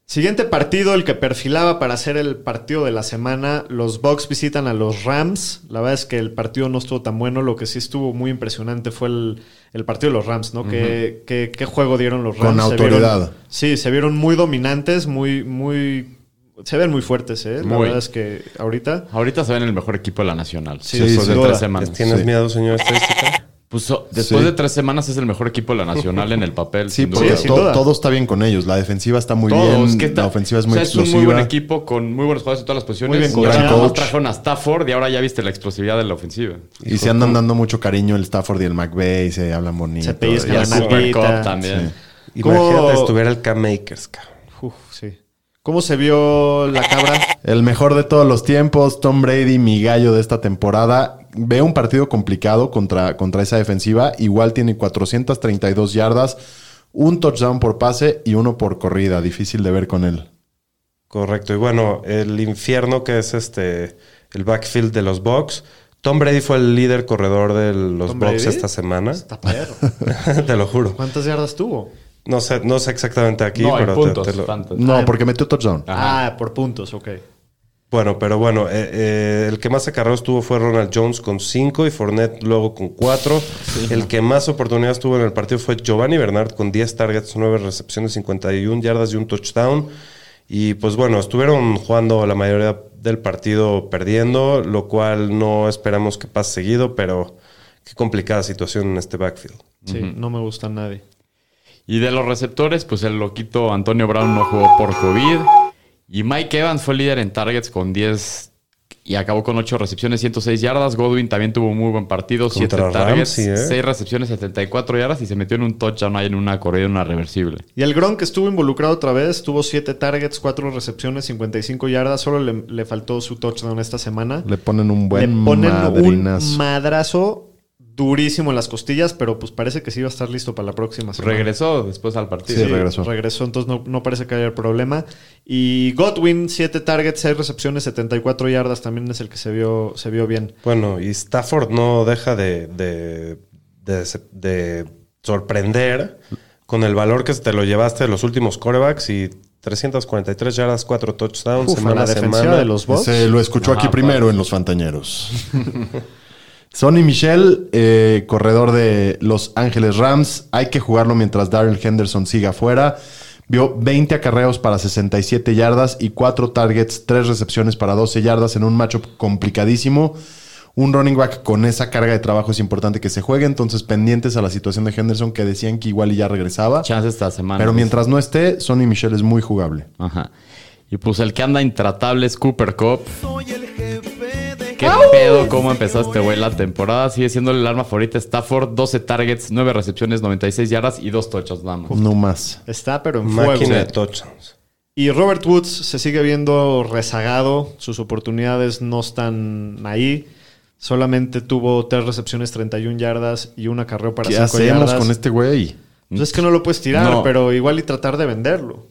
[SPEAKER 1] Siguiente partido, el que perfilaba para ser el partido de la semana. Los Bucks visitan a los Rams. La verdad es que el partido no estuvo tan bueno. Lo que sí estuvo muy impresionante fue el, el partido de los Rams, ¿no? ¿Qué, qué- qué juego dieron los Rams?
[SPEAKER 6] Con
[SPEAKER 1] Se vieron-
[SPEAKER 6] autoridad.
[SPEAKER 1] sí, se vieron muy dominantes, muy, muy. Se ven muy fuertes, ¿eh? La
[SPEAKER 4] Muy.
[SPEAKER 1] verdad es que ahorita.
[SPEAKER 4] Ahorita se ven el mejor equipo de la Nacional.
[SPEAKER 1] Sí,
[SPEAKER 4] después
[SPEAKER 1] sin
[SPEAKER 4] de
[SPEAKER 1] duda.
[SPEAKER 4] tres semanas.
[SPEAKER 1] <laughs>
[SPEAKER 3] ¿Les ¿Tienes miedo, señor estadística?
[SPEAKER 4] Pues so- después
[SPEAKER 6] Sí.
[SPEAKER 4] de tres semanas es el mejor equipo de la Nacional en el papel.
[SPEAKER 6] Sí,
[SPEAKER 4] sin
[SPEAKER 6] porque
[SPEAKER 4] duda.
[SPEAKER 1] sin
[SPEAKER 6] to-
[SPEAKER 1] duda.
[SPEAKER 6] todo está bien con ellos. La defensiva está muy
[SPEAKER 4] Todos,
[SPEAKER 6] bien,
[SPEAKER 4] ¿qué tal?
[SPEAKER 6] la ofensiva es
[SPEAKER 4] O
[SPEAKER 6] muy
[SPEAKER 4] sea, Es un muy
[SPEAKER 6] explosiva.
[SPEAKER 4] buen equipo con muy buenos jugadores en todas las posiciones.
[SPEAKER 1] Muy bien
[SPEAKER 4] Y ahora
[SPEAKER 6] coachado.
[SPEAKER 4] nada más
[SPEAKER 6] Coach.
[SPEAKER 4] trajeron a Stafford y ahora ya viste la explosividad de la ofensiva.
[SPEAKER 6] y se andan dando mucho cariño el Stafford y el McVeigh, se hablan bonito.
[SPEAKER 1] Se
[SPEAKER 4] Este,
[SPEAKER 1] pellizcan
[SPEAKER 6] y
[SPEAKER 1] la
[SPEAKER 6] así.
[SPEAKER 1] nalga.
[SPEAKER 4] Cooper
[SPEAKER 1] Marquita,
[SPEAKER 4] Cup también.
[SPEAKER 3] Imagínate
[SPEAKER 1] ¿Cómo-
[SPEAKER 3] estuviera el K-Makers, cabrón.
[SPEAKER 1] Uf, sí. ¿Cómo se vio la cabra?
[SPEAKER 6] <laughs> El mejor de todos los tiempos, Tom Brady, mi gallo de esta temporada. Ve un partido complicado contra, contra esa defensiva. Igual tiene 432 yardas, un touchdown por pase y uno por corrida. Difícil de ver con él.
[SPEAKER 3] Correcto. Y bueno, el infierno que es este el backfield de los Bucks. Tom Brady fue el líder corredor de los
[SPEAKER 1] ¿Tom
[SPEAKER 3] Bucks
[SPEAKER 1] Brady?
[SPEAKER 3] esta semana. <laughs>
[SPEAKER 1] Está perro.
[SPEAKER 3] te lo juro.
[SPEAKER 1] ¿Cuántas yardas tuvo?
[SPEAKER 3] No sé, no sé exactamente aquí,
[SPEAKER 4] no, en
[SPEAKER 3] pero te-
[SPEAKER 4] puntos.
[SPEAKER 3] te lo-
[SPEAKER 4] tanto.
[SPEAKER 6] No, porque metió touchdown.
[SPEAKER 4] Ajá.
[SPEAKER 1] Ah, por puntos, ok.
[SPEAKER 3] Bueno, pero bueno, eh, eh, el que más acarreos tuvo fue Ronald Jones con 5 y Fournette luego con 4. el que más oportunidades tuvo en el partido fue Giovanni Bernard con 10 targets, 9 recepciones, 51 yardas y un touchdown. Y pues bueno, estuvieron jugando la mayoría del partido perdiendo, lo cual no esperamos que pase seguido, pero qué complicada situación en este backfield.
[SPEAKER 1] Sí, no me gusta a nadie.
[SPEAKER 4] Y de los receptores, pues el loquito Antonio Brown no jugó por COVID. Y Mike Evans fue líder en targets con 10 y acabó con 8 recepciones, 106 yardas. Godwin también tuvo un muy buen partido, 7
[SPEAKER 3] Contra
[SPEAKER 4] targets,
[SPEAKER 3] Ramsey, ¿eh?
[SPEAKER 4] 6 recepciones, 74 yardas y se metió en un touchdown ahí en una corrida, en una reversible.
[SPEAKER 1] Y el Gronk estuvo involucrado otra vez, tuvo 7 targets, 4 recepciones, 55 yardas, solo le, le faltó su touchdown esta semana.
[SPEAKER 6] Le ponen un
[SPEAKER 1] Le
[SPEAKER 6] buen
[SPEAKER 1] ponen
[SPEAKER 6] madrinazo.
[SPEAKER 1] un madrazo durísimo en las costillas, pero pues parece que sí va a estar listo para la próxima semana.
[SPEAKER 4] Regresó después al partido.
[SPEAKER 6] Sí, regresó.
[SPEAKER 1] Regresó, entonces no, no parece que haya problema. Y Godwin, 7 targets, 6 recepciones, 74 yardas, también es el que se vio, se vio bien.
[SPEAKER 3] Bueno, y Stafford no deja de, de- de se- de sorprender con el valor que te lo llevaste de los últimos corebacks y 343 yardas, 4 touchdowns,
[SPEAKER 1] Uf, a
[SPEAKER 3] semana
[SPEAKER 1] la
[SPEAKER 3] a
[SPEAKER 1] defensiva
[SPEAKER 3] semana.
[SPEAKER 1] de los Bucks.
[SPEAKER 6] Se lo escuchó aquí
[SPEAKER 4] Ajá,
[SPEAKER 6] primero en Los Fantañeros. <laughs> Sonny Michel, eh, corredor de Los Ángeles Rams. Hay que jugarlo mientras Darrell Henderson siga fuera. Vio 20 acarreos para 67 yardas y 4 targets, 3 recepciones para 12 yardas en un matchup complicadísimo. Un running back con esa carga de trabajo es importante que se juegue. Entonces, pendientes a la situación de Henderson, que decían que igual y ya regresaba.
[SPEAKER 4] Chance esta semana.
[SPEAKER 6] Pero
[SPEAKER 4] pues.
[SPEAKER 6] mientras no esté, Sonny Michel es muy jugable.
[SPEAKER 4] Ajá. Y pues el que anda intratable es Cooper Cup. ¿Qué pedo? ¿Cómo empezó este güey la temporada? Sigue siendo el arma favorita Stafford. 12 targets, 9 recepciones, 96 yardas y 2 tochos nada más.
[SPEAKER 6] No más.
[SPEAKER 1] Está, pero en fuego.
[SPEAKER 3] Máquina de touchdowns.
[SPEAKER 1] Y Robert Woods se sigue viendo rezagado, sus oportunidades no están ahí. Solamente tuvo tres recepciones, 31 yardas y un acarreo para
[SPEAKER 6] ¿Qué
[SPEAKER 1] 5
[SPEAKER 6] hacemos
[SPEAKER 1] yardas.
[SPEAKER 6] con este güey?
[SPEAKER 1] Pues es que no lo puedes tirar,
[SPEAKER 4] No.
[SPEAKER 1] pero igual y tratar de venderlo.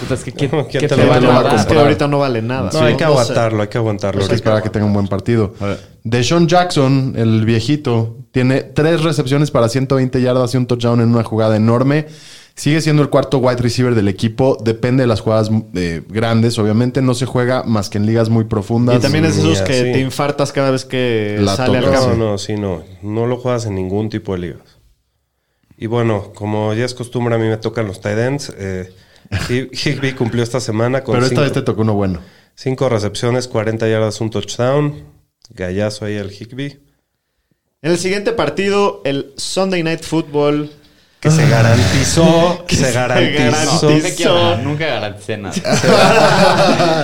[SPEAKER 4] Puta, es
[SPEAKER 3] <laughs>
[SPEAKER 4] que ¿qué,
[SPEAKER 3] ¿Quién
[SPEAKER 4] qué
[SPEAKER 3] te
[SPEAKER 4] te
[SPEAKER 3] lo
[SPEAKER 4] va a
[SPEAKER 3] va a
[SPEAKER 4] dar?
[SPEAKER 1] Es que
[SPEAKER 3] comprar.
[SPEAKER 1] ahorita no vale nada.
[SPEAKER 3] No, hay que
[SPEAKER 1] sé.
[SPEAKER 3] aguantarlo, hay que aguantarlo.
[SPEAKER 6] Hay que esperar a pues, que tenga un buen partido.
[SPEAKER 4] A ver.
[SPEAKER 6] Deshaun Jackson, el viejito, tiene tres recepciones para 120 yardas y un touchdown en una jugada enorme. Sigue siendo el cuarto wide receiver del equipo. Depende de las jugadas eh, grandes, obviamente. No se juega más que en ligas muy profundas.
[SPEAKER 1] Y también es de esos
[SPEAKER 3] Sí,
[SPEAKER 1] que
[SPEAKER 3] sí.
[SPEAKER 1] te infartas cada vez que
[SPEAKER 6] La
[SPEAKER 1] sale al
[SPEAKER 6] toca,
[SPEAKER 1] campo.
[SPEAKER 3] No,
[SPEAKER 6] Sí.
[SPEAKER 3] no, sí, no. No lo juegas en ningún tipo de ligas. Y bueno, como ya es costumbre, a mí me tocan los tight ends. Eh, <laughs> Hig- Higby cumplió esta semana con
[SPEAKER 6] Pero esta
[SPEAKER 3] cinco-
[SPEAKER 6] vez te tocó uno bueno.
[SPEAKER 3] Cinco recepciones, 40 yardas, un touchdown. Gallazo ahí el Higby.
[SPEAKER 1] En el siguiente partido, el Sunday Night Football.
[SPEAKER 3] Que se
[SPEAKER 1] <laughs>
[SPEAKER 3] garantizó. que se
[SPEAKER 1] se
[SPEAKER 3] garantizó.
[SPEAKER 4] No, nunca quiero- nunca
[SPEAKER 6] <laughs>
[SPEAKER 4] garanticé nada. Sí,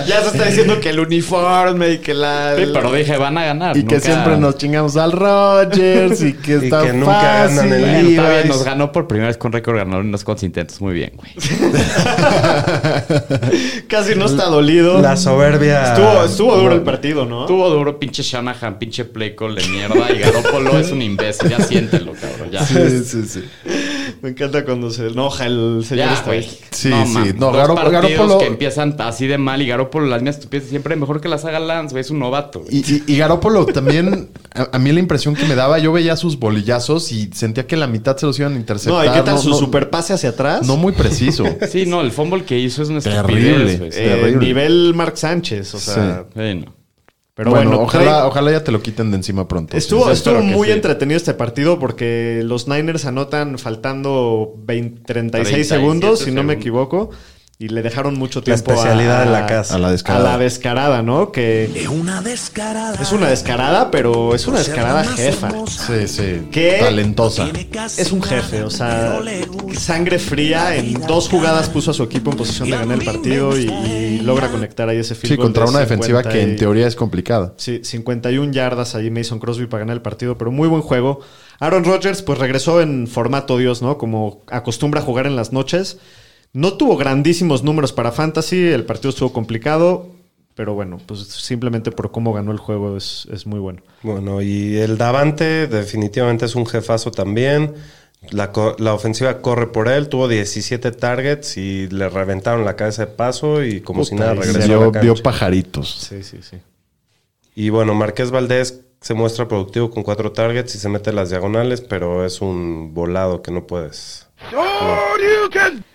[SPEAKER 1] ya se está diciendo que el uniforme y que la.
[SPEAKER 4] pero dije, van a ganar.
[SPEAKER 6] Y que
[SPEAKER 4] Nunca-
[SPEAKER 6] Ah. siempre nos chingamos al Rodgers y que está
[SPEAKER 3] que nunca ganan
[SPEAKER 6] fácil.
[SPEAKER 3] el
[SPEAKER 4] Bueno,
[SPEAKER 3] Levi's.
[SPEAKER 4] está bien, nos ganó por primera vez con récord ganador en unos cuantos intentos. Muy bien, güey.
[SPEAKER 1] <laughs> Casi no está dolido.
[SPEAKER 3] La soberbia.
[SPEAKER 1] Estuvo, estuvo duro el partido, ¿no?
[SPEAKER 4] Tuvo duro pinche Shanahan, pinche play call de mierda. Y Garópolo es un imbécil. Ya siéntelo, cabrón. Ya.
[SPEAKER 6] Sí, sí, sí.
[SPEAKER 1] Me encanta cuando se enoja el señor.
[SPEAKER 4] Ya,
[SPEAKER 1] este.
[SPEAKER 4] güey.
[SPEAKER 6] Sí, sí.
[SPEAKER 4] mames.
[SPEAKER 6] No,
[SPEAKER 4] Dos
[SPEAKER 6] Garo-
[SPEAKER 4] partidos
[SPEAKER 6] Garópolo-
[SPEAKER 4] que empiezan así de mal y Garópolo las mías estupideces siempre mejor que las haga Lance, güey. Es un novato. güey.
[SPEAKER 6] Y, y- y Garópolo también, a, a mí la impresión que me daba, yo veía sus bolillazos y sentía que la mitad se los iban a
[SPEAKER 1] No,
[SPEAKER 6] interceptar.
[SPEAKER 1] ¿y qué tal su
[SPEAKER 6] no,
[SPEAKER 1] superpase hacia atrás?
[SPEAKER 6] no muy preciso.
[SPEAKER 4] Sí, no, el fumble que hizo es una
[SPEAKER 6] Terrible.
[SPEAKER 4] estupidez, güey.
[SPEAKER 1] Eh,
[SPEAKER 6] terrible.
[SPEAKER 1] nivel Mark Sánchez, o sea.
[SPEAKER 4] Sí, no.
[SPEAKER 1] Pero
[SPEAKER 6] bueno,
[SPEAKER 1] bueno,
[SPEAKER 6] ojalá,
[SPEAKER 1] Craig-
[SPEAKER 6] ojalá ya te lo quiten de encima pronto.
[SPEAKER 1] Estuvo,
[SPEAKER 4] Entonces,
[SPEAKER 1] estuvo
[SPEAKER 4] espero que
[SPEAKER 1] muy
[SPEAKER 4] sí.
[SPEAKER 1] entretenido este partido porque los Niners anotan faltando 20, 36
[SPEAKER 4] 37
[SPEAKER 1] segundos, si no me
[SPEAKER 4] segundos.
[SPEAKER 1] equivoco. Y le dejaron mucho tiempo
[SPEAKER 3] especialidad
[SPEAKER 1] a,
[SPEAKER 3] de la casa.
[SPEAKER 6] A la descarada.
[SPEAKER 1] a la descarada, ¿no? Que
[SPEAKER 9] Es una descarada.
[SPEAKER 1] es una descarada, pero es una descarada jefa.
[SPEAKER 6] Sí, sí.
[SPEAKER 1] ¿Qué?
[SPEAKER 6] Talentosa.
[SPEAKER 1] Es un jefe, o sea, sangre fría. En dos jugadas puso a su equipo en posición de ganar el partido y, y logra conectar ahí ese field
[SPEAKER 6] Sí,
[SPEAKER 1] goal
[SPEAKER 6] contra
[SPEAKER 1] de
[SPEAKER 6] una defensiva
[SPEAKER 1] 50
[SPEAKER 6] que
[SPEAKER 1] y-
[SPEAKER 6] en teoría es complicada.
[SPEAKER 1] Sí, 51 yardas ahí Mason Crosby para ganar el partido, pero muy buen juego. Aaron Rodgers pues regresó en formato Dios, ¿no? Como acostumbra jugar en las noches. No tuvo grandísimos números para Fantasy, el partido estuvo complicado, pero bueno, pues simplemente por cómo ganó el juego es, es muy bueno.
[SPEAKER 3] Bueno, y el Davante definitivamente es un jefazo también. La, co- la ofensiva corre por él, tuvo 17 targets y le reventaron la cabeza de paso y como si
[SPEAKER 1] Puta,
[SPEAKER 3] nada
[SPEAKER 1] y
[SPEAKER 3] regresó a la
[SPEAKER 6] Vio,
[SPEAKER 3] cancha.
[SPEAKER 6] vio pajaritos.
[SPEAKER 1] Sí, sí, sí.
[SPEAKER 3] Y bueno, Marqués Valdés se muestra productivo con cuatro targets y se mete las diagonales, pero es un volado que no puedes.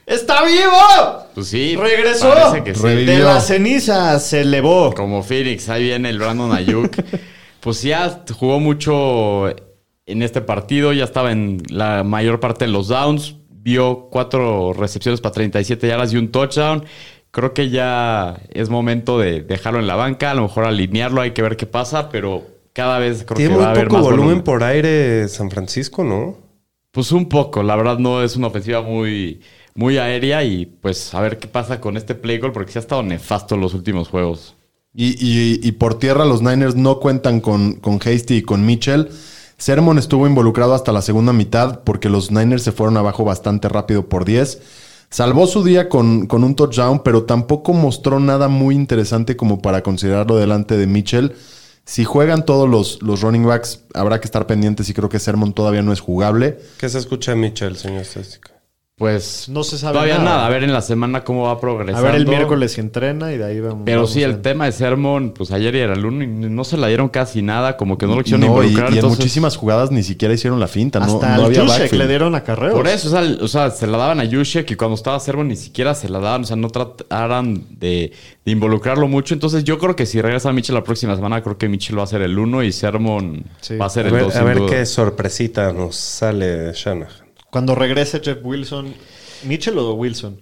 [SPEAKER 1] ¡Está vivo!
[SPEAKER 4] Pues sí.
[SPEAKER 1] ¡Regresó!
[SPEAKER 4] Parece que sí.
[SPEAKER 1] De las cenizas se elevó.
[SPEAKER 4] Como Phoenix, ahí viene el
[SPEAKER 3] <laughs>
[SPEAKER 4] Brandon Ayuk. pues ya jugó mucho en este partido, ya estaba en la mayor parte de los downs, vio cuatro recepciones para 37 yardas y un touchdown. Creo que ya es momento de dejarlo en la banca, a lo mejor alinearlo, hay que ver qué pasa, pero cada vez creo
[SPEAKER 3] Tiene
[SPEAKER 4] que
[SPEAKER 3] muy
[SPEAKER 4] va a haber
[SPEAKER 3] poco
[SPEAKER 4] más
[SPEAKER 3] volumen, por aire San Francisco, ¿no?
[SPEAKER 4] Pues un poco, la verdad no es una ofensiva muy, muy aérea y pues a ver qué pasa con este play goal porque se ha estado nefasto en los últimos juegos.
[SPEAKER 6] Y, y- y por tierra los Niners no cuentan con, con Hasty y con Mitchell. Sermon estuvo involucrado hasta la segunda mitad porque los Niners se fueron abajo bastante rápido por 10. Salvó su día con, con un touchdown, pero tampoco mostró nada muy interesante como para considerarlo delante de Mitchell. Si juegan todos los, los running backs, habrá que estar pendientes y creo que Sermon todavía no es jugable.
[SPEAKER 3] ¿Qué se escucha de Mitchell, señor Estadística?
[SPEAKER 4] Pues
[SPEAKER 1] No se sabe
[SPEAKER 4] Todavía
[SPEAKER 1] nada.
[SPEAKER 4] nada. a ver en la semana cómo va progresando.
[SPEAKER 1] A ver el miércoles si entrena y de ahí vamos.
[SPEAKER 4] Pero sí,
[SPEAKER 1] vamos
[SPEAKER 4] el
[SPEAKER 1] en-
[SPEAKER 4] tema de Sermon, pues ayer y era el lunes, no se la dieron casi nada, como que no lo quisieron
[SPEAKER 6] No, y,
[SPEAKER 4] involucrar.
[SPEAKER 6] y en
[SPEAKER 4] entonces-
[SPEAKER 6] muchísimas jugadas ni siquiera hicieron la finta. No,
[SPEAKER 1] Hasta
[SPEAKER 6] no
[SPEAKER 1] al
[SPEAKER 6] había
[SPEAKER 1] Juszczyk
[SPEAKER 6] backfield.
[SPEAKER 1] le dieron acarreos.
[SPEAKER 4] Por eso, o sea, o sea, se la daban a Yushek y cuando estaba Sermon ni siquiera se la daban, o sea, no trataran de, de involucrarlo mucho. Entonces yo creo que si regresa Mitchell la próxima semana, creo que Mitchell va a ser el 1 y Sermon
[SPEAKER 1] Sí.
[SPEAKER 4] va a ser
[SPEAKER 3] A
[SPEAKER 4] el
[SPEAKER 3] ver,
[SPEAKER 4] 2.
[SPEAKER 3] a ver qué sorpresita nos sale de Shanahan.
[SPEAKER 1] Cuando regrese Jeff Wilson, Mitchell o Wilson.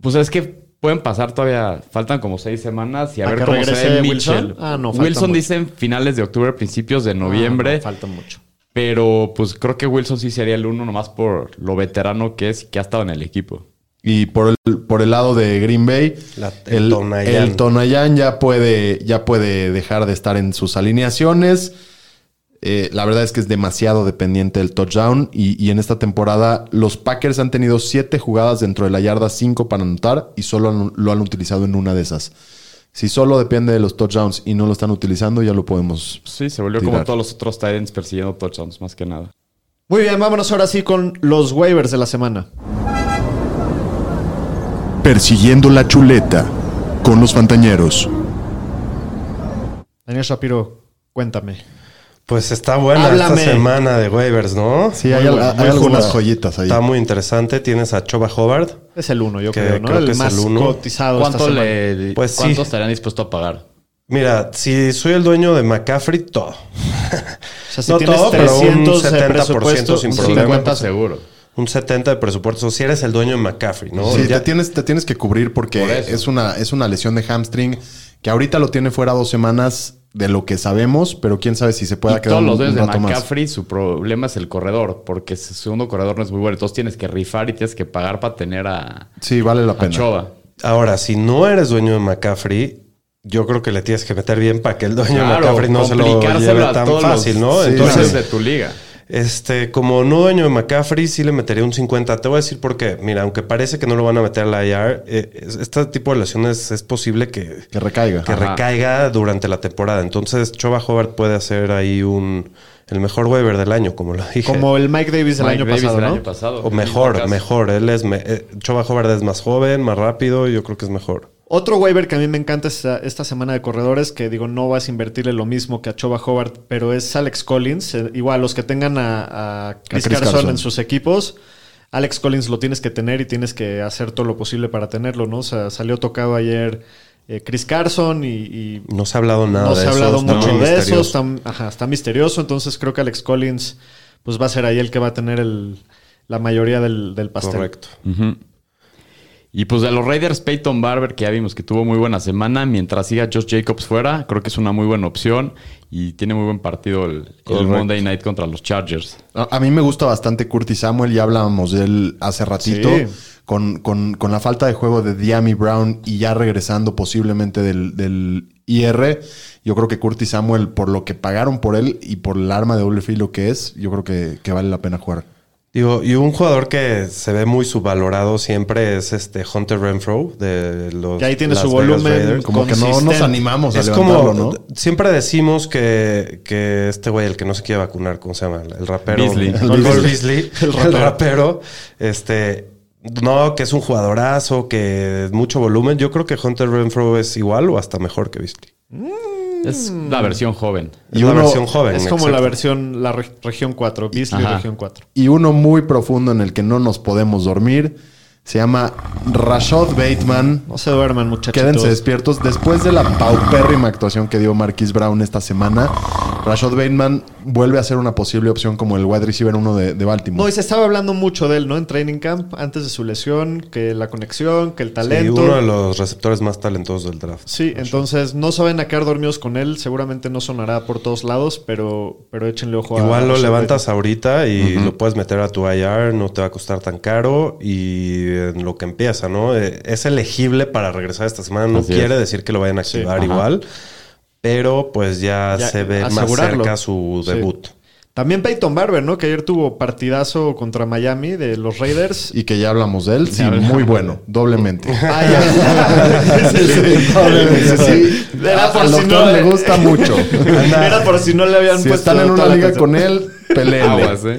[SPEAKER 4] Pues es que pueden pasar todavía, faltan como seis semanas y a
[SPEAKER 1] ¿A
[SPEAKER 4] ver
[SPEAKER 1] que
[SPEAKER 4] cómo se
[SPEAKER 1] regrese
[SPEAKER 4] ve
[SPEAKER 1] Wilson?
[SPEAKER 4] Mitchell.
[SPEAKER 1] Ah, no, falta
[SPEAKER 4] Wilson
[SPEAKER 1] mucho.
[SPEAKER 4] dicen finales de octubre, principios de noviembre.
[SPEAKER 1] Ah, no, falta mucho.
[SPEAKER 4] Pero pues creo que Wilson sí sería el uno nomás por lo veterano que es y que ha estado en el equipo.
[SPEAKER 6] Y por el, por el lado de Green Bay,
[SPEAKER 3] La- el
[SPEAKER 6] el,
[SPEAKER 3] Tonayán.
[SPEAKER 6] el Tonayán ya puede, ya puede dejar de estar en sus alineaciones. Eh, la verdad es que es demasiado dependiente del touchdown. Y, y en esta temporada, los Packers han tenido siete jugadas dentro de la yarda, cinco para anotar, y solo han- lo han utilizado en una de esas. Si solo depende de los touchdowns y no lo están utilizando, ya lo podemos.
[SPEAKER 4] Pues Sí, se volvió
[SPEAKER 6] Tirar.
[SPEAKER 4] como todos los otros Titans persiguiendo touchdowns, más que nada.
[SPEAKER 1] Muy bien, vámonos ahora sí con los waivers de la semana.
[SPEAKER 10] Persiguiendo la chuleta con los Fantañeros.
[SPEAKER 1] Daniel Shapiro, cuéntame.
[SPEAKER 3] Pues está buena
[SPEAKER 1] Háblame.
[SPEAKER 3] esta semana de waivers, ¿no?
[SPEAKER 6] Sí, hay,
[SPEAKER 1] Muy
[SPEAKER 6] al-
[SPEAKER 1] bueno,
[SPEAKER 6] hay
[SPEAKER 1] muy
[SPEAKER 6] algunas
[SPEAKER 1] bueno.
[SPEAKER 6] joyitas ahí.
[SPEAKER 3] Está muy interesante. Tienes a Choba Hobart.
[SPEAKER 1] Es el uno, yo
[SPEAKER 3] Que
[SPEAKER 1] creo, ¿no?
[SPEAKER 3] creo
[SPEAKER 1] el
[SPEAKER 3] que es
[SPEAKER 1] más
[SPEAKER 3] el uno.
[SPEAKER 1] cotizado esta
[SPEAKER 4] ¿Cuánto,
[SPEAKER 1] semana.
[SPEAKER 4] le,
[SPEAKER 3] Pues sí.
[SPEAKER 4] ¿cuánto estarían dispuestos a pagar?
[SPEAKER 3] Mira, si soy el dueño de McCaffrey, todo.
[SPEAKER 1] O sea, si
[SPEAKER 3] no
[SPEAKER 1] tienes
[SPEAKER 3] todo, pero un
[SPEAKER 1] 300 de
[SPEAKER 3] 70%
[SPEAKER 1] presupuesto,
[SPEAKER 3] sin
[SPEAKER 1] un
[SPEAKER 3] problema.
[SPEAKER 1] 50.
[SPEAKER 4] seguro.
[SPEAKER 3] Un 70 de presupuesto. Si eres el dueño de McCaffrey, ¿no?
[SPEAKER 6] Sí,
[SPEAKER 3] Ya-
[SPEAKER 6] te tienes, te tienes que cubrir porque
[SPEAKER 4] Por eso.
[SPEAKER 6] es una, es una lesión de hamstring que ahorita lo tiene fuera dos semanas de lo que sabemos, pero quién sabe si se pueda
[SPEAKER 4] Y todos
[SPEAKER 6] quedar un,
[SPEAKER 4] los
[SPEAKER 6] un
[SPEAKER 4] dedos de
[SPEAKER 6] rato más.
[SPEAKER 4] McCaffrey, su problema es el corredor, porque su segundo corredor no es muy bueno. Entonces tienes que rifar y tienes que pagar para tener a,
[SPEAKER 6] Sí, vale la
[SPEAKER 4] a
[SPEAKER 6] pena.
[SPEAKER 4] Choba.
[SPEAKER 3] Ahora, si no eres dueño de McCaffrey, yo creo que le tienes que meter bien para que el dueño de
[SPEAKER 4] Claro,
[SPEAKER 3] McCaffrey no se lo
[SPEAKER 4] complicárselo
[SPEAKER 3] lleve
[SPEAKER 4] a
[SPEAKER 3] tan
[SPEAKER 4] todos los
[SPEAKER 3] fácil, ¿no?
[SPEAKER 6] Sí,
[SPEAKER 4] Entonces,
[SPEAKER 3] Entonces,
[SPEAKER 4] de tu liga.
[SPEAKER 3] Este, como no dueño de McCaffrey, sí le metería un 50. Te voy a decir por qué. Mira, aunque parece que no lo van a meter a la IR, eh, es- este tipo de lesiones es posible que,
[SPEAKER 6] Que recaiga.
[SPEAKER 3] que
[SPEAKER 4] Ajá.
[SPEAKER 3] recaiga durante la temporada. Entonces, Choba Hobart puede hacer ahí un el mejor waiver del año, como lo dije.
[SPEAKER 1] Como el Mike Davis del
[SPEAKER 4] Mike
[SPEAKER 1] año
[SPEAKER 4] Davis
[SPEAKER 1] pasado,
[SPEAKER 4] del
[SPEAKER 1] ¿no?
[SPEAKER 4] año pasado.
[SPEAKER 3] o
[SPEAKER 4] El mismo
[SPEAKER 3] mejor,
[SPEAKER 4] caso.
[SPEAKER 3] mejor. Él es me- eh, Choba Hobart es más joven, más rápido, yo creo que es mejor.
[SPEAKER 1] Otro waiver que a mí me encanta esta, esta semana de corredores, que digo, no vas a invertirle lo mismo que a Choba Hobart, pero es Alex Collins. Eh, igual, los que tengan a, a Chris,
[SPEAKER 6] A Chris
[SPEAKER 1] Carson,
[SPEAKER 6] Carson.
[SPEAKER 1] en sus equipos, Alex Collins lo tienes que tener y tienes que hacer todo lo posible para tenerlo, ¿no? O sea, salió tocado ayer eh, Chris Carson y, y
[SPEAKER 3] No se ha hablado nada
[SPEAKER 1] no se
[SPEAKER 3] de
[SPEAKER 1] ha
[SPEAKER 3] eso,
[SPEAKER 1] hablado
[SPEAKER 3] está
[SPEAKER 1] mucho
[SPEAKER 3] muy
[SPEAKER 1] de eso,
[SPEAKER 3] misterioso.
[SPEAKER 1] está, ajá, está misterioso, entonces creo que Alex Collins pues va a ser ahí el que va a tener el, la mayoría del, del pastel.
[SPEAKER 3] Correcto.
[SPEAKER 4] Y pues de los Raiders, Peyton Barber, que ya vimos que tuvo muy buena semana. Mientras siga Josh Jacobs fuera, creo que es una muy buena opción. Y tiene muy buen partido el, el Monday Night contra los Chargers.
[SPEAKER 6] A, a mí me gusta bastante Curtis Samuel, ya hablábamos de él hace ratito.
[SPEAKER 1] Sí.
[SPEAKER 6] Con, con- con la falta de juego de Diami Brown y ya regresando posiblemente del, del IR, yo creo que Curtis Samuel, por lo que pagaron por él y por el arma de doble filo que es, yo creo que, que vale la pena jugar.
[SPEAKER 3] Digo, y un jugador que se ve muy subvalorado siempre es este Hunter Renfro de los
[SPEAKER 1] Que ahí tiene
[SPEAKER 3] Las
[SPEAKER 1] su
[SPEAKER 3] Vegas
[SPEAKER 1] volumen,
[SPEAKER 3] Raiders.
[SPEAKER 6] Como que no nos
[SPEAKER 1] Consistente.
[SPEAKER 6] animamos a
[SPEAKER 3] es
[SPEAKER 6] levantarlo,
[SPEAKER 3] como
[SPEAKER 6] ¿no?
[SPEAKER 3] siempre decimos que, que este güey, el que no se quiere vacunar, ¿cómo se llama? El, el rapero.
[SPEAKER 4] Beasley.
[SPEAKER 3] El,
[SPEAKER 4] El
[SPEAKER 3] Cole
[SPEAKER 6] <laughs>
[SPEAKER 4] Beasley.
[SPEAKER 3] Beasley, el rapero. Este. No, que es un jugadorazo, que mucho volumen. Yo creo que Hunter Renfro es igual o hasta mejor que Beasley.
[SPEAKER 4] Es la versión joven.
[SPEAKER 3] Es
[SPEAKER 6] Y
[SPEAKER 3] la
[SPEAKER 6] uno-
[SPEAKER 3] versión joven.
[SPEAKER 1] es como la
[SPEAKER 3] exacto.
[SPEAKER 1] versión, la re- región 4, Beasley
[SPEAKER 4] Ajá.
[SPEAKER 1] región 4.
[SPEAKER 6] y uno muy profundo en el que no nos podemos dormir. Se llama Rashad Bateman.
[SPEAKER 1] No se duerman, muchachos.
[SPEAKER 6] Quédense despiertos. Después de la paupérrima actuación que dio Marquis Brown esta semana, Rashad Bateman vuelve a ser una posible opción como el wide receiver uno de, de
[SPEAKER 1] No,
[SPEAKER 6] Baltimore.
[SPEAKER 1] y se estaba hablando mucho de él, ¿no? En Training Camp, antes de su lesión, que la conexión, que el
[SPEAKER 3] Sí,
[SPEAKER 1] talento.
[SPEAKER 3] uno de los receptores más talentosos del draft.
[SPEAKER 1] Sí, entonces no saben a quedar dormidos con él. Seguramente no sonará por todos lados, pero, pero échenle ojo a
[SPEAKER 3] Igual lo
[SPEAKER 1] Rashad
[SPEAKER 3] levantas ahorita y lo puedes meter a tu IR, no te va a costar tan caro y en lo que empieza, ¿no? Eh, Es elegible para regresar esta semana, no
[SPEAKER 4] Así es.
[SPEAKER 3] quiere decir que lo vayan a activar
[SPEAKER 4] ajá.
[SPEAKER 3] igual, pero pues ya,
[SPEAKER 1] Ya,
[SPEAKER 3] se ve más
[SPEAKER 1] asegurarlo.
[SPEAKER 3] cerca su
[SPEAKER 1] Sí.
[SPEAKER 3] debut.
[SPEAKER 1] Bateman. También Peyton Barber, ¿no? Que ayer tuvo partidazo contra Miami de los Raiders.
[SPEAKER 6] Y que ya hablamos de él. Sí, muy bueno. <laughs> Doblemente.
[SPEAKER 1] Ah,
[SPEAKER 6] <laughs>
[SPEAKER 1] ya. Sí, sí, sí.
[SPEAKER 6] Doblemente, sí.
[SPEAKER 1] Era por
[SPEAKER 6] Al
[SPEAKER 1] si no
[SPEAKER 6] doctor le
[SPEAKER 1] le-
[SPEAKER 6] gusta <laughs> mucho.
[SPEAKER 1] <laughs> Era por si no le habían
[SPEAKER 6] eh. Si
[SPEAKER 1] puesto
[SPEAKER 6] están
[SPEAKER 1] toda
[SPEAKER 6] en una
[SPEAKER 1] la
[SPEAKER 6] liga
[SPEAKER 1] atención.
[SPEAKER 6] con <laughs> él, peleen.
[SPEAKER 4] Aguas, ¿eh?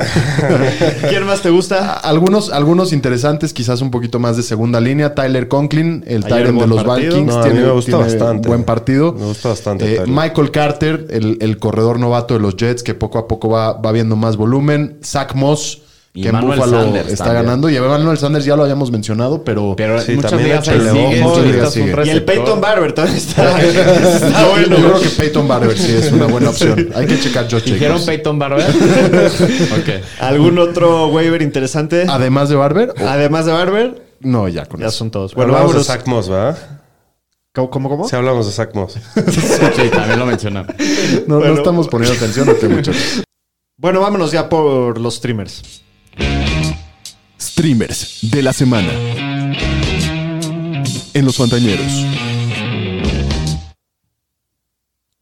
[SPEAKER 1] ¿Quién más te
[SPEAKER 6] Ah,
[SPEAKER 1] gusta?
[SPEAKER 6] Algunos, algunos interesantes, quizás un poquito más de segunda línea. Tyler Conklin, el
[SPEAKER 1] Ayer
[SPEAKER 6] Tyrant de
[SPEAKER 1] buen
[SPEAKER 6] los
[SPEAKER 1] partido.
[SPEAKER 6] Vikings,
[SPEAKER 3] No, a mí
[SPEAKER 6] tiene,
[SPEAKER 3] me gusta
[SPEAKER 6] tiene
[SPEAKER 3] bastante.
[SPEAKER 6] buen partido.
[SPEAKER 3] Me gusta bastante,
[SPEAKER 6] Eh,
[SPEAKER 3] Tyler.
[SPEAKER 6] Michael Carter, el, el corredor novato de los Jets, que poco a poco va, va viendo más volumen. Zach Moss,
[SPEAKER 4] Y
[SPEAKER 6] que en
[SPEAKER 4] Emmanuel
[SPEAKER 6] Buffalo
[SPEAKER 4] Sanders
[SPEAKER 6] está
[SPEAKER 4] también.
[SPEAKER 6] ganando. Y a Emmanuel Sanders ya lo habíamos mencionado, pero,
[SPEAKER 4] <laughs> Pero
[SPEAKER 3] Sí,
[SPEAKER 4] muchas
[SPEAKER 3] también
[SPEAKER 4] ligas ahí
[SPEAKER 3] échale
[SPEAKER 4] siguen.
[SPEAKER 3] ojo,
[SPEAKER 4] Muchas
[SPEAKER 6] ahorita
[SPEAKER 4] ligas
[SPEAKER 6] sigue.
[SPEAKER 4] un
[SPEAKER 1] Y el
[SPEAKER 4] receptor.
[SPEAKER 1] Peyton Barber también
[SPEAKER 6] <laughs>
[SPEAKER 1] está, está
[SPEAKER 6] <laughs> yo,
[SPEAKER 1] bueno.
[SPEAKER 6] yo creo que Peyton Barber sí es una buena opción. Hay que checar Josh
[SPEAKER 4] ¿Dijeron
[SPEAKER 6] Jacobs.
[SPEAKER 3] <laughs>
[SPEAKER 4] Peyton Barber? ok.
[SPEAKER 1] ¿Algún otro waiver interesante?
[SPEAKER 6] Además de Barber, o-
[SPEAKER 1] Además de Barber,
[SPEAKER 6] no, ya con
[SPEAKER 1] Ah. ya
[SPEAKER 6] eso.
[SPEAKER 1] son todos.
[SPEAKER 3] Bueno,
[SPEAKER 1] Pues, Bueno,
[SPEAKER 3] hablamos de
[SPEAKER 1] vámonos.
[SPEAKER 3] Zach Moss, ¿verdad?
[SPEAKER 1] ¿Cómo, cómo? cómo?
[SPEAKER 3] Sí, hablamos de
[SPEAKER 1] <laughs>
[SPEAKER 3] Zach Moss.
[SPEAKER 4] Sí, también lo mencionamos.
[SPEAKER 6] No,
[SPEAKER 1] Bueno.
[SPEAKER 6] no estamos poniendo atención a este muchacho.
[SPEAKER 1] Bueno, vámonos ya por los streamers.
[SPEAKER 10] Streamers de la semana. En los Fantañeros.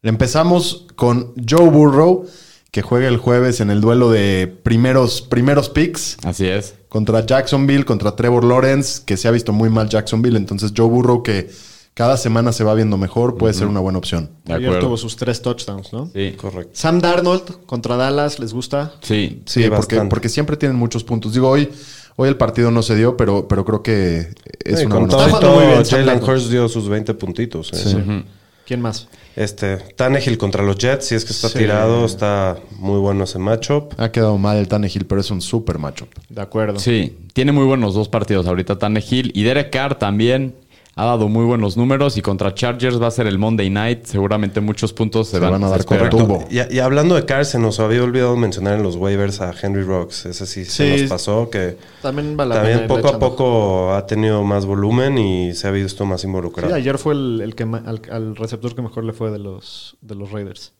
[SPEAKER 6] Empezamos con Joe Burrow, que juega el jueves en el duelo de primeros, primeros picks
[SPEAKER 4] Así es.
[SPEAKER 6] contra Jacksonville, contra Trevor Lawrence, que se ha visto muy mal Jacksonville. Entonces, Joe Burrow, que cada semana se va viendo mejor, puede ser una buena opción.
[SPEAKER 4] De
[SPEAKER 1] Ayer
[SPEAKER 4] acuerdo.
[SPEAKER 1] tuvo sus tres touchdowns, ¿no?
[SPEAKER 4] Sí.
[SPEAKER 3] Correcto.
[SPEAKER 1] Sam Darnold contra Dallas, ¿les gusta?
[SPEAKER 4] Sí.
[SPEAKER 6] Sí,
[SPEAKER 3] Sí,
[SPEAKER 6] porque,
[SPEAKER 3] bastante.
[SPEAKER 6] porque siempre tienen muchos puntos. Digo, hoy, hoy el partido no se dio, pero, pero creo que es
[SPEAKER 3] Sí,
[SPEAKER 6] una
[SPEAKER 3] con
[SPEAKER 6] buena
[SPEAKER 3] todo y
[SPEAKER 6] opción.
[SPEAKER 1] Está jugando muy
[SPEAKER 3] todo,
[SPEAKER 1] bien, Zach
[SPEAKER 3] Jalen
[SPEAKER 1] Moss.
[SPEAKER 3] Hurts dio sus 20 puntitos. ¿eh?
[SPEAKER 1] ¿Quién más?
[SPEAKER 3] Este, Tannehill contra los Jets, si es que está
[SPEAKER 1] Sí.
[SPEAKER 3] tirado, está muy bueno ese matchup.
[SPEAKER 6] Ha quedado mal el Tannehill, pero es un super macho.
[SPEAKER 1] De acuerdo.
[SPEAKER 4] Sí, tiene muy buenos dos partidos ahorita Tannehill y Derek Carr también ha dado muy buenos números y contra Chargers va a ser el Monday Night, seguramente muchos puntos
[SPEAKER 6] Se
[SPEAKER 4] se,
[SPEAKER 6] van a dar
[SPEAKER 4] espera.
[SPEAKER 6] con tubo.
[SPEAKER 3] Y, y hablando de Carr, se nos había olvidado mencionar en los waivers a Henry Rocks. Ese sí, se
[SPEAKER 1] Sí.
[SPEAKER 3] nos pasó, que
[SPEAKER 1] También vale la
[SPEAKER 3] también
[SPEAKER 1] pena irle
[SPEAKER 3] poco a
[SPEAKER 1] echando.
[SPEAKER 3] poco ha tenido más volumen y se ha visto más
[SPEAKER 1] Sí,
[SPEAKER 3] involucrado.
[SPEAKER 1] ayer fue el, el que ma- al, al receptor que mejor le fue de los, de los Raiders.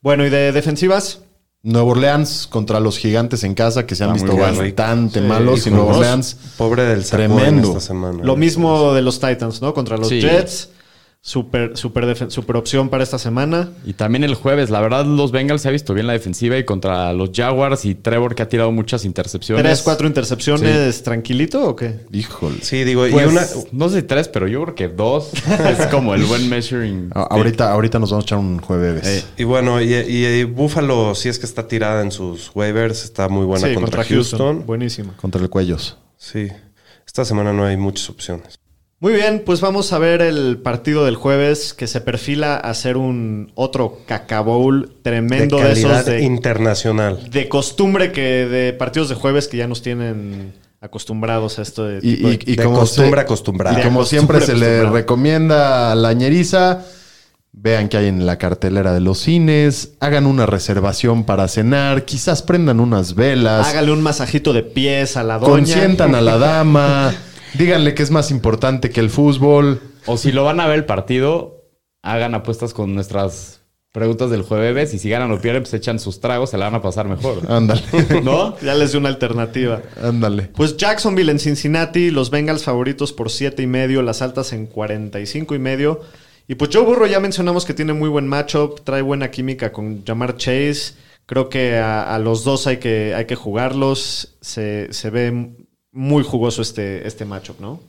[SPEAKER 1] Bueno, y de defensivas,
[SPEAKER 6] Nueva Orleans contra los gigantes en casa, que se han
[SPEAKER 3] Está
[SPEAKER 6] visto
[SPEAKER 3] muy bien.
[SPEAKER 6] bastante
[SPEAKER 1] Sí.
[SPEAKER 6] malos. Y
[SPEAKER 3] Híjole,
[SPEAKER 6] Nueva
[SPEAKER 3] ¿no?
[SPEAKER 6] Orleans
[SPEAKER 3] Pobre del Tremendo.
[SPEAKER 6] Tremendo.
[SPEAKER 3] esta semana. ¿eh?
[SPEAKER 1] lo mismo de los Titans, ¿no? Contra los
[SPEAKER 4] Sí.
[SPEAKER 1] Jets. Super, super, defen- super opción para esta semana.
[SPEAKER 4] Y también el jueves, la verdad los Bengals se ha visto bien la defensiva y contra los Jaguars y Trevor que ha tirado muchas intercepciones.
[SPEAKER 1] ¿Tres, cuatro intercepciones tranquilito o qué?
[SPEAKER 6] Híjole.
[SPEAKER 3] Sí, digo,
[SPEAKER 4] Pues,
[SPEAKER 3] y una...
[SPEAKER 4] no sé si tres, pero yo creo que dos es como el buen measuring.
[SPEAKER 6] A- Ahorita, ahorita nos vamos a echar un jueves.
[SPEAKER 1] eh,
[SPEAKER 3] Y bueno, y, y- y Buffalo, si es que está tirada en sus waivers, está muy buena
[SPEAKER 1] sí,
[SPEAKER 3] contra,
[SPEAKER 1] contra, Houston.
[SPEAKER 3] Houston.
[SPEAKER 1] Buenísimo.
[SPEAKER 6] Contra el Cuellos.
[SPEAKER 3] Sí, esta semana no hay muchas opciones.
[SPEAKER 1] Muy bien, pues vamos a ver el partido del jueves que se perfila a ser un otro cacabowl tremendo
[SPEAKER 3] de
[SPEAKER 1] de,
[SPEAKER 3] calidad
[SPEAKER 1] esos de,
[SPEAKER 3] internacional.
[SPEAKER 1] de costumbre que de partidos de jueves que ya nos tienen acostumbrados a esto de,
[SPEAKER 6] Y,
[SPEAKER 1] Este tipo de-
[SPEAKER 6] y- y
[SPEAKER 3] de
[SPEAKER 6] como
[SPEAKER 3] costumbre
[SPEAKER 6] se-
[SPEAKER 3] acostumbrada.
[SPEAKER 6] Y
[SPEAKER 1] De
[SPEAKER 6] como
[SPEAKER 1] costumbre
[SPEAKER 6] siempre se le
[SPEAKER 1] acostumbrada.
[SPEAKER 6] recomienda a la ñeriza, vean que hay en la cartelera de los cines, hagan una reservación para cenar, quizás prendan unas velas,
[SPEAKER 1] hágale un masajito de pies a la doña.
[SPEAKER 6] consientan a la dama. <laughs> Díganle que es más importante que el fútbol.
[SPEAKER 4] O si lo van a ver el partido, hagan apuestas con nuestras preguntas del jueves y si ganan o pierden, pues echan sus tragos, se la van a pasar mejor.
[SPEAKER 6] Ándale, <laughs>
[SPEAKER 4] ¿No?
[SPEAKER 1] Ya les di una alternativa.
[SPEAKER 6] ándale.
[SPEAKER 1] Pues Jacksonville en Cincinnati, los Bengals favoritos por 7 y medio, las altas en 45 y medio. Y pues Joe Burrow ya mencionamos que tiene muy buen matchup, trae buena química con Jamar Chase. Creo que a, a los dos hay que, hay que jugarlos. Se, se ve muy jugoso este, este matchup, ¿no?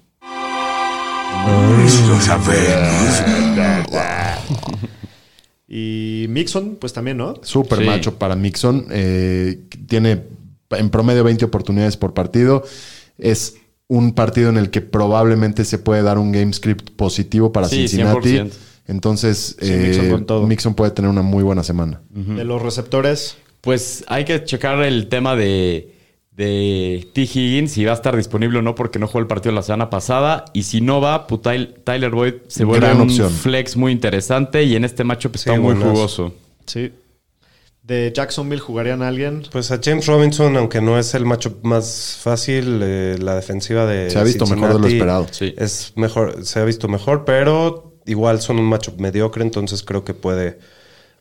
[SPEAKER 1] Y Mixon, pues también, ¿no?
[SPEAKER 6] Súper
[SPEAKER 4] Sí.
[SPEAKER 6] macho para Mixon. eh, tiene en promedio 20 oportunidades por partido. Es un partido en el que probablemente se puede dar un game script positivo para
[SPEAKER 4] Sí,
[SPEAKER 6] Cincinnati.
[SPEAKER 4] 100%.
[SPEAKER 6] Entonces,
[SPEAKER 1] Sí,
[SPEAKER 6] eh,
[SPEAKER 1] Mixon con todo.
[SPEAKER 6] Mixon puede tener una muy buena semana.
[SPEAKER 1] De los receptores.
[SPEAKER 4] Pues hay que checar el tema de, de T. Higgins, si va a estar disponible o no, porque no jugó el partido la semana pasada. Y si no va, pues, Tyl- Tyler Boyd se vuelve
[SPEAKER 6] Gran
[SPEAKER 4] un
[SPEAKER 6] opción.
[SPEAKER 4] flex muy interesante y en este matchup está
[SPEAKER 3] Sí,
[SPEAKER 4] muy
[SPEAKER 3] buenazo.
[SPEAKER 4] jugoso.
[SPEAKER 1] Sí. De Jacksonville jugarían a alguien.
[SPEAKER 3] Pues a James Robinson, aunque no es el matchup más fácil, eh, la defensiva de
[SPEAKER 6] Se ha visto mejor de lo
[SPEAKER 3] Cincinnati
[SPEAKER 6] esperado.
[SPEAKER 4] Sí.
[SPEAKER 3] Es mejor, se ha visto mejor, pero igual son un matchup mediocre, entonces creo que puede,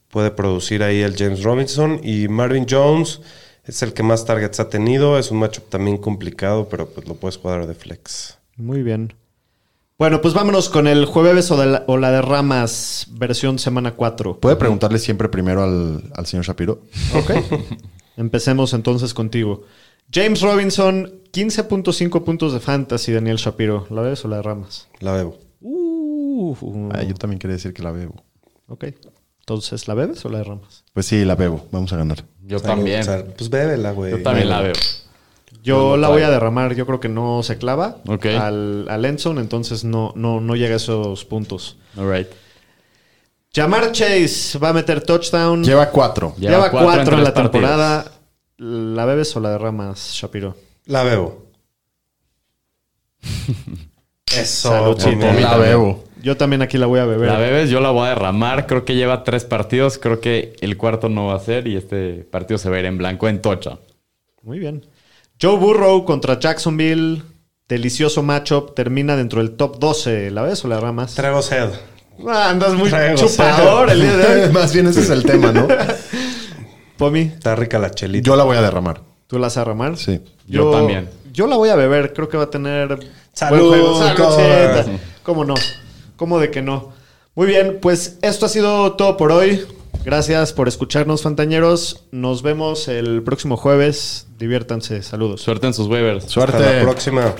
[SPEAKER 3] puede producir ahí el James Robinson. Y Marvin Jones es el que más targets ha tenido, es un matchup también complicado, pero pues lo puedes jugar de flex.
[SPEAKER 1] Muy bien. Bueno, pues vámonos con el jueves o, de la, o la de ramas, versión semana 4.
[SPEAKER 6] ¿Puede preguntarle siempre primero al, al señor Shapiro?
[SPEAKER 1] Ok.
[SPEAKER 6] <laughs>
[SPEAKER 1] Empecemos entonces contigo. James Robinson, 15.5 puntos de fantasy, Daniel Shapiro. ¿La ves o la de ramas?
[SPEAKER 3] La bebo.
[SPEAKER 6] Ah, yo también quería decir que la bebo.
[SPEAKER 1] Ok. Entonces, ¿la bebes o la de ramas?
[SPEAKER 6] Pues sí, la bebo. Vamos a ganar.
[SPEAKER 4] Yo también.
[SPEAKER 3] O sea, pues bébela, güey.
[SPEAKER 4] Yo también la veo.
[SPEAKER 1] Yo la voy a derramar. Yo creo que no se clava
[SPEAKER 4] Ok.
[SPEAKER 1] al, al end zone, entonces no, no, no llega a esos puntos.
[SPEAKER 4] All right.
[SPEAKER 1] Jamar Chase va a meter touchdown.
[SPEAKER 6] Lleva cuatro.
[SPEAKER 4] Lleva
[SPEAKER 1] Lleva,
[SPEAKER 4] cuatro
[SPEAKER 1] cuatro,
[SPEAKER 4] en
[SPEAKER 1] en
[SPEAKER 4] tres
[SPEAKER 1] la
[SPEAKER 4] partidos.
[SPEAKER 1] temporada. ¿La bebes o la derramas, Shapiro?
[SPEAKER 3] La
[SPEAKER 4] <laughs>
[SPEAKER 3] bebo. Eso,
[SPEAKER 1] Saludcita.
[SPEAKER 3] mamita.
[SPEAKER 6] La bebo.
[SPEAKER 1] Yo también aquí la voy a beber.
[SPEAKER 4] La bebes, yo la voy a derramar. Creo que lleva tres partidos. Creo que el cuarto no va a ser y este partido se va a ir en blanco en Tocha.
[SPEAKER 1] Muy bien. Joe Burrow contra Jacksonville. Delicioso matchup. Termina dentro del top 12. ¿La ves o la derramas?
[SPEAKER 3] Traigo sed.
[SPEAKER 1] Ah, andas muy
[SPEAKER 3] Traigo
[SPEAKER 6] <laughs>
[SPEAKER 1] chupador el día de hoy.
[SPEAKER 3] <laughs>
[SPEAKER 6] Más bien ese es el
[SPEAKER 1] <laughs>
[SPEAKER 6] tema, ¿no?
[SPEAKER 1] Pomi,
[SPEAKER 3] Está rica la chelita.
[SPEAKER 6] Yo la voy a derramar.
[SPEAKER 1] ¿tú la vas a derramar?
[SPEAKER 6] Sí.
[SPEAKER 4] Yo también.
[SPEAKER 1] Yo la voy a beber. Creo que va a tener. buen
[SPEAKER 3] Salud,
[SPEAKER 1] juego.
[SPEAKER 3] Salud.
[SPEAKER 1] Saludcita. ¿Cómo no? ¿Cómo de que no? Muy bien, pues esto ha sido todo por hoy. Gracias por escucharnos, Fantañeros. Nos vemos el próximo jueves. Diviértanse. Saludos.
[SPEAKER 4] Suerte en sus waivers.
[SPEAKER 6] Suerte.
[SPEAKER 3] Hasta la próxima.